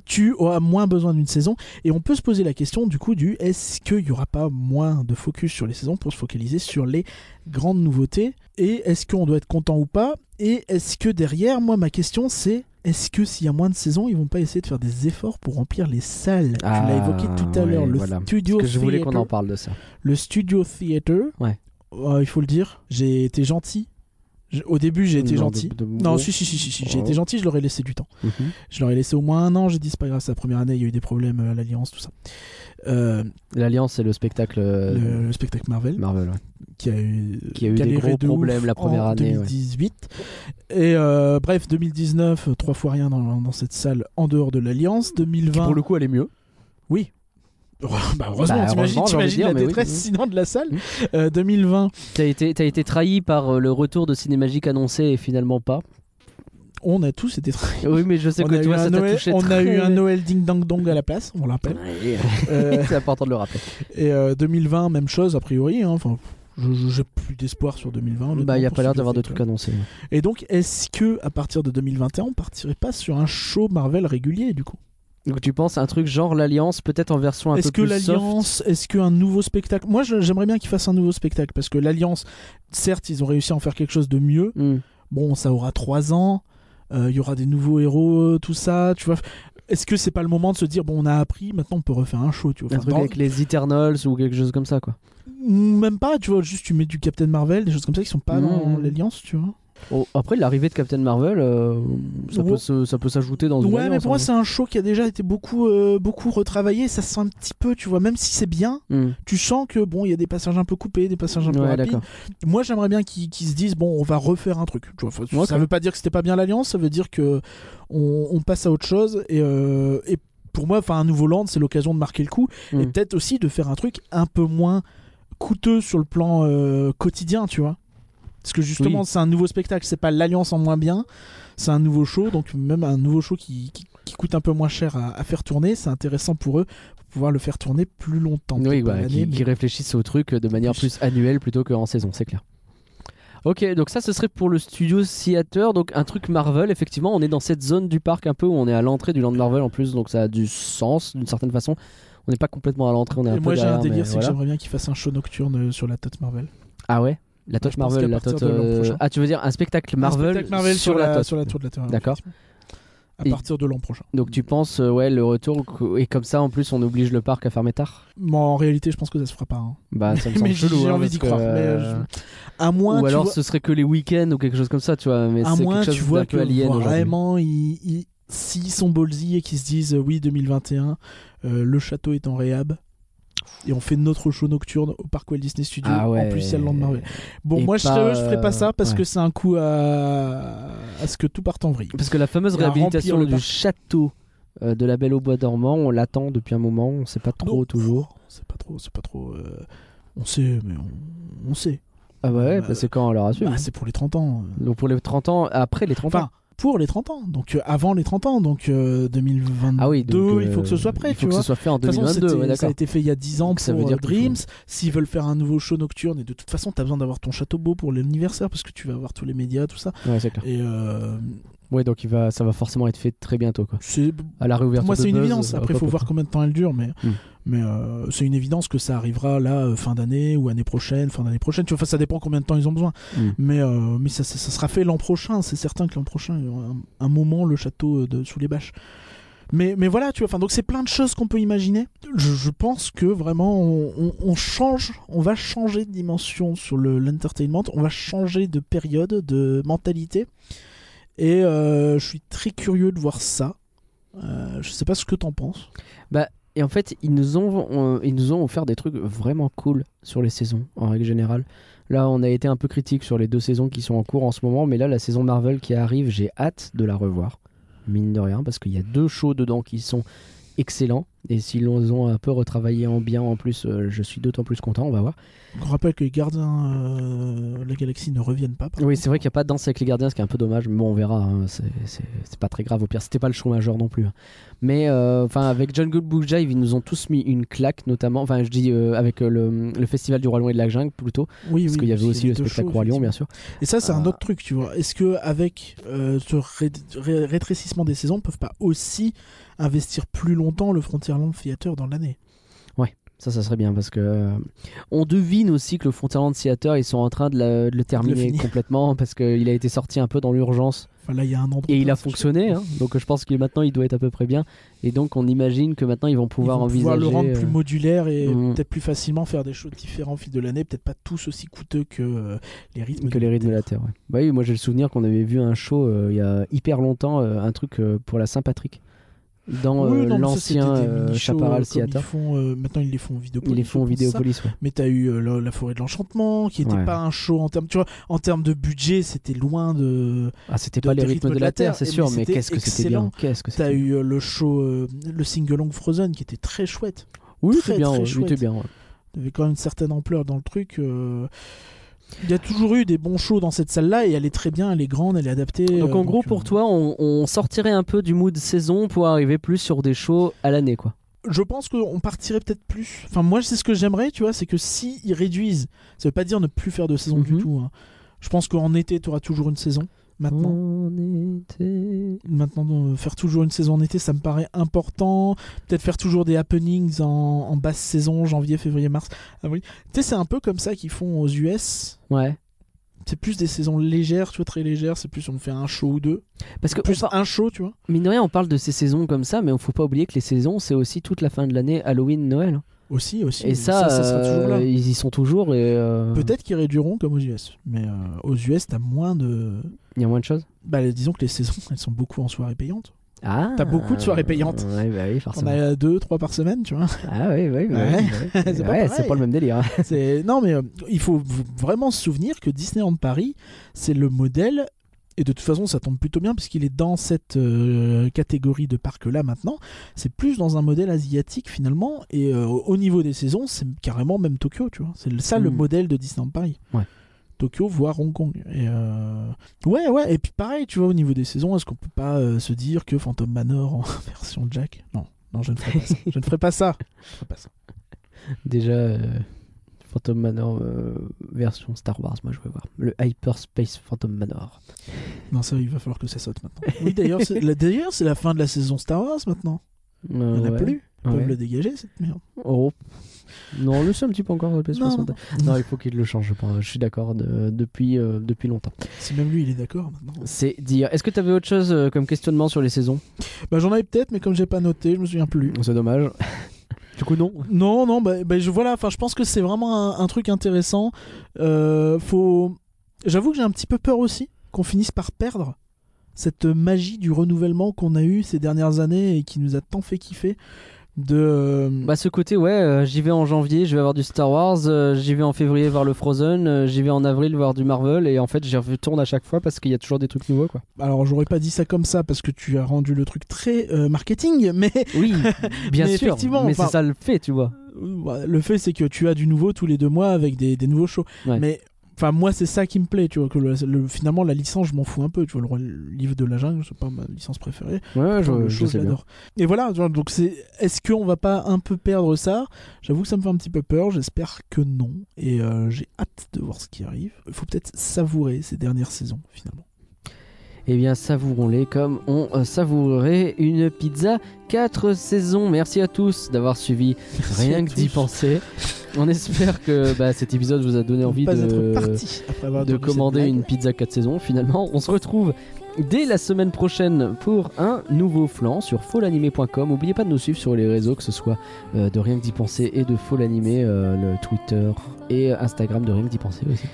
S1: tu auras moins besoin d'une saison. Et on peut se poser la question du coup du est-ce qu'il n'y aura pas moins de focus sur les saisons pour se focaliser sur les grandes nouveautés Et est-ce qu'on doit être content ou pas Et est-ce que derrière, moi, ma question c'est est-ce que s'il y a moins de saisons, ils vont pas essayer de faire des efforts pour remplir les salles
S2: Ah,
S1: Tu l'as évoqué tout à l'heure,
S2: ouais,
S1: le
S2: voilà.
S1: studio
S2: Parce que je voulais qu'on en
S1: theater-
S2: parle de ça.
S1: le Studio Theater.
S2: Ouais.
S1: Euh, il faut le dire, j'ai été gentil. Je- Au début, j'ai été
S2: Mmh, Non,
S1: gentil.
S2: de- Mhm. de-
S1: Non,
S2: bon.
S1: si, si, si, si, si, j'ai
S2: Oh.
S1: été gentil, je leur ai laissé du temps. Je leur ai laissé au moins un an, j'ai dit c'est pas grave, c'est la première année, il y a eu des problèmes euh, à l'Alliance, tout ça. Euh,
S2: L'Alliance, c'est le spectacle euh,
S1: le, le spectacle Marvel,
S2: Marvel, ouais.
S1: qui a eu,
S2: Qui a eu des
S1: galéré
S2: gros
S1: de ouf
S2: problèmes la première
S1: en
S2: année, ouais.
S1: 2018. Et euh, bref, 2019, euh, trois fois rien dans, dans cette salle en dehors de l'Alliance. 2020,
S2: Pour le coup, elle est mieux.
S1: bah heureusement,
S2: Bah,
S1: t'imagines-
S2: heureusement, j'ai envie de
S1: t'imagines
S2: dire,
S1: la
S2: mais oui,
S1: détresse
S2: oui.
S1: sinon de la salle.
S2: Mm.
S1: Euh, 2020,
S2: T'as été, t'as été trahi par euh, le retour de Cinémagique annoncé et finalement pas.
S1: on a tous été très
S2: Oui, mais je sais
S1: on
S2: que
S1: a, eu
S2: toi,
S1: un
S2: ça t'a
S1: Noël,
S2: touché.
S1: on a
S2: très-
S1: eu un Noël ding dang dong à la place, on le rappelle.
S2: Ouais,
S1: Euh,
S2: C'est important de le rappeler.
S1: et euh, 2020, même chose a priori. hein. Enfin, je- je- j'ai plus d'espoir sur 2020. honnêtement,
S2: Bah, il n'y a
S1: pour
S2: pas l'air
S1: ce
S2: d'avoir de
S1: spectacle.
S2: trucs annoncés.
S1: Et donc, est-ce que à partir de 2021, on partirait pas sur un show Marvel régulier du coup
S2: Donc tu penses un truc genre l'Alliance, peut-être en version un peu
S1: Est-ce que
S2: plus soft.
S1: l'Alliance, est-ce qu'un nouveau spectacle Moi, je- j'aimerais bien qu'ils fassent un nouveau spectacle parce que l'Alliance, certes, ils ont réussi à en faire quelque chose de mieux.
S2: Hmm.
S1: bon, ça aura 3 ans, euh, il y aura des nouveaux héros, tout ça, tu vois. Est-ce que c'est pas le moment de se dire, bon, on a appris, maintenant on peut refaire un show, tu vois.
S2: Un
S1: Enfin,
S2: truc
S1: dans-
S2: avec les Eternals ou quelque chose comme ça, quoi.
S1: Même pas, tu vois, juste tu mets du Captain Marvel, des choses comme ça qui sont pas dans
S2: Mhm.
S1: l'Alliance, tu vois.
S2: Oh, après, l'arrivée de Captain Marvel, euh, ça, peut
S1: Ouais.
S2: se- ça peut s'ajouter dans une
S1: Ouais, mais
S2: Alliance,
S1: pour moi,
S2: hein.
S1: c'est un show qui a déjà été beaucoup, euh, beaucoup retravaillé, ça se sent un petit peu, tu vois, même si c'est bien,
S2: Hmm.
S1: tu sens que, bon, il y a des passages un peu coupés, des passages un peu
S2: Ouais,
S1: rapides.
S2: d'accord.
S1: Moi, j'aimerais bien qu'ils qu'ils se disent bon, on va refaire un truc. Tu vois, faut-
S2: Ok.
S1: Ça veut pas dire que c'était pas bien l'alliance, ça veut dire que on, on passe à autre chose et, euh, et pour moi, enfin, un nouveau land, c'est l'occasion de marquer le coup et
S2: Mm.
S1: peut-être aussi de faire un truc un peu moins coûteux sur le plan euh, quotidien, tu vois. Parce que justement,
S2: Oui.
S1: c'est un nouveau spectacle, c'est pas l'alliance en moins bien, c'est un nouveau show, donc même un nouveau show qui, qui- qui coûte un peu moins cher à, à faire tourner, c'est intéressant pour eux pour pouvoir le faire tourner plus longtemps.
S2: Oui,
S1: peut-être pas
S2: bah,
S1: l'année,
S2: qui,
S1: mais-
S2: qui réfléchissent au truc de manière
S1: Plus.
S2: plus annuelle plutôt qu'en saison, c'est clair. Ok, donc ça, ce serait pour le studio Theater, donc un truc Marvel. Effectivement, on est dans cette zone du parc un peu où on est à l'entrée du Land Marvel en plus, donc ça a du sens d'une certaine façon. On n'est pas complètement à l'entrée, on est un
S1: Et
S2: peu
S1: moi j'ai un
S2: derrière, mais
S1: délire, c'est
S2: voilà.
S1: que j'aimerais bien qu'ils fassent un show nocturne euh, sur la Tote Marvel.
S2: Ah ouais La
S1: Bah,
S2: Tote
S1: je pense
S2: Marvel,
S1: qu'à
S2: la
S1: partir
S2: Tote.
S1: de l'an
S2: euh,
S1: prochain.
S2: Ah, tu veux dire un spectacle Marvel,
S1: Un spectacle Marvel
S2: sur, la Tote.
S1: sur la Tour de la Terre.
S2: D'accord.
S1: effectivement. À
S2: Et-
S1: partir de l'an prochain.
S2: Donc tu penses, euh, ouais, le retour, co- et comme ça en plus on oblige le parc à fermer tard
S1: Mais en réalité, je pense que ça se fera pas. hein.
S2: Bah, ça me semble
S1: mais
S2: chelou.
S1: j'ai
S2: hein,
S1: envie
S2: parce
S1: d'y
S2: que,
S1: croire. mais,
S2: euh,
S1: euh, je- À moins,
S2: Ou
S1: tu
S2: alors
S1: vois,
S2: ce serait que les week-ends ou quelque chose comme ça, tu vois. Mais
S1: à
S2: c'est
S1: moins
S2: quelque chose
S1: tu vois
S2: d'un
S1: que
S2: peu alien aujourd'hui.
S1: vraiment, ils, ils- s'ils sont ballsy et qu'ils se disent euh, oui 2021, euh, le château est en réhab. Et on fait notre show nocturne au Parc Walt Disney Studio.
S2: Ah ouais.
S1: En plus, il y a le Land Marvel. Bon,
S2: Et
S1: moi, je,
S2: pas,
S1: serais- je ferais
S2: euh,
S1: pas ça parce
S2: ouais.
S1: que c'est un coup à... à ce que tout parte en vrille.
S2: Parce que la fameuse
S1: Il y a à
S2: réhabilitation
S1: remplir le
S2: du
S1: parc.
S2: château euh, de la Belle au Bois dormant, on l'attend depuis un moment, on sait pas trop
S1: Non,
S2: toujours.
S1: On sait pas trop, c'est pas trop. euh, on sait, mais on, on sait.
S2: Ah ouais,
S1: Bah,
S2: bah, c'est quand on l'aura su.
S1: Bah, c'est pour les 30 ans. euh.
S2: Donc pour les 30 ans, après les 30
S1: Enfin,
S2: ans.
S1: pour les 30 ans. Donc euh, avant les 30 ans, donc euh, 2022.
S2: Ah oui, donc,
S1: il faut
S2: euh,
S1: que ce soit prêt,
S2: Il faut
S1: tu
S2: que
S1: vois.
S2: ce soit fait en
S1: De toute façon,
S2: 2022,
S1: c'était-
S2: ouais,
S1: ça a
S2: d'accord.
S1: été fait il y a 10 ans
S2: Donc,
S1: pour
S2: ça veut
S1: euh,
S2: dire qu'il faut-
S1: Dreams. S'ils veulent faire un nouveau show nocturne, et de toute façon, t'as besoin d'avoir ton château beau pour l'anniversaire parce que tu vas avoir tous les médias, tout ça.
S2: Ouais, c'est clair.
S1: Et euh,
S2: Ouais, donc il va, ça va forcément être fait très bientôt, quoi.
S1: c'est-
S2: À la réouverture
S1: pour moi,
S2: de
S1: c'est une
S2: Buzz, euh,
S1: évidence.
S2: hop,
S1: Après,
S2: hop,
S1: faut
S2: hop.
S1: voir combien de temps elle dure, mais,
S2: Hmm.
S1: mais euh, c'est une évidence que ça arrivera là, euh, fin d'année ou année prochaine, fin d'année prochaine. Tu vois, enfin, ça dépend combien de temps ils ont besoin.
S2: Mm.
S1: Mais, euh, mais ça, ça- ça sera fait l'an prochain, c'est certain que l'an prochain, il y aura un, un moment, le château euh, de, sous les bâches. Mais, mais voilà, tu vois, enfin, donc c'est plein de choses qu'on peut imaginer. Je, je pense que vraiment, on, on- on change, on va changer de dimension sur le- l'entertainment, on va changer de période, de mentalité. Et euh, je suis très curieux de voir ça. Euh, je sais pas ce que t'en penses.
S2: Et en fait, ils nous ont, on- ils nous ont offert des trucs vraiment cool sur les saisons, en règle générale. Là, on a été un peu critique sur les deux saisons qui sont en cours en ce moment, mais là, la saison Marvel qui arrive, j'ai hâte de la revoir, mine de rien, parce qu'il y a deux shows dedans qui sont excellents. Et s'ils l'ont un peu retravaillé en bien, en plus, euh, je suis d'autant plus content, on va voir.
S1: On rappelle que les gardiens euh, de la galaxie ne reviennent pas. par
S2: Oui,
S1: contre.
S2: c'est vrai qu'il n'y a pas de danse avec les gardiens, ce qui est un peu dommage, mais bon, on verra. hein, c'est- C'est c'est pas très grave. Au pire, c'était pas le show majeur non plus. hein. Mais euh, enfin, avec John Good Book Jive, ils nous ont tous mis une claque, notamment. Enfin, je dis euh, avec euh, le, le festival du Roi Lion et de la Jungle plutôt,
S1: oui,
S2: parce
S1: oui,
S2: qu'il y avait aussi le
S1: deux
S2: spectacle
S1: shows,
S2: Roi Lion,
S1: effectivement.
S2: bien sûr.
S1: Et ça, c'est un
S2: Euh,
S1: autre truc, tu vois. Est-ce que avec euh, ce ré- ré- rétrécissement des saisons, ils peuvent pas aussi investir plus longtemps le Frontierland Theater dans l'année
S2: Ça, ça serait bien parce que euh, on devine aussi que le Frontierland Theater, ils sont en train de, la- de le terminer
S1: finir.
S2: complètement parce qu'il a été sorti un peu dans l'urgence.
S1: Enfin, là, il y a un endroit.
S2: Et il a
S1: c'est
S2: fonctionné, hein. donc je pense que maintenant il doit être à peu près bien. Et donc on imagine que maintenant ils vont
S1: Ils
S2: pouvoir
S1: vont
S2: envisager.
S1: pouvoir le rendre plus
S2: euh,
S1: modulaire et
S2: Mm.
S1: peut-être plus facilement faire des choses différentes au fil de l'année, peut-être pas tous aussi coûteux que euh, les rythmes.
S2: que les rythmes de la Terre. ouais. Bah oui, moi j'ai le souvenir qu'on avait vu un show euh, il y a hyper longtemps, euh, un truc euh, pour la Saint-Patrick, dans
S1: Oui,
S2: euh,
S1: non, mais ça, c'était
S2: l'ancien
S1: des
S2: euh,
S1: mini-shows,
S2: Chaparral
S1: euh, comme ils
S2: Theater.
S1: font, euh, maintenant, ils les font en vidéo.
S2: Ils les font en Vidéopolis, ouais.
S1: Mais t'as eu euh, la, la forêt de l'enchantement, qui n'était
S2: Ouais.
S1: pas un show en termes, tu vois, en termes de budget, c'était loin de.
S2: Ah, c'était
S1: de-
S2: pas les
S1: des
S2: rythmes de, la Terre, c'est
S1: et
S2: sûr,
S1: mais
S2: mais
S1: c'était
S2: qu'est-ce que c'était
S1: excellent.
S2: bien. Qu'est-ce que
S1: T'as
S2: c'était
S1: eu euh, le show, euh, le single-long Frozen, qui était très chouette.
S2: Oui,
S1: très,
S2: c'était bien,
S1: très
S2: ouais, oui, c'était
S1: chouette.
S2: bien. ouais.
S1: Il y avait quand même une certaine ampleur dans le truc. euh, Il y a toujours eu des bons shows dans cette salle-là et elle est très bien, elle est grande, elle est adaptée.
S2: Donc
S1: euh,
S2: en gros,
S1: euh,
S2: pour toi, on, on sortirait un peu du mood saison pour arriver plus sur des shows à l'année, quoi.
S1: je pense qu'on partirait peut-être plus. Enfin, moi, c'est ce que j'aimerais, tu vois, c'est que si ils réduisent, ça veut pas dire ne plus faire de saison
S2: Mhm.
S1: du tout. hein. Je pense qu'en été, tu auras toujours une saison. Maintenant,
S2: On était-
S1: maintenant euh, faire toujours une saison en été, ça me paraît important. Peut-être faire toujours des happenings en, en basse saison, janvier, février, mars, avril. Tu sais, c'est un peu comme ça qu'ils font aux US.
S2: Ouais.
S1: C'est plus des saisons légères, tu vois, très légères. C'est plus on fait un show ou deux.
S2: Parce que
S1: Plus
S2: on par-
S1: un show, tu vois.
S2: mine de rien, on parle de ces saisons comme ça, mais il faut pas oublier que les saisons, c'est aussi toute la fin de l'année, Halloween, Noël.
S1: Aussi, aussi.
S2: Et ça,
S1: ça, sera toujours là.
S2: euh, ils y sont toujours et euh,
S1: Peut-être qu'ils réduiront comme aux US. Mais euh, aux US, t'as moins de.
S2: il y a moins de choses.
S1: Bah, disons que les saisons, elles sont beaucoup en soirée payante.
S2: Ah,
S1: T'as beaucoup de soirées payantes.
S2: Ouais, bah oui,
S1: On
S2: forcément.
S1: a deux, trois par semaine, tu vois.
S2: Ah oui, oui, oui,
S1: Ouais.
S2: oui, oui.
S1: C'est pas
S2: Ouais,
S1: pareil.
S2: c'est pas le même délire. hein.
S1: C'est- non, mais euh, il faut v- vraiment se souvenir que Disneyland Paris, c'est le modèle. Et de toute façon, ça tombe plutôt bien puisqu'il est dans cette euh, catégorie de parc-là maintenant. C'est plus dans un modèle asiatique finalement. Et euh, au niveau des saisons, c'est carrément même Tokyo, tu vois. C'est le- ça le
S2: Mm.
S1: modèle de Disneyland Paris.
S2: Ouais.
S1: Tokyo, voire Hong Kong. Et euh, Ouais, ouais. Et puis pareil, tu vois, au niveau des saisons, est-ce qu'on peut pas euh, se dire que Phantom Manor en version Jack Non, non, je ne ferai pas ça. Je ne ferai pas ça. Je ne ferai pas ça.
S2: Déjà, euh, Phantom Manor euh, version Star Wars, moi je veux voir. Le Hyperspace Phantom Manor.
S1: Non, ça, il va falloir que ça saute maintenant. Oui, d'ailleurs, c'est la, d'ailleurs, c'est la fin de la saison Star Wars maintenant. Il
S2: Euh,
S1: n'y en a
S2: ouais.
S1: plus. Ils
S2: Ouais.
S1: peuvent le dégager, cette merde.
S2: Oh. Non, le sait un petit peu encore. le PS60.
S1: Non, non,
S2: Non, il faut qu'il le change, je pense. Je suis d'accord de- depuis, euh, depuis longtemps.
S1: Si même lui, il est d'accord maintenant.
S2: C'est dire. Est-ce que tu avais autre chose euh, comme questionnement sur les saisons
S1: Bah, j'en avais peut-être, mais comme j'ai pas noté, je me souviens plus.
S2: C'est dommage. du coup, non.
S1: Non, non, bah, bah, je, voilà, enfin, je pense que c'est vraiment un, un truc intéressant. Euh, faut... J'avoue que j'ai un petit peu peur aussi qu'on finisse par perdre cette magie du renouvellement qu'on a eu ces dernières années et qui nous a tant fait kiffer. De...
S2: Bah ce côté ouais, euh, j'y vais en janvier, je vais avoir du Star Wars, euh, j'y vais en février voir le Frozen, euh, j'y vais en avril voir du Marvel et en fait j'y retourne à chaque fois parce qu'il y a toujours des trucs nouveaux quoi.
S1: Alors, j'aurais pas dit ça comme ça parce que tu as rendu le truc très euh, marketing, mais
S2: Oui, bien
S1: Mais
S2: sûr.
S1: effectivement,
S2: mais
S1: enfin-
S2: c'est ça le fait, tu vois.
S1: Bah, le fait c'est que tu as du nouveau tous les deux mois avec des, des nouveaux shows
S2: Ouais.
S1: mais enfin moi c'est ça qui me plaît tu vois que le, le- finalement la licence je m'en fous un peu tu vois le roi- le livre de la jungle c'est pas ma licence préférée
S2: Ouais, ouais,
S1: Enfin,
S2: je,
S1: le
S2: je
S1: show,
S2: sais bien.
S1: l'adore et voilà tu vois, donc c'est est-ce qu'on va pas un peu perdre ça j'avoue que ça me fait un petit peu peur j'espère que non et euh, j'ai hâte de voir ce qui arrive il faut peut-être savourer ces dernières saisons finalement
S2: Eh bien, savourons-les comme on euh, savourerait une pizza 4 saisons. Merci à tous d'avoir suivi Rien que d'y penser. On espère que bah, cet épisode vous a donné
S1: j'ai
S2: envie
S1: pas
S2: de
S1: être parti après avoir
S2: de
S1: entendu cette
S2: commander
S1: blague.
S2: une pizza 4 saisons finalement. On se retrouve dès la semaine prochaine pour un nouveau flan sur folanimé.com. N'oubliez pas de nous suivre sur les réseaux, que ce soit euh, de Rien que d'y penser et de Folanimé, euh, le Twitter et Instagram de Rien que d'y penser aussi.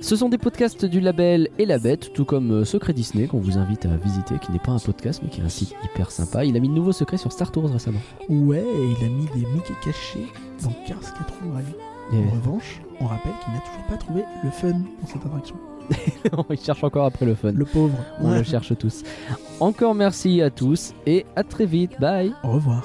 S2: Ce sont des podcasts du label Et la Bête, tout comme euh, Secret Disney qu'on vous invite à visiter, qui n'est pas un podcast mais qui est un site hyper sympa. Il a mis de nouveaux secrets sur Star Tours récemment.
S1: ouais et il a mis des Mickey cachés dans Cars 4 En revanche, on rappelle qu'il n'a toujours pas trouvé le fun dans cette attraction.
S2: il cherche encore après le fun.
S1: Le pauvre.
S2: On
S1: Ouais.
S2: le cherche tous. Encore merci à tous et à très vite. Bye
S1: Au revoir.